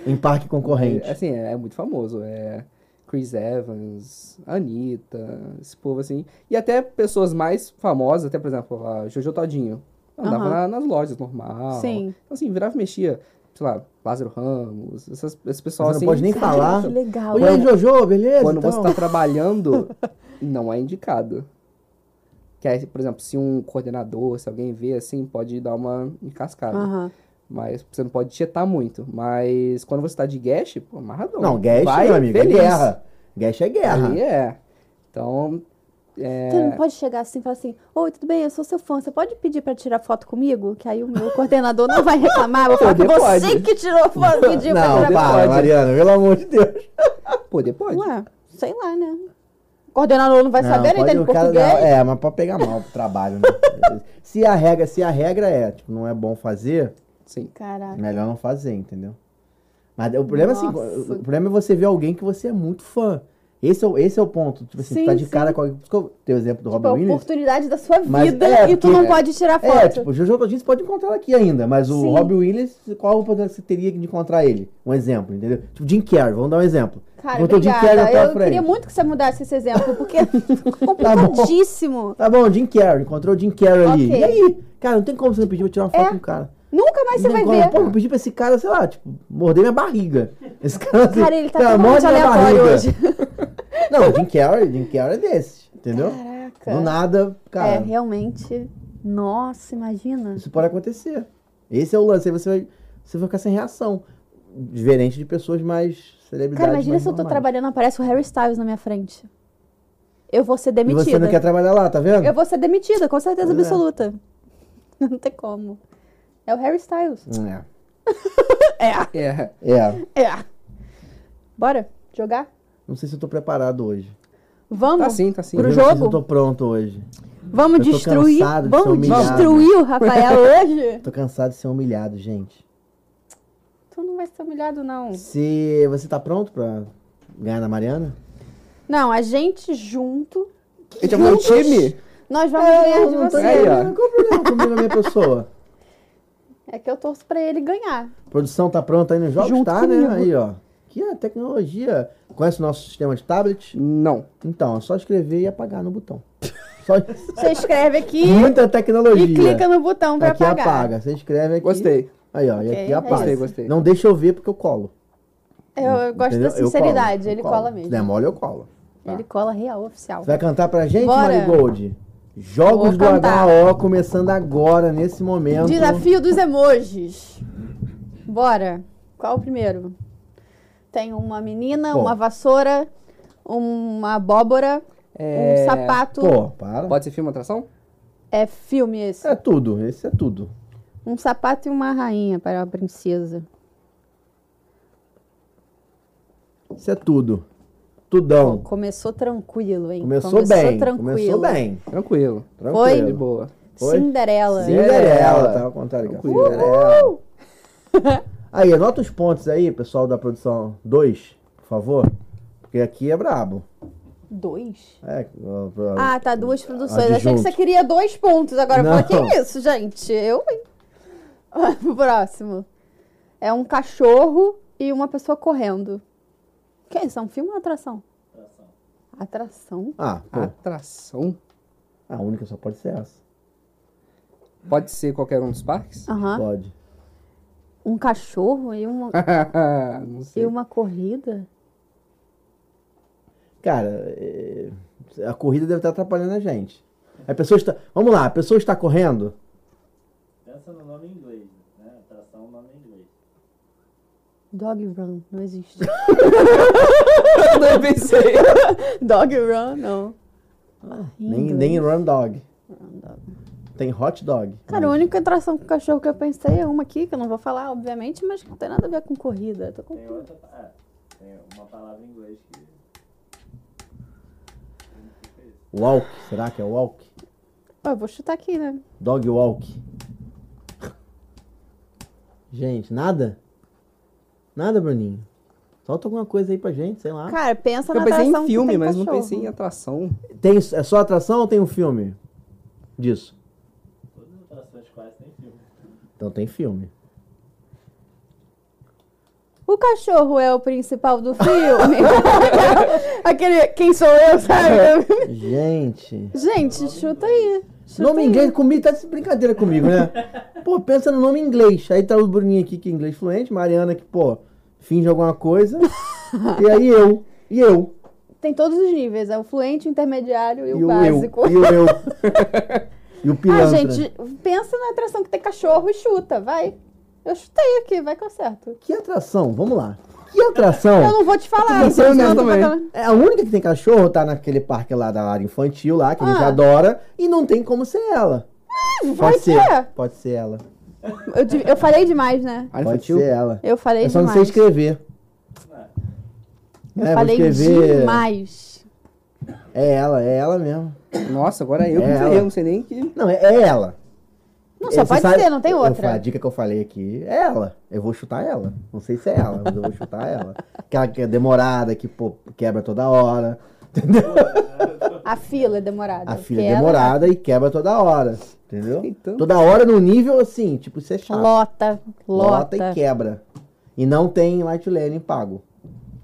S2: em parque concorrente.
S3: Assim, é, é muito famoso. É Chris Evans, Anitta, esse povo assim. E até pessoas mais famosas, até por exemplo, a Jojo Todinho. Andava
S4: Aham.
S3: na- nas lojas normal.
S4: Sim.
S3: Então, assim, virava e mexia, sei lá, Lázaro Ramos, essas, esse pessoal
S2: Você não
S3: assim.
S2: pode nem falar.
S4: Que legal.
S2: Oi, aí, Jojo, beleza?
S3: Quando
S2: então?
S3: você tá trabalhando, não é indicado. Que aí, por exemplo, se um coordenador, se alguém vê assim, pode dar uma encascada.
S4: Aham.
S3: Mas você não pode tietar muito. Mas quando você tá de guest, pô, amarradão.
S2: Não, Gash,
S3: Vai
S2: meu amigo, é
S3: feliz.
S2: guerra. Gash é guerra.
S3: Ali é. Então, é,
S4: Tu não pode chegar assim e falar assim, oi, tudo bem, eu sou seu fã, você pode pedir pra tirar foto comigo? Que aí o meu coordenador não vai reclamar, vai falar que
S3: Poder
S4: você
S3: pode.
S4: que tirou foto,
S3: é
S4: pediu pra
S2: Não,
S4: tirar
S2: para,
S4: foto.
S2: Mariana, pelo amor de Deus.
S3: poder pode.
S4: tá- Ué, sei lá, né? O coordenador não vai
S2: Não,
S4: saber, ele
S2: pode-
S4: entende
S2: o cara-
S4: tá português.
S2: não, é, mas pra pegar mal pro trabalho, né? se a regra, se a regra é, tipo, não é bom fazer,
S3: Sim.
S4: Caraca.
S2: melhor não fazer, entendeu? Mas o problema é assim,
S4: Nossa.
S2: o problema é você ver alguém que você é muito fã. Esse é, o- esse é o ponto. Tipo assim,
S4: Sim,
S2: tu tá de
S4: sim.
S2: cara com alguém. Por isso que eu- Tem o exemplo do
S4: Tipo, a
S2: Robin Williams.
S4: oportunidade da sua vida
S2: Mas é,
S4: e tu
S2: porque-
S4: não pode tirar foto.
S2: É, tipo, o Jojo Todinho você pode encontrar ela aqui ainda, mas o
S4: Sim.
S2: Robbie Williams, qual a oportunidade que você teria de encontrar ele? Um exemplo, entendeu? Tipo, Jim Carrey, vamos dar um exemplo.
S4: Cara,
S2: Botou o Jim Carrey
S4: obrigada.
S2: na tua
S4: Eu
S2: frente.
S4: queria muito que você mudasse esse exemplo, porque é complicadíssimo.
S2: Tá bom, Jim Carrey, encontrou o Jim Carrey ali.
S4: Ok.
S2: E aí? Cara, não tem como você não pedir pra tirar uma foto
S4: É.
S2: com o cara.
S4: Nunca mais você
S2: Não
S4: vai
S2: tem como.
S4: ver.
S2: Pô, eu pedi pra esse cara, sei lá, tipo, morder minha barriga. Esse cara, assim,
S4: Cara, ele tá
S2: cara, morde
S4: totalmente
S2: minha
S4: aleatório
S2: barriga.
S4: hoje.
S2: Não, o Jim Carrey, Jim Carrey é desse, entendeu?
S4: Caraca.
S2: Do nada, cara.
S4: É, realmente. Nossa, imagina.
S2: Isso pode acontecer. Esse é o lance. Aí você vai, você vai ficar sem reação. Diferente de pessoas mais celebridades.
S4: Cara, imagina
S2: mais
S4: se eu tô
S2: normais.
S4: trabalhando e aparece o Harry Styles na minha frente. Eu vou ser
S2: E
S4: demitida.
S2: você não quer trabalhar lá, tá vendo?
S4: Eu vou ser demitida, com certeza
S2: Pois é.
S4: absoluta. Não tem como. É o Harry Styles.
S2: É.
S4: É,
S3: É.
S2: É.
S4: é. Bora jogar?
S2: Não sei se eu tô preparado hoje.
S4: Vamos?
S3: Tá sim, tá sim.
S4: Pro
S2: Eu Não sei se
S4: jogo?
S2: eu tô pronto hoje.
S4: Vamos
S2: Eu tô
S4: destruir.
S2: cansado de ser
S4: Vamos
S2: humilhado.
S4: destruir o Rafael hoje?
S2: Tô cansado de ser humilhado, gente.
S4: tu não vai ser humilhado, não.
S2: Se você tá pronto pra ganhar na Mariana?
S4: Não, a gente junto,
S2: é
S3: Ele
S2: um
S3: chamou o time?
S4: nós vamos ganhar de você.
S3: aí, ó.
S2: Qual o problema comigo, a minha pessoa?
S4: É que eu torço pra ele ganhar.
S2: Produção tá pronta aí nos jogos?
S4: Junto
S2: tá,
S4: comigo.
S2: né? Aí, ó. Que é tecnologia. Conhece o nosso sistema de tablet?
S3: Não.
S2: Então, é só escrever e apagar no botão. Só
S4: Você escreve aqui
S2: Muita tecnologia.
S4: e clica no botão pra
S2: aqui é
S4: apagar.
S2: apaga. Você escreve aqui.
S3: Gostei.
S2: Aí, ó. e
S4: Ok,
S2: aqui
S4: é
S2: apaga.
S3: Gostei, gostei.
S2: Não deixa eu ver porque eu colo.
S4: Eu, eu gosto
S2: entendeu?
S4: da
S2: Eu
S4: sinceridade,
S2: colo, eu
S4: ele
S2: colo.
S4: cola
S2: Se
S4: mesmo.
S2: der mole, eu colo.
S4: Ele cola real oficial.
S2: Você vai cantar pra gente,
S4: Bora.
S2: Marigold? Jogos
S4: Vou
S2: do
S4: cantar.
S2: HO começando agora, nesse momento.
S4: Desafio dos emojis. Bora. Qual o primeiro? Tem uma menina,
S2: Pô.
S4: uma vassoura, uma abóbora, um sapato.
S2: É, Pô, para.
S4: Então.
S3: Pode ser filme atração?
S4: É filme esse.
S2: É tudo, esse é tudo.
S4: Um sapato e uma rainha para a princesa.
S2: Isso é tudo.
S4: Pô,
S2: Tudão.
S4: começou tranquilo, hein?
S2: Começou, bem. Começou bem.
S3: Tranquilo.
S2: Tranquilo.
S4: Foi?
S3: De boa.
S2: Foi?
S4: Cinderela.
S2: Cinderela, tá ao contrário. cara. Cinderela. Aí, anota os pontos aí, pessoal da produção 2, por favor. Porque aqui é brabo.
S4: Dois?
S2: É, ó, pra-
S4: Ah, tá, duas produções. Achei que
S2: Adjunto.
S4: você queria dois pontos. Agora,
S2: Não.
S4: pô, que isso, gente? Eu, hein? Próximo. É um cachorro e uma pessoa correndo. Que é isso? É um filme ou atração? Atração.
S2: Ah, pô,
S3: Atração?
S2: a única só pode ser essa.
S3: Pode ser qualquer um dos parques?
S4: Aham.
S2: Pode.
S4: Um cachorro e uma,
S2: Ah,
S3: não sei.
S4: e uma corrida?
S2: Cara, é, a corrida deve estar atrapalhando a gente. A pessoa está. Vamos lá, a pessoa está correndo?
S6: Pensa no nome em inglês, né? Atração, nome em inglês.
S4: Dog run, não existe.
S3: Eu pensei.
S4: Dog run, não. Ah,
S2: Nem, nem run dog. Tem hot dog.
S4: Cara, a única atração com cachorro que eu pensei é uma aqui, que eu não vou falar, obviamente, mas que não tem nada a ver com corrida. Eu tô com
S6: Tem
S4: tudo.
S6: outra. É, tem uma palavra em inglês que.
S2: Walk, será que é walk?
S4: Ó, eu vou chutar aqui, né?
S2: Dog walk. Gente, nada? Nada, Bruninho? Solta alguma coisa aí pra gente, sei lá.
S4: Cara, pensa na
S3: Eu pensei
S4: atração
S3: em
S4: que
S3: filme,
S4: tem
S3: mas não
S4: cachorro.
S3: pensei em atração.
S2: Tem, é só atração ou tem um filme disso?
S6: Todas as atrações quase tem filme.
S2: Então tem filme.
S4: O cachorro é o principal do filme. Aquele, quem sou eu, sabe?
S2: Gente.
S4: Gente, chuta aí. Chuta
S2: É. nome
S4: aí.
S2: em inglês comigo tá de brincadeira comigo, né? pô, pensa no nome em inglês. Aí tá o Bruninho aqui que é inglês fluente, Mariana que, pô, finge alguma coisa. e aí eu. E eu.
S4: Tem todos os níveis, é o fluente, o intermediário e,
S2: E,
S4: o
S2: o eu.
S4: básico.
S2: E o eu. e o
S4: Ah,
S2: pilantra.
S4: gente, pensa na atração que tem cachorro e chuta, vai. Eu chutei aqui, vai que eu acerto.
S2: Que atração? Vamos lá. Que
S4: Eu
S2: atração?
S4: não vou te falar.
S2: É.
S4: então,
S2: pensando nessa
S4: não,
S3: também.
S4: falando.
S2: É a única que tem cachorro, tá naquele parque lá da área infantil lá, que a gente
S4: Ah.
S2: adora, e não tem como ser ela.
S4: vai
S2: Pode
S4: que
S2: ser.
S4: é.
S2: Pode ser ela.
S4: Eu, di- eu falei demais, né?
S3: Área
S2: Pode
S3: Ah, infantil?
S2: ser ela.
S4: Eu falei
S2: Eu É só não
S4: É demais.
S2: sei escrever.
S4: Eu
S2: É, vou
S4: falei
S2: escrever.
S4: demais.
S2: É ela, é ela mesmo.
S3: Nossa, agora eu que
S2: É
S3: ferrei,
S2: ela.
S3: não sei nem que.
S2: Não, é, é ela.
S4: Não, só
S2: Você
S4: pode
S2: sabe-
S4: ser, não tem
S2: eu- eu fa-
S4: outra.
S2: a dica que eu falei aqui é ela. Eu vou chutar ela. Não sei se é ela, mas eu vou chutar ela. Aquela que é demorada, que pô, quebra toda hora. Entendeu?
S4: A fila é demorada.
S2: A
S4: porque
S2: filha é
S4: ela
S2: demorada e quebra toda hora. Entendeu?
S3: Então.
S2: Toda hora no nível assim, tipo, isso é chato.
S4: Lota, lota.
S2: Lota e quebra. E não tem Light Lane pago.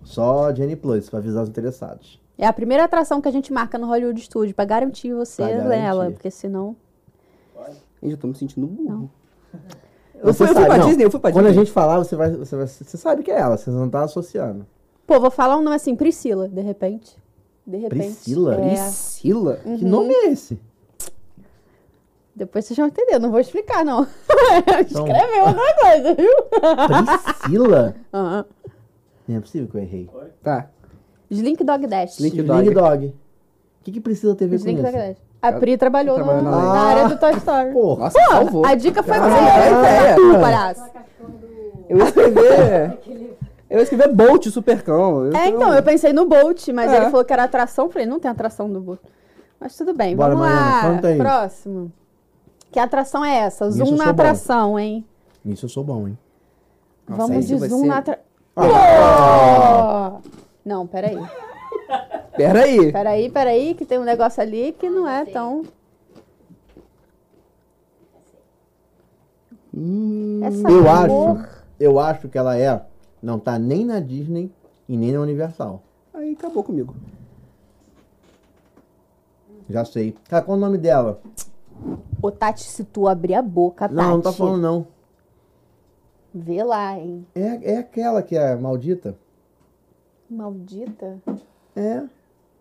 S2: Só Genie Plus, pra avisar os interessados.
S4: É a primeira atração que a gente marca no Hollywood Studio, pra garantir você
S2: Pra garantir.
S4: nela, porque senão...
S3: Eu já tô me sentindo burro.
S2: Eu
S3: fui- eu fui pra Disney, eu fui pra
S2: Quando a
S3: Disney.
S2: gente falar, você vai, você vai- Você sabe que é ela, você não tá associando.
S4: Pô, vou falar um nome assim, Priscila, de repente. De repente.
S2: Priscila?
S4: É.
S3: Priscila?
S4: Hum.
S2: Que nome é esse?
S4: Depois vocês vão entender, não vou explicar, não.
S2: Então-
S4: Escreveu alguma coisa, viu?
S2: Priscila?
S4: Aham.
S2: não é possível que eu errei.
S3: Tá.
S4: Slink Dog Dash.
S3: Slink-
S2: Sling Dog. O que, que precisa ter a ver com
S4: Slink
S3: é
S2: isso?
S4: Dog Dash. A Pri trabalhou no-
S3: trabalhou
S4: na,
S3: na
S4: área do Toy Story.
S2: Porra.
S3: Nossa, por
S4: Pô,
S3: favor.
S4: a dica foi
S3: Caraca.
S4: minha, palhaço.
S3: Eu ia escrever. eu ia escrever Bolt Supercão. Eu
S4: É,
S3: tô-
S4: então, eu pensei no Bolt, mas
S3: É.
S4: ele falou que era atração. Eu Falei, não tem atração do Bolt. Mas tudo bem,
S2: Bora,
S4: vamos
S2: Mariana,
S4: lá.
S2: conta aí.
S4: Próximo. Que atração é essa?
S2: Nisso eu
S4: Zoom na
S2: sou bom.
S4: atração, hein?
S2: Nisso eu sou bom, hein?
S3: Nossa,
S4: vamos
S3: esse
S4: de
S3: vai
S4: zoom
S3: ser-
S4: na atração. Não, peraí.
S3: Pera aí.
S4: Peraí, peraí, que tem um negócio ali que não é tão. Essa
S2: Hum, eu
S4: cor-
S2: acho. Eu acho que ela é. Não tá nem na Disney e nem na Universal.
S3: Aí acabou comigo.
S2: Já sei. Cara, qual é o nome dela?
S4: Ô, Tati, se tu abrir a boca, Tati.
S2: Não, não tá falando não.
S4: Vê lá, hein?
S2: É, é aquela que é maldita?
S4: Maldita.
S2: É.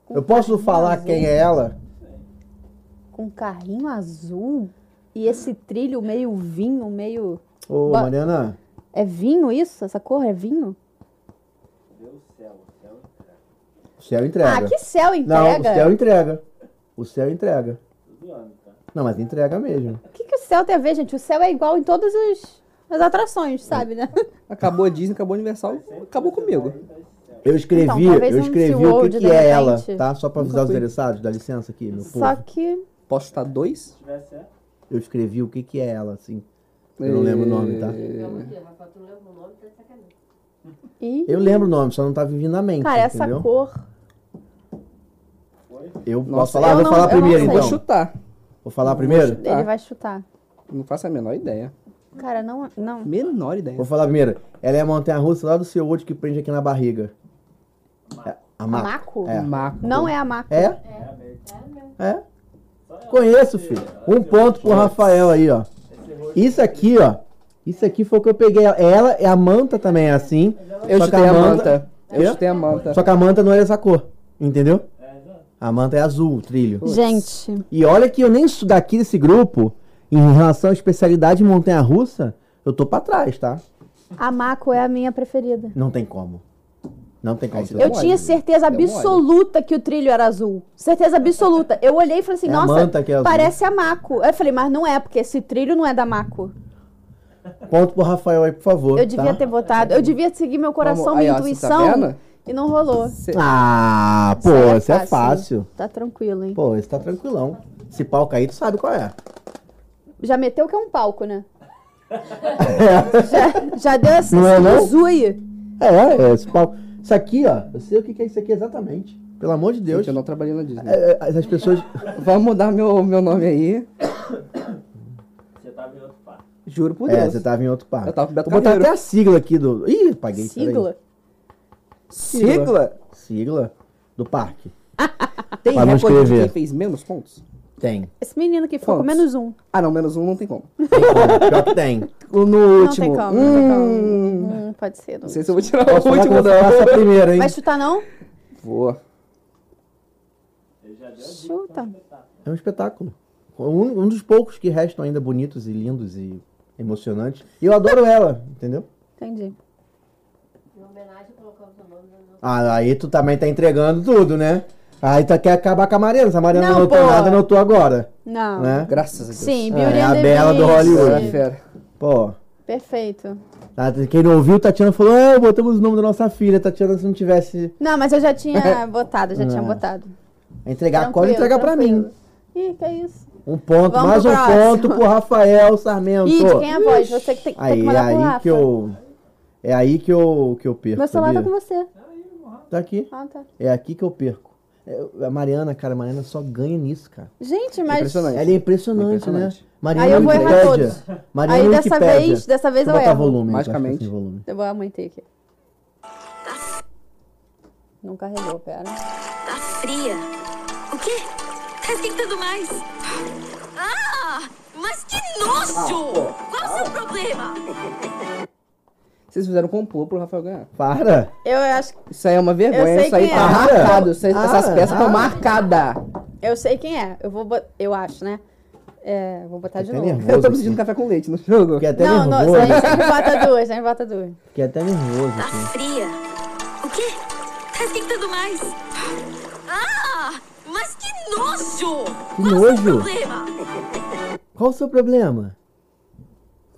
S2: Eu posso falar quem é ela?
S4: Com carrinho azul e esse trilho meio vinho, meio.
S2: Ô,
S4: Ba-
S2: Mariana,
S4: É vinho isso? Essa cor é vinho?
S2: o céu entrega.
S4: Ah, que céu
S2: Não, o
S4: entrega!
S2: céu entrega. O céu entrega. Não, mas entrega mesmo.
S4: O que, que o céu tem a ver, gente? O céu é igual em todas as, as atrações, sabe, né?
S3: Acabou a Disney, acabou a Universal, acabou comigo.
S2: Eu escrevi,
S4: Então, talvez
S2: eu
S4: um
S2: escrevi o
S4: SeaWorld,
S2: que,
S4: de
S2: que é ela,
S4: repente.
S2: tá? Só pra avisar os interessados, dá licença aqui, meu povo.
S4: Só que.
S3: Posso chutar dois?
S6: Se tivesse é,
S2: eu escrevi o que que é ela, assim. Eu não lembro o nome, tá?
S7: Calma aqui, Rafa, tu não lembra o nome, tá de sacanagem.
S4: Ih,
S2: Eu lembro o nome, só não tá vindo na mente,
S4: cara, essa
S2: entendeu?
S4: cor.
S2: Eu posso
S3: Nossa,
S2: falar?
S4: eu
S2: Vou
S4: não-
S2: falar
S4: eu não
S2: primeiro,
S4: sei.
S3: Vou
S2: então.
S3: chutar.
S2: Vou falar primeiro?
S3: Tá.
S4: Ele vai chutar.
S3: Não faço a menor ideia.
S4: Cara, não. não.
S3: Menor ideia.
S2: Vou falar primeiro. Ela é a montanha-russa lá do seu outro que prende aqui na barriga. É, a maca.
S4: Maco?
S2: É.
S3: Maco.
S4: Não é a Maco.
S2: É? É? Conheço, filho. Um ponto pro Rafael aí, ó. Isso aqui, ó. Isso aqui foi o que eu peguei. Ela é a manta também, é assim.
S3: Eu
S2: só que
S3: chutei a manta. Eu
S2: Quê?
S3: chutei a manta.
S2: Só que a manta não era essa cor, entendeu? A manta é azul, o trilho.
S4: Gente,
S2: E olha que eu nem sou daqui desse grupo, em relação à especialidade montanha-russa, eu tô pra trás, tá?
S4: a Maco é a minha preferida.
S2: Não tem como. Não é tem como.
S3: Aí você
S4: Eu
S3: Deu
S4: tinha
S3: mole.
S4: certeza
S3: Deu mole.
S4: absoluta que o trilho era azul. Certeza absoluta. Eu olhei e falei assim,
S2: É a
S4: nossa,
S2: manta que é azul.
S4: parece a Maco. Eu falei, mas não é, porque esse trilho não é da Maco.
S2: Ponto pro Rafael aí, por favor.
S4: Eu devia
S2: tá?
S4: ter votado. Eu devia seguir meu coração,
S3: Vamos-
S4: minha
S3: aí, ó, você tá
S4: intuição.
S3: vendo?
S4: e não rolou.
S3: Cê-
S2: Ah, pô,
S4: Isso aí é
S2: isso é
S4: fácil.
S2: fácil.
S4: Tá tranquilo, hein?
S2: Pô, esse tá tranquilão. Se pau cair, tu sabe qual é.
S4: Já meteu que é um palco, né?
S2: É,
S4: já, já deu essa
S2: Não é, não?
S4: zui.
S2: É, é, esse pau. Isso aqui, ó, eu sei o que que é isso aqui exatamente. Pelo amor de Deus.
S3: Gente, eu não trabalhei na Disney.
S2: É, é, as pessoas.
S3: Vamos mudar meu, meu nome aí.
S8: Você tava em outro par.
S3: Juro por
S2: É,
S3: Deus.
S2: você tava em outro par.
S3: Eu tava com o Beto
S2: Vou botar
S3: Carreiro.
S2: até a sigla aqui do. Ih, paguei. peraí.
S4: Sigla.
S3: Sigla?
S2: Sigla do parque.
S3: Tem
S2: Pra não
S3: recorde de
S2: escrever.
S3: quem fez menos pontos?
S2: Tem.
S4: Esse menino que ficou com
S3: Quantos?
S4: menos um.
S3: Ah, não, menos um não tem como.
S2: Tem como. Pior que tem.
S3: No
S4: Não
S3: último.
S4: tem como, não tem
S3: Hum,
S4: como. Hum, pode ser. Não.
S3: Não sei se eu vou tirar
S2: Posso
S3: o
S2: falar que
S3: último,
S2: eu vou falar essa
S3: não.
S2: primeira, hein?
S4: Vai chutar, não?
S3: Vou.
S4: Chuta.
S2: É um espetáculo. Um, um dos poucos que restam ainda bonitos e lindos e emocionantes. E eu adoro ela, entendeu?
S4: Entendi.
S7: Em homenagem, colocamos o nome do nosso.
S2: Ah, aí tu também tá entregando tudo, né? Aí tu quer acabar com a Mariana. Se a Mariana não,
S4: Não,
S2: notou
S4: pô.
S2: nada, notou agora.
S4: Não.
S2: Né?
S3: Graças a Deus.
S4: Sim,
S2: É,
S4: Beauty
S2: é
S4: and
S2: a
S4: the
S2: Bela do
S4: Beast.
S2: Hollywood. né,
S3: Ela é fera.
S2: Pô,
S4: Perfeito.
S2: tá- quem não ouviu, Tatiana falou: é, botamos o nome da nossa filha. Tatiana, se não tivesse.
S4: Não, mas eu já tinha botado, já tinha
S2: Não.
S4: botado.
S2: Entregar,
S4: Tranquilo,
S2: corre entregar pra mim.
S4: tranquilo. Ih, que é isso?
S2: Um ponto,
S4: Vamos
S2: mais
S4: pro
S2: um
S4: próximo.
S2: ponto pro Rafael Sarmento.
S4: Ih, de quem é a voz? Você que tem, tem que
S2: Aí,
S4: mandar pro
S2: aí
S4: Rafa.
S2: que eu. É aí que eu, que eu perco.
S4: Meu celular tá com
S2: sabia?
S4: você.
S2: Tá aqui.
S4: Ah, tá.
S2: É aqui que eu perco. É, A Mariana, cara, a Mariana só ganha nisso, cara.
S4: Gente, mas.
S3: Impressionante.
S2: Ela é impressionante,
S3: Impressionante.
S2: né? Mariana
S4: Aí eu vou errar
S2: Wikipédia.
S4: todos.
S2: Mariana é
S4: Aí dessa
S2: Wikipédia.
S4: vez- dessa vez
S2: Deixa
S4: eu
S2: botar
S4: erro.
S2: volume, eu acho que tá
S3: Magicamente.
S2: sem volume.
S4: Eu vou aumentar aqui. Não carregou, pera.
S7: Tá fria. O quê? Tá esquentando mais. Ah, mas que
S2: Ah,
S7: nojo! Qual é o seu problema?
S3: Vocês fizeram um complô pro Rafael ganhar.
S2: Para!
S4: Eu acho que.
S3: Isso aí é uma vergonha.
S4: Eu sei
S3: Isso aí
S4: quem
S3: tá
S4: é.
S3: marcado. isso aí-
S2: Ah,
S3: essas peças estão
S2: ah.
S3: marcadas.
S4: Eu sei quem é. Eu vou bot... Eu acho, né? É, vou botar de
S2: Fiquei
S4: novo.
S2: nervoso.
S3: Eu tô me sentindo café com leite no jogo.
S2: Fiquei até
S4: Não, não,
S2: nervoso.
S4: a gente sempre bota duas, a gente bota duas.
S2: Fiquei até nervoso.
S7: Tá
S4: Ah.
S2: Assim.
S7: fria. O quê? Tá esquentando mais. Ah, mas que nojo!
S2: Que
S7: Qual é o seu
S2: nojo.
S7: problema?
S2: Qual o seu problema?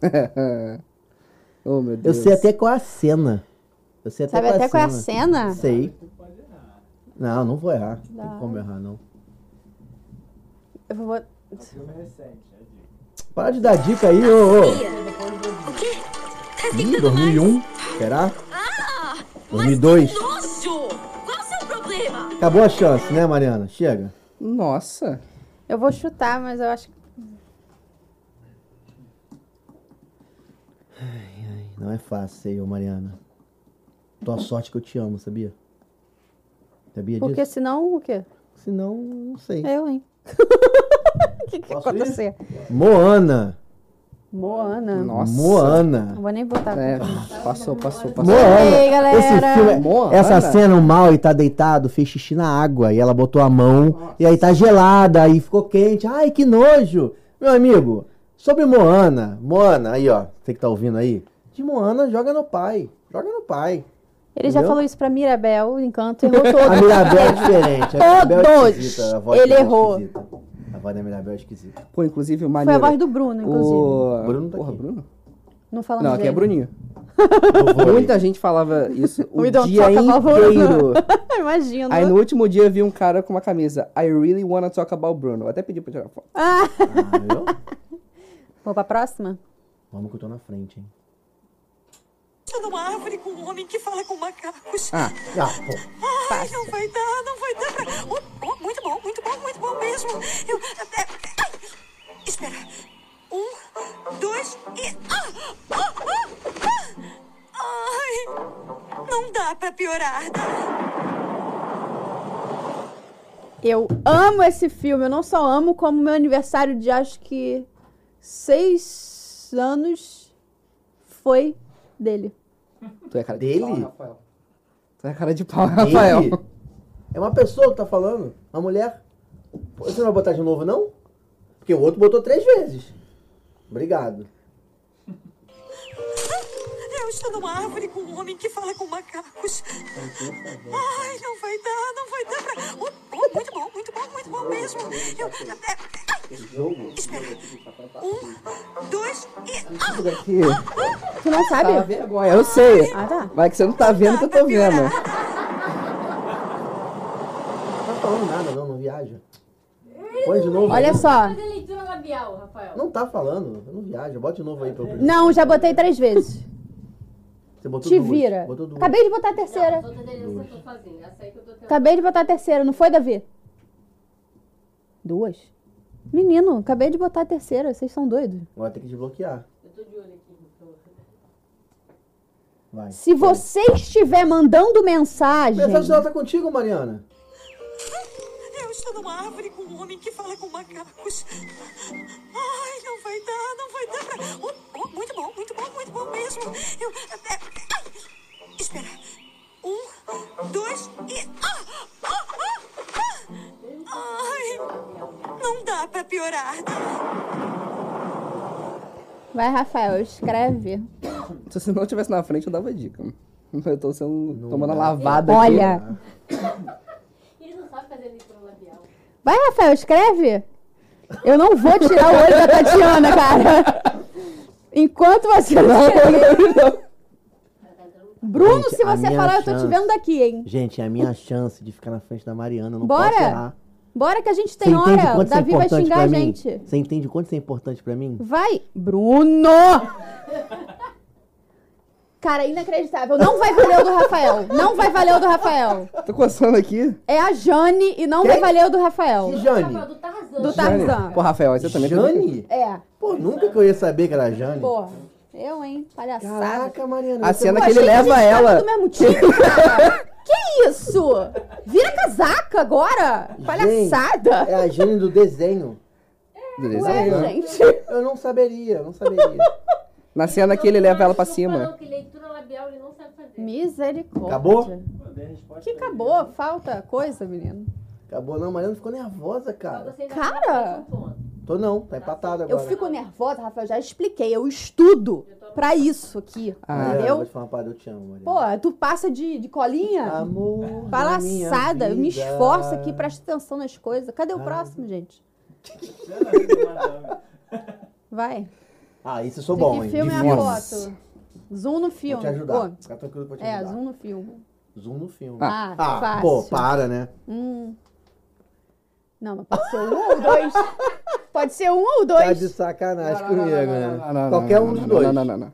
S3: oh, meu
S2: é- Eu
S3: Deus.
S2: sei até qual é a cena. Eu sei até
S4: Sabe
S2: qual
S4: até qual é a cena?
S2: Sei. Não, não vou errar. Não tem como errar, não.
S4: Eu vou bot-
S2: Para de dar dica aí, ô, ô.
S7: Tá
S2: Ih,
S7: esquentando mais.
S2: 2001. Será?
S7: Ah, mas que
S2: 2002.
S7: nojo! Qual é o seu problema?
S2: Acabou a chance, né, Mariana? Chega.
S3: Nossa.
S4: Eu vou chutar, mas eu acho que.
S2: Não é fácil ser eu, Mariana. Tua sorte que eu te amo, sabia? Sabia
S4: Porque É.
S2: disso?
S4: senão o quê?
S2: Senão, não sei.
S4: Eu, hein? O que, que ia
S2: Posso ir?
S4: acontecer?
S2: Moana.
S4: Moana.
S3: Nossa.
S4: Não
S2: Moana.
S4: vou nem botar.
S3: É, passou, passou, passou.
S2: Moana.
S4: Ei, galera.
S2: Esse filme, é-
S3: Moana?
S2: essa cena, o Maui tá deitado, fez xixi na água e ela botou a mão e aí tá gelada aí ficou quente. Ai, que nojo. Meu amigo, sobre Moana. Moana, aí ó, você que tá ouvindo aí. De Moana, joga no pai. Joga no pai.
S4: Ele já
S2: Entendeu?
S4: falou isso pra Mirabel, encanto, errou todos.
S2: A Mirabel é diferente. A Mirabel é
S4: Todos.
S2: esquisita, a voz
S4: Ele
S2: dela é
S4: errou.
S2: esquisita. A voz da Mirabel é esquisita.
S3: Pô, inclusive, o
S4: Foi a
S3: maneiro.
S4: voz do Bruno, inclusive.
S3: O...
S2: Bruno tá
S3: Porra,
S2: aqui.
S3: Bruno?
S4: Não falamos
S3: Não, aqui é
S4: dele.
S3: Bruninho.
S2: Eu vou aí.
S3: Muita gente falava isso o
S4: We don't
S3: dia
S4: talk about Bruno.
S3: inteiro.
S4: Imagina.
S3: Aí no último dia eu vi um cara com uma camisa. I really wanna talk about Bruno. Eu até pedi pra tirar foto.
S2: Ah, viu?
S4: Vamos pra próxima?
S2: Vamos que eu tô na frente, hein?
S7: numa árvore com um homem que fala com macacos.
S2: Ah, ah, pô.
S7: Ai, não vai dar, não vai dar pra. Oh, oh, muito bom, muito bom, muito bom mesmo. Eu. é, é, ai, espera. Um, dois e. Ah, ah, ah, ah. Ai, não dá pra piorar.
S4: Eu amo esse filme. Eu não só amo, como meu aniversário de acho que seis anos foi dele.
S3: Tu é cara de
S2: Dele?
S3: pau, Rafael. Tu é cara de pau, Rafael.
S2: Ele? É uma pessoa que tá falando. Uma mulher. Pô, Você não vai botar de novo, não? Porque o outro botou três vezes. Obrigado.
S7: Eu estou numa árvore com um homem que fala com macacos. Ai, não vai dar, não vai dar pra. Oh, oh, muito bom, muito bom, muito bom mesmo. Eu. é, ai, espera. Um, dois e.
S3: Isso
S7: Ah,
S3: daqui.
S4: Tu não sabe?
S3: Tá vergonha, eu sei.
S4: Ah, tá.
S3: Mas que você não tá vendo que
S7: ah,
S3: eu tô vendo.
S2: Não tá falando nada, não. Não viaja. Põe de novo.
S4: Olha
S2: aí.
S4: só.
S9: leitura labial, Rafael.
S2: Não tá falando. Não viaja. Bota de novo aí pra eu
S4: Não, já botei três vezes.
S2: Você botou
S4: Te
S2: duas.
S4: vira.
S2: Botou duas.
S4: Acabei de botar a terceira.
S9: As outras delícias eu tô fazendo. Essa aí que eu tô tentando.
S4: Acabei de botar a terceira, não foi, Davi? Duas? Menino, acabei de botar a terceira, vocês são doidos.
S2: Agora tem que desbloquear.
S9: Eu tô de olho aqui.
S4: então.
S2: Vai.
S4: Se você estiver mandando mensagem.
S2: Mensagem dela tá contigo, Mariana.
S7: Eu estou numa árvore com um homem que fala com macacos. Ai, não vai dar, não vai dar pra. Oh, oh, muito bom, muito bom, muito bom mesmo. Eu. é, é, ai, espera. Um, dois e. Ah, ah, ah, ah. Ai, não dá pra piorar.
S4: Vai, Rafael, escreve.
S3: Se você não estivesse na frente, eu dava dica. Eu tô sendo, tomando a lavada
S4: Olha.
S2: né?
S3: aqui.
S9: Ele não sabe fazer leitura labial.
S4: Vai, Rafael, escreve. Eu não vou tirar o olho da Tatiana, cara. Enquanto você não escrever. Bruno,
S2: Gente,
S4: se
S2: a
S4: você
S2: minha
S4: falar, eu tô te
S2: chance.
S4: vendo daqui, hein?
S2: Gente, é a minha chance de ficar na frente da Mariana. eu Não
S4: Bora.
S2: posso errar.
S4: Bora que a gente
S2: Você
S4: tem
S2: entende
S4: hora. O
S2: quanto isso é
S4: Davi vai
S2: importante
S4: xingar
S2: pra
S4: a
S2: mim?
S4: gente.
S2: Você entende quanto isso é importante pra mim?
S4: Vai, Bruno! Cara, inacreditável. Não vai valer o do Rafael. Não vai valer o do Rafael.
S3: Tô coçando aqui.
S4: É a Jane e não vai valer o do Rafael.
S2: E Jane?
S9: Rafael do Tarzan.
S4: Do Tarzan.
S3: Pô, Rafael, você também tá vendo?
S2: Jane?
S4: É.
S2: Pô, nunca que eu ia saber que era Jane.
S4: Porra. Eu, hein? Palhaçada.
S2: Caraca, Mariana.
S3: A
S2: você-
S3: cena
S4: Pô,
S3: que ele
S4: achei a
S3: leva
S4: gente tava
S3: ela.
S4: do mesmo time, cara. que isso? Vira casaca agora.
S2: É
S4: Palhaçada.
S2: a Jane do desenho.
S3: Beleza.
S4: Ué,
S2: né?
S4: gente.
S2: Eu não saberia, eu não saberia.
S3: Na cena é que ele leva ela pra cima.
S9: Não, que leitura labial ele não sabe
S3: é.
S9: fazer.
S4: Misericórdia.
S2: Acabou?
S4: Que acabou? Falta coisa, menino.
S2: Acabou não, Mariana ficou nervosa, cara.
S9: Você ainda
S4: Cara.
S9: faz um ponto.
S2: Tô não, tá empatado agora.
S4: Eu fico nervosa, Rafael, já expliquei. Eu estudo pra isso aqui.
S3: Ah,
S2: Mariana, eu vou
S4: entendeu?
S2: te falar uma parada, eu te amo, Mariana.
S4: Pô, tu passa de, de
S3: Ah,
S4: colinha?
S2: Amor da
S4: Palhaçada.
S2: minha
S4: Eu me
S2: vida.
S4: esforço aqui, presta atenção nas coisas. Cadê o próximo, gente? Vai.
S2: Ah, isso eu sou
S4: De
S2: bom,
S4: que
S2: hein?
S4: filme é
S2: Divino.
S4: a foto? Zoom no
S2: Vou
S4: filme.
S2: te ajudar.
S4: Pô,
S2: Fica tranquilo que eu vou te
S4: é,
S2: ajudar.
S4: zoom no filme.
S2: Zoom no filme.
S4: Ah,
S2: Ah,
S4: fácil.
S2: pô, para, né?
S4: Hum. Não, mas pode ser um ou dois. Pode ser um ou
S2: Tá
S4: dois.
S2: de sacanagem
S3: Não, não,
S2: comigo,
S3: não, não,
S2: né?
S3: Ah, não, não, não,
S2: Qualquer
S3: não,
S2: um
S3: não,
S2: dos
S3: não,
S2: dois.
S3: Não, não, não, não.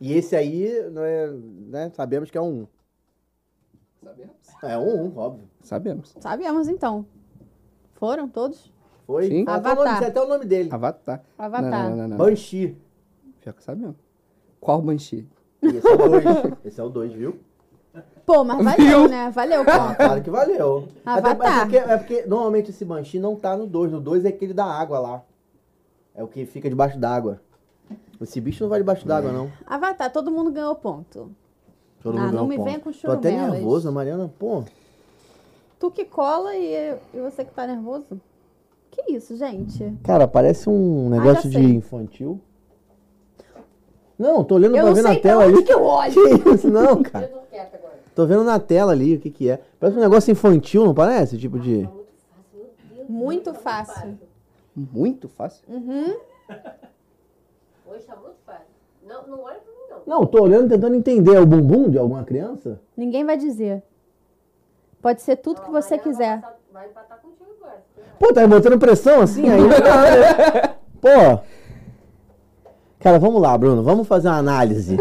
S2: E esse aí, não é, né, sabemos que é um. É um, um, óbvio.
S3: Sabemos.
S4: Sabemos então. Foram todos?
S2: Foi? Tá Fala
S3: Sim.
S2: até o nome-
S4: Avatar.
S2: sei até o nome dele.
S3: Avatar.
S4: Avatar.
S3: Não, não, não, não, não.
S2: Banshee.
S3: Pior que sabemos. Qual Banshee?
S2: Esse é o dois. Esse é o dois, viu?
S4: Pô, mas valeu, né? Valeu,
S2: Ah,
S4: pô.
S2: claro que valeu.
S4: Avatar.
S2: Até- é, porque,
S4: tá.
S2: é porque normalmente esse Banshee não tá no dois. No dois é aquele da água lá. É o que fica debaixo d'água. Esse bicho não vai debaixo d'água, não.
S4: Avatar, todo mundo ganhou ponto.
S2: Todo
S4: Ah,
S2: mundo
S4: não
S2: é um
S4: me
S2: ponto.
S4: venha com
S2: Tô até
S4: churumelas.
S2: nervoso, Mariana. Pô,
S4: Tu que cola e, e você que tá nervoso? Que isso, gente?
S2: cara, parece um negócio de
S4: Ah, sei.
S2: infantil. Não, tô olhando
S4: eu
S2: pra
S4: não
S2: ver
S4: sei
S2: na
S4: pra
S2: tela
S4: onde
S2: ali.
S4: que eu olho.
S2: Que isso, não, cara.
S9: Eu tô quieta agora.
S2: Tô vendo na tela ali o que que é. Parece um negócio infantil, não parece? Tipo
S4: Ah,
S2: de...
S4: tá Muito fácil.
S3: Muito fácil.
S4: Uhum.
S9: Hoje tá muito fácil. Não, não olha pra mim, não.
S2: Não, tô olhando tentando entender. É o bumbum de alguma criança?
S4: Ninguém vai dizer. Pode ser tudo que você quiser.
S9: Tá- Vai empatar contigo agora.
S2: Pô, tá me botando pressão assim aí? não dá, né? Pô, Cara, vamos lá, Bruno. Vamos fazer uma análise.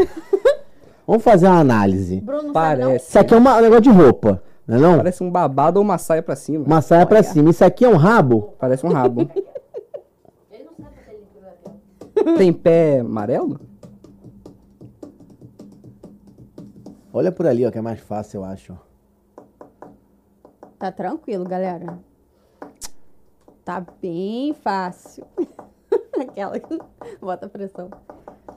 S2: vamos fazer uma análise.
S4: Bruno,
S3: Parece.
S4: sabe não?
S2: Isso aqui é uma- um negócio de roupa, não é não?
S3: Parece um babado ou uma saia pra cima.
S2: Uma saia pra cima. Isso aqui é um rabo?
S3: Parece um rabo. Tem pé amarelo?
S2: Olha por ali, ó, que é mais fácil, eu acho.
S4: Tá tranquilo, galera. Tá bem fácil. Aquela que bota pressão.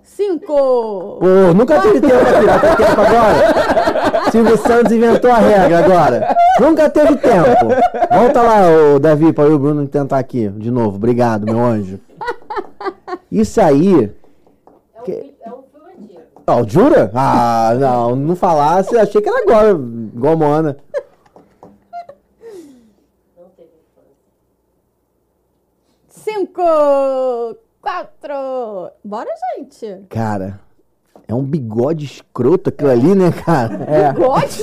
S4: Cinco!
S2: Pô, nunca teve tempo pra tirar, tem tempo agora? Silvio Santos inventou a regra agora. Nunca teve tempo. Volta lá, ô, Davi, pra eu e o Bruno tentar aqui de novo. Obrigado, meu anjo. Isso aí. que- Ó, jura? Ah, não, não falasse, achei que era agora, igual a Moana.
S4: Cinco! Quatro! Bora, gente!
S2: Cara, é um bigode escroto aquilo ali, né, cara? É.
S4: Bigode?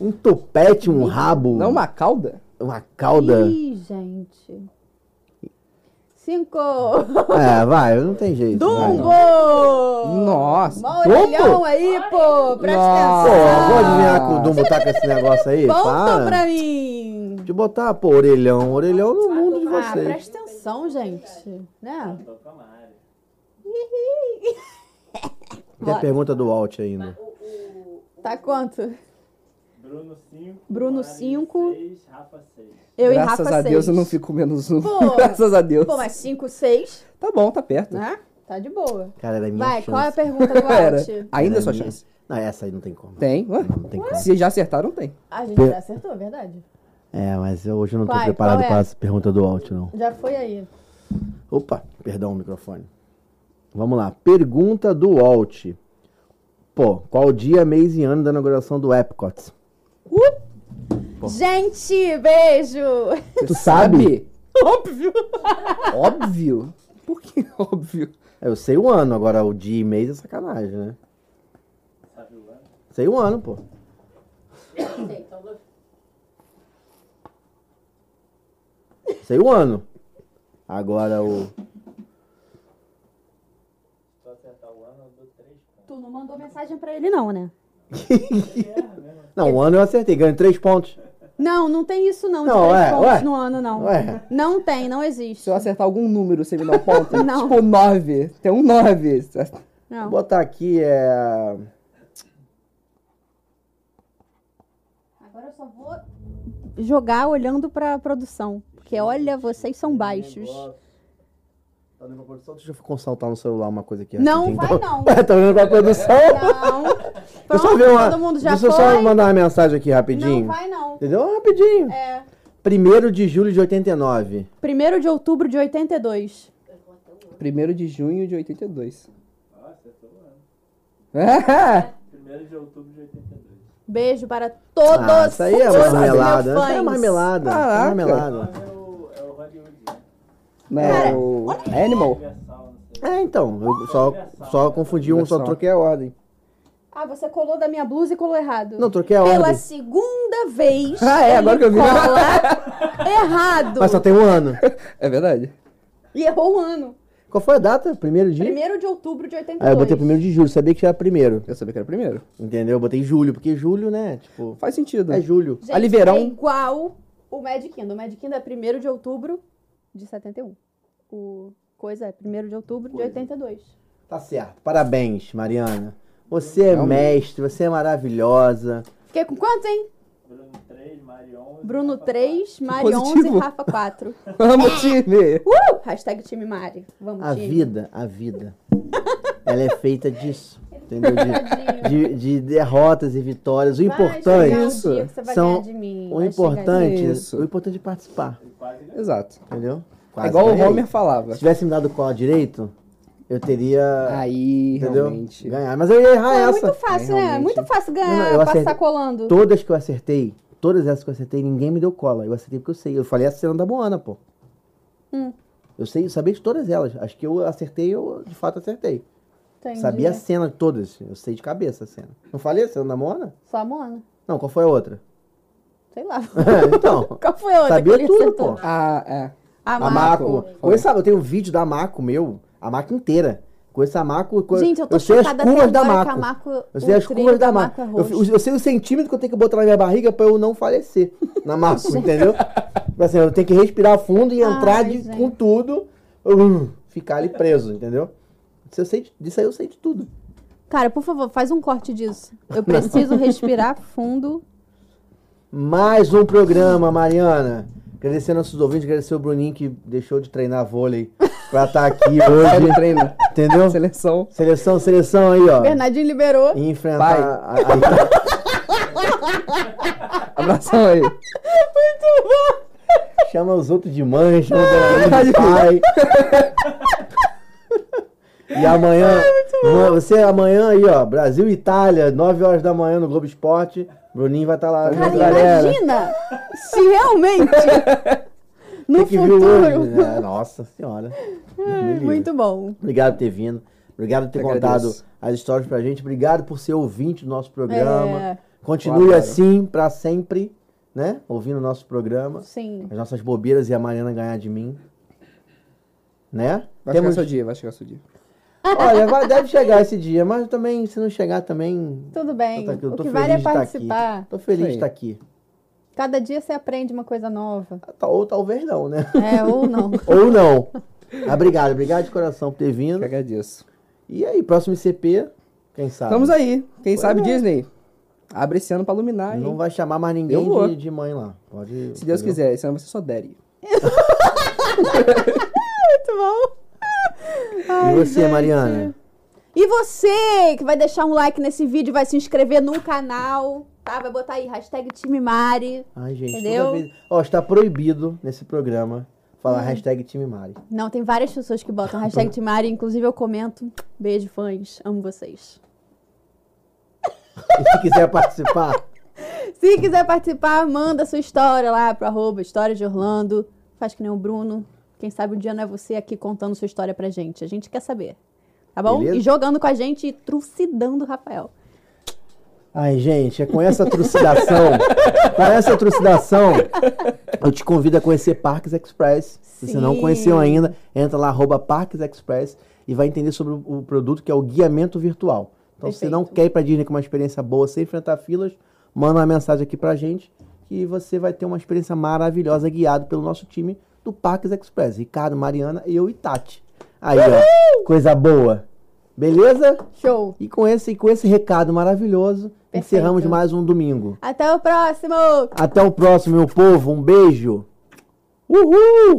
S2: um topete, um rabo.
S3: Não, É uma cauda?
S2: Uma cauda.
S4: Ih, gente. Cinco!
S2: É, vai, não tem jeito. vai, não.
S4: Dumbo!
S3: Nossa!
S4: Mó orelhão
S2: Dumbo?
S4: aí, pô! Presta
S2: Pô, vou adivinhar que o Dumbo tá com esse negócio aí?
S4: atenção! Ponto
S2: para.
S4: pra mim!
S2: De botar, pô, orelhão. Orelhão no mundo de
S4: Ah,
S2: vocês.
S4: presta atenção, gente. Né?
S2: Tem a
S4: Bora.
S2: pergunta do Walt ainda.
S4: Tá quanto?
S6: Bruno 5.
S4: Bruno 5.
S6: Rafa 6.
S4: Eu
S3: Graças
S4: e Rafa
S3: a Deus
S4: seis.
S3: eu não fico menos um.
S4: Pô.
S3: Graças a Deus.
S4: Pô, mas 5, 6,
S3: Tá bom, tá perto.
S4: né? Tá de boa.
S2: Cara, era minha
S4: Vai,
S2: chance.
S4: qual é a pergunta do
S3: Era.
S4: Alt?
S3: Ainda
S2: Era
S3: é sua
S2: minha.
S3: chance.
S2: Não, essa aí não tem como.
S3: Tem? Ué?
S2: Não tem como.
S3: Se já acertaram, tem.
S4: A gente
S2: Per-
S4: já acertou, é verdade.
S2: É, mas eu hoje eu não tô
S4: Vai,
S2: preparado
S4: qual é?
S2: pra essa pergunta do Walt, não.
S4: Já foi aí.
S2: Opa, perdão o microfone. Vamos lá. Pergunta do Walt. Pô, qual dia, mês e ano da inauguração do Epcot?
S4: Uh! Gente, beijo!
S2: Tu sabe?
S4: Óbvio!
S3: Óbvio. Por que óbvio?
S2: É, Eu sei o ano, agora o dia e mês é sacanagem, né? Sei o ano, pô. Sei o ano. Agora o.
S4: Tu não mandou mensagem pra ele, não, né?
S2: Não, o ano eu acertei, ganho três pontos.
S4: Não, não tem isso, não, de
S2: Não,
S4: três
S2: ué,
S4: pontos
S2: ué.
S4: no ano, não.
S2: Ué.
S4: Não tem, não existe.
S3: é, Se eu acertar algum número, você me dá um ponto?
S4: Não.
S3: Tipo, nove. Tem um nove.
S4: Não.
S2: Vou botar aqui é.
S4: Agora eu só vou jogar olhando pra produção. Porque olha, vocês são baixos.
S2: Tá olhando pra produção? Deixa eu consultar no celular uma coisa aqui.
S4: Não,
S2: rapidinho,
S4: vai
S2: então.
S4: não.
S2: Ué, tá olhando pra produção?
S4: Não.
S2: Deixa eu
S4: Então, Pronto,
S2: só ver uma.
S4: todo mundo já
S2: Deixa eu
S4: foi.
S2: só mandar uma mensagem aqui rapidinho.
S4: Não vai, não.
S2: Entendeu? Rapidinho.
S4: É.
S2: 1 de julho de 89.
S4: 1 de outubro de 82.
S3: Primeiro de junho de 82.
S6: Ah, acertou o ano.
S3: Ah,
S6: 1 é de outubro de 82.
S4: Beijo para todos
S2: Ah, isso aí é
S4: os
S2: marmelada.
S4: meus
S2: Isso
S4: fãs.
S2: aí é marmelada. isso
S3: Caraca.
S2: É marmelada.
S6: é né?
S3: não, o Animal.
S2: É, então. Eu só, só confundi um, só
S3: Universal.
S2: troquei a ordem.
S4: Ah, você colou da minha blusa e colou errado.
S2: Não, troquei a
S4: Pela
S2: ordem.
S4: segunda vez.
S3: Ah, é,
S4: ele
S3: agora que eu vi.
S4: Cola errado.
S2: Mas só tem um ano.
S3: É verdade.
S4: E errou um ano.
S2: Qual foi a data? Primeiro dia?
S4: 1 de outubro de 82.
S2: Ah, eu botei primeiro de julho. Sabia que era primeiro.
S3: Eu sabia que era primeiro.
S2: Entendeu? Eu botei julho, porque julho, né? Tipo,
S3: Faz sentido.
S2: é julho.
S4: Gente,
S3: Ali, verão.
S4: É igual o Magic Kingdom. O Magic Kingdom é 1 de outubro de 71. O coisa é 1 de outubro de 82.
S2: Tá certo. Parabéns, Mariana. Você é
S3: Realmente.
S2: mestre, você é maravilhosa.
S4: Fiquei com quanto, hein?
S6: Bruno 3, Mari 11.
S4: Bruno 3, Mari 11
S3: positivo.
S4: e Rafa 4.
S3: Vamos, time.
S4: Uh! Hashtag time Mari. Vamos,
S2: A
S4: time.
S2: vida, a vida. Ela é feita disso. Entendeu? De, de- de derrotas e vitórias. O
S4: Vai
S2: é importante.
S4: chegar um dia que você vai
S2: são
S4: ganhar de mim,
S2: o
S4: vai chegar
S2: importante.
S3: Isso.
S2: O importante é participar.
S3: Exato.
S2: Entendeu?
S3: É igual o
S2: ganhei.
S3: Homer falava.
S2: Se tivesse me dado qual direito, eu teria.
S3: Aí,
S2: entendeu?
S3: realmente.
S2: Ganhar. Mas eu ia errar
S4: Pô, é
S2: Ah, essa.
S4: muito fácil, né?
S3: É,
S4: É
S3: realmente.
S4: muito fácil
S2: Não,
S4: ganhar,
S2: não, eu
S4: passar
S2: acertei
S4: colando.
S2: Todas que eu acertei, todas essas que eu acertei, ninguém me deu cola. Eu acertei porque eu sei. Eu falei a cena da Moana, pô.
S4: Hum.
S2: Eu sei, eu sabia de todas elas. Acho que eu acertei, eu de fato acertei.
S4: Entendi.
S2: Sabia a cena de todas. Eu sei de cabeça a cena. Não falei a cena da Moana?
S4: Só a Moana.
S2: Não, qual foi a outra?
S4: Sei lá.
S2: então.
S4: Qual foi a outra
S2: Sabia
S4: que ele
S2: tudo,
S4: acertou?
S2: pô.
S3: Ah, é.
S4: A
S2: A
S4: Marco.
S2: Mako. Oi, sabe, eu tenho um vídeo da Mako meu, a Mako inteira. com Conheço a Mako. co-
S4: Gente, eu tô
S2: sei as
S4: chocada
S2: curvas
S4: até
S2: da
S4: agora que
S2: Mako.
S4: a Mako-
S2: Eu
S4: o
S2: sei as
S4: trilho
S2: curvas da
S4: da Mako
S2: Mako.
S4: é
S2: Eu,
S4: roxo.
S2: eu- eu sei o centímetro que eu tenho que botar na minha barriga pra eu não falecer na Mako,
S4: Gente.
S2: entendeu? Tipo assim, eu tenho que respirar fundo e entrar
S4: Ai,
S2: de-
S4: gente.
S2: com tudo, uh, ficar ali preso, entendeu? Isso eu sei, de- disso aí eu sei de tudo.
S4: Cara, por favor, faz um corte disso. Eu preciso respirar fundo.
S2: Mais um programa, Mariana. Agradecer nossos ouvintes, agradecer o Bruninho que deixou de treinar vôlei pra estar aqui hoje.
S3: um treino.
S2: Entendeu?
S3: Seleção.
S2: Seleção, seleção aí, ó.
S4: Bernardinho liberou.
S2: E enfrentar
S3: Vai.
S2: a, a-
S3: Abração aí.
S4: É Muito bom.
S2: Chama os outros de mãe, chama o Bernardinho de pai. E amanhã, vo- você amanhã aí, ó, Brasil e Itália, 9 horas da manhã no Globo Esporte. Bruninho vai estar lá
S4: Cara,
S2: junto, galera.
S4: imagina se realmente no
S2: Tem que vir hoje,
S4: futuro.
S2: né? Nossa senhora. Me livre.
S4: Muito bom.
S2: Obrigado por ter vindo. Obrigado por ter
S3: Eu
S2: contado
S3: agradeço.
S2: as histórias pra gente. Obrigado por ser ouvinte do nosso programa.
S4: É.
S2: Continue
S3: Claro.
S2: assim pra sempre, né? Ouvindo o nosso programa.
S4: Sim.
S2: As nossas bobeiras e a Mariana ganhar de mim. Né?
S3: Vai chegar
S2: Temos-
S3: seu dia, vai chegar seu dia.
S2: Olha, vai- deve chegar esse dia, mas também, se não chegar, também.
S4: Tudo
S2: eu
S4: bem.
S2: tô aqui, eu
S4: o
S2: tô
S4: que
S2: feliz
S4: vale é
S2: de tá aqui.
S4: participar.
S2: Tô feliz
S3: Isso
S2: de
S3: aí.
S2: estar aqui. Ah,
S4: Cada dia você aprende uma coisa nova.
S2: Ou talvez não, né?
S4: É, ou não.
S2: Ou não. Ah, Obrigado, obrigado de coração por ter
S3: Eu
S2: vindo.
S3: que é agradeço.
S2: E aí, próximo ICP, quem sabe?
S3: Estamos aí. Quem sabe, Disney. Abre esse ano pra iluminar, hein?
S2: Não vai chamar mais
S3: Eu
S2: ninguém
S3: vou.
S2: de, de mãe lá. Pode,
S3: Se Deus
S2: entendeu?
S3: quiser, esse ano vai ser só Derry.
S4: Muito bom.
S2: E você, Mariana?
S4: E você que vai deixar um like nesse vídeo, vai se inscrever no canal, tá? Vai botar aí hashtag time Mari.
S2: Ai, gente,
S4: Entendeu? Hum.
S2: toda vez... Ó, está proibido nesse programa falar hashtag time Mari.
S4: Não, tem várias pessoas que botam hashtag time Mari, inclusive eu comento. Beijo, fãs. Amo vocês.
S2: E se quiser participar,
S4: Se quiser participar, manda sua história lá pro arroba História de Orlando. Faz que nem o Bruno. Quem sabe um dia não é você aqui contando sua história pra gente. A gente quer saber. Tá bom?
S2: Beleza.
S4: E jogando com a gente e trucidando o Rafael.
S2: Ai, gente, é com essa trucidação, com essa trucidação, eu te convido a conhecer Parques Express. Se você não
S4: Sim.
S2: conheceu ainda, entra lá, arroba Parques Express e vai entender sobre o o produto que é o guiamento virtual. Então, se você não
S4: Perfeito.
S2: quer ir pra Disney com uma experiência boa sem enfrentar filas, manda uma mensagem aqui pra gente que você vai ter uma experiência maravilhosa guiado pelo nosso time do Parques Express. Ricardo, Mariana, eu e Tati. Aí, ó, coisa boa. Beleza?
S4: Show!
S2: E com esse, com esse recado maravilhoso,
S4: Perfeito.
S2: encerramos mais um domingo.
S4: Até o próximo!
S2: Até o próximo, meu povo. Um beijo. Uhul!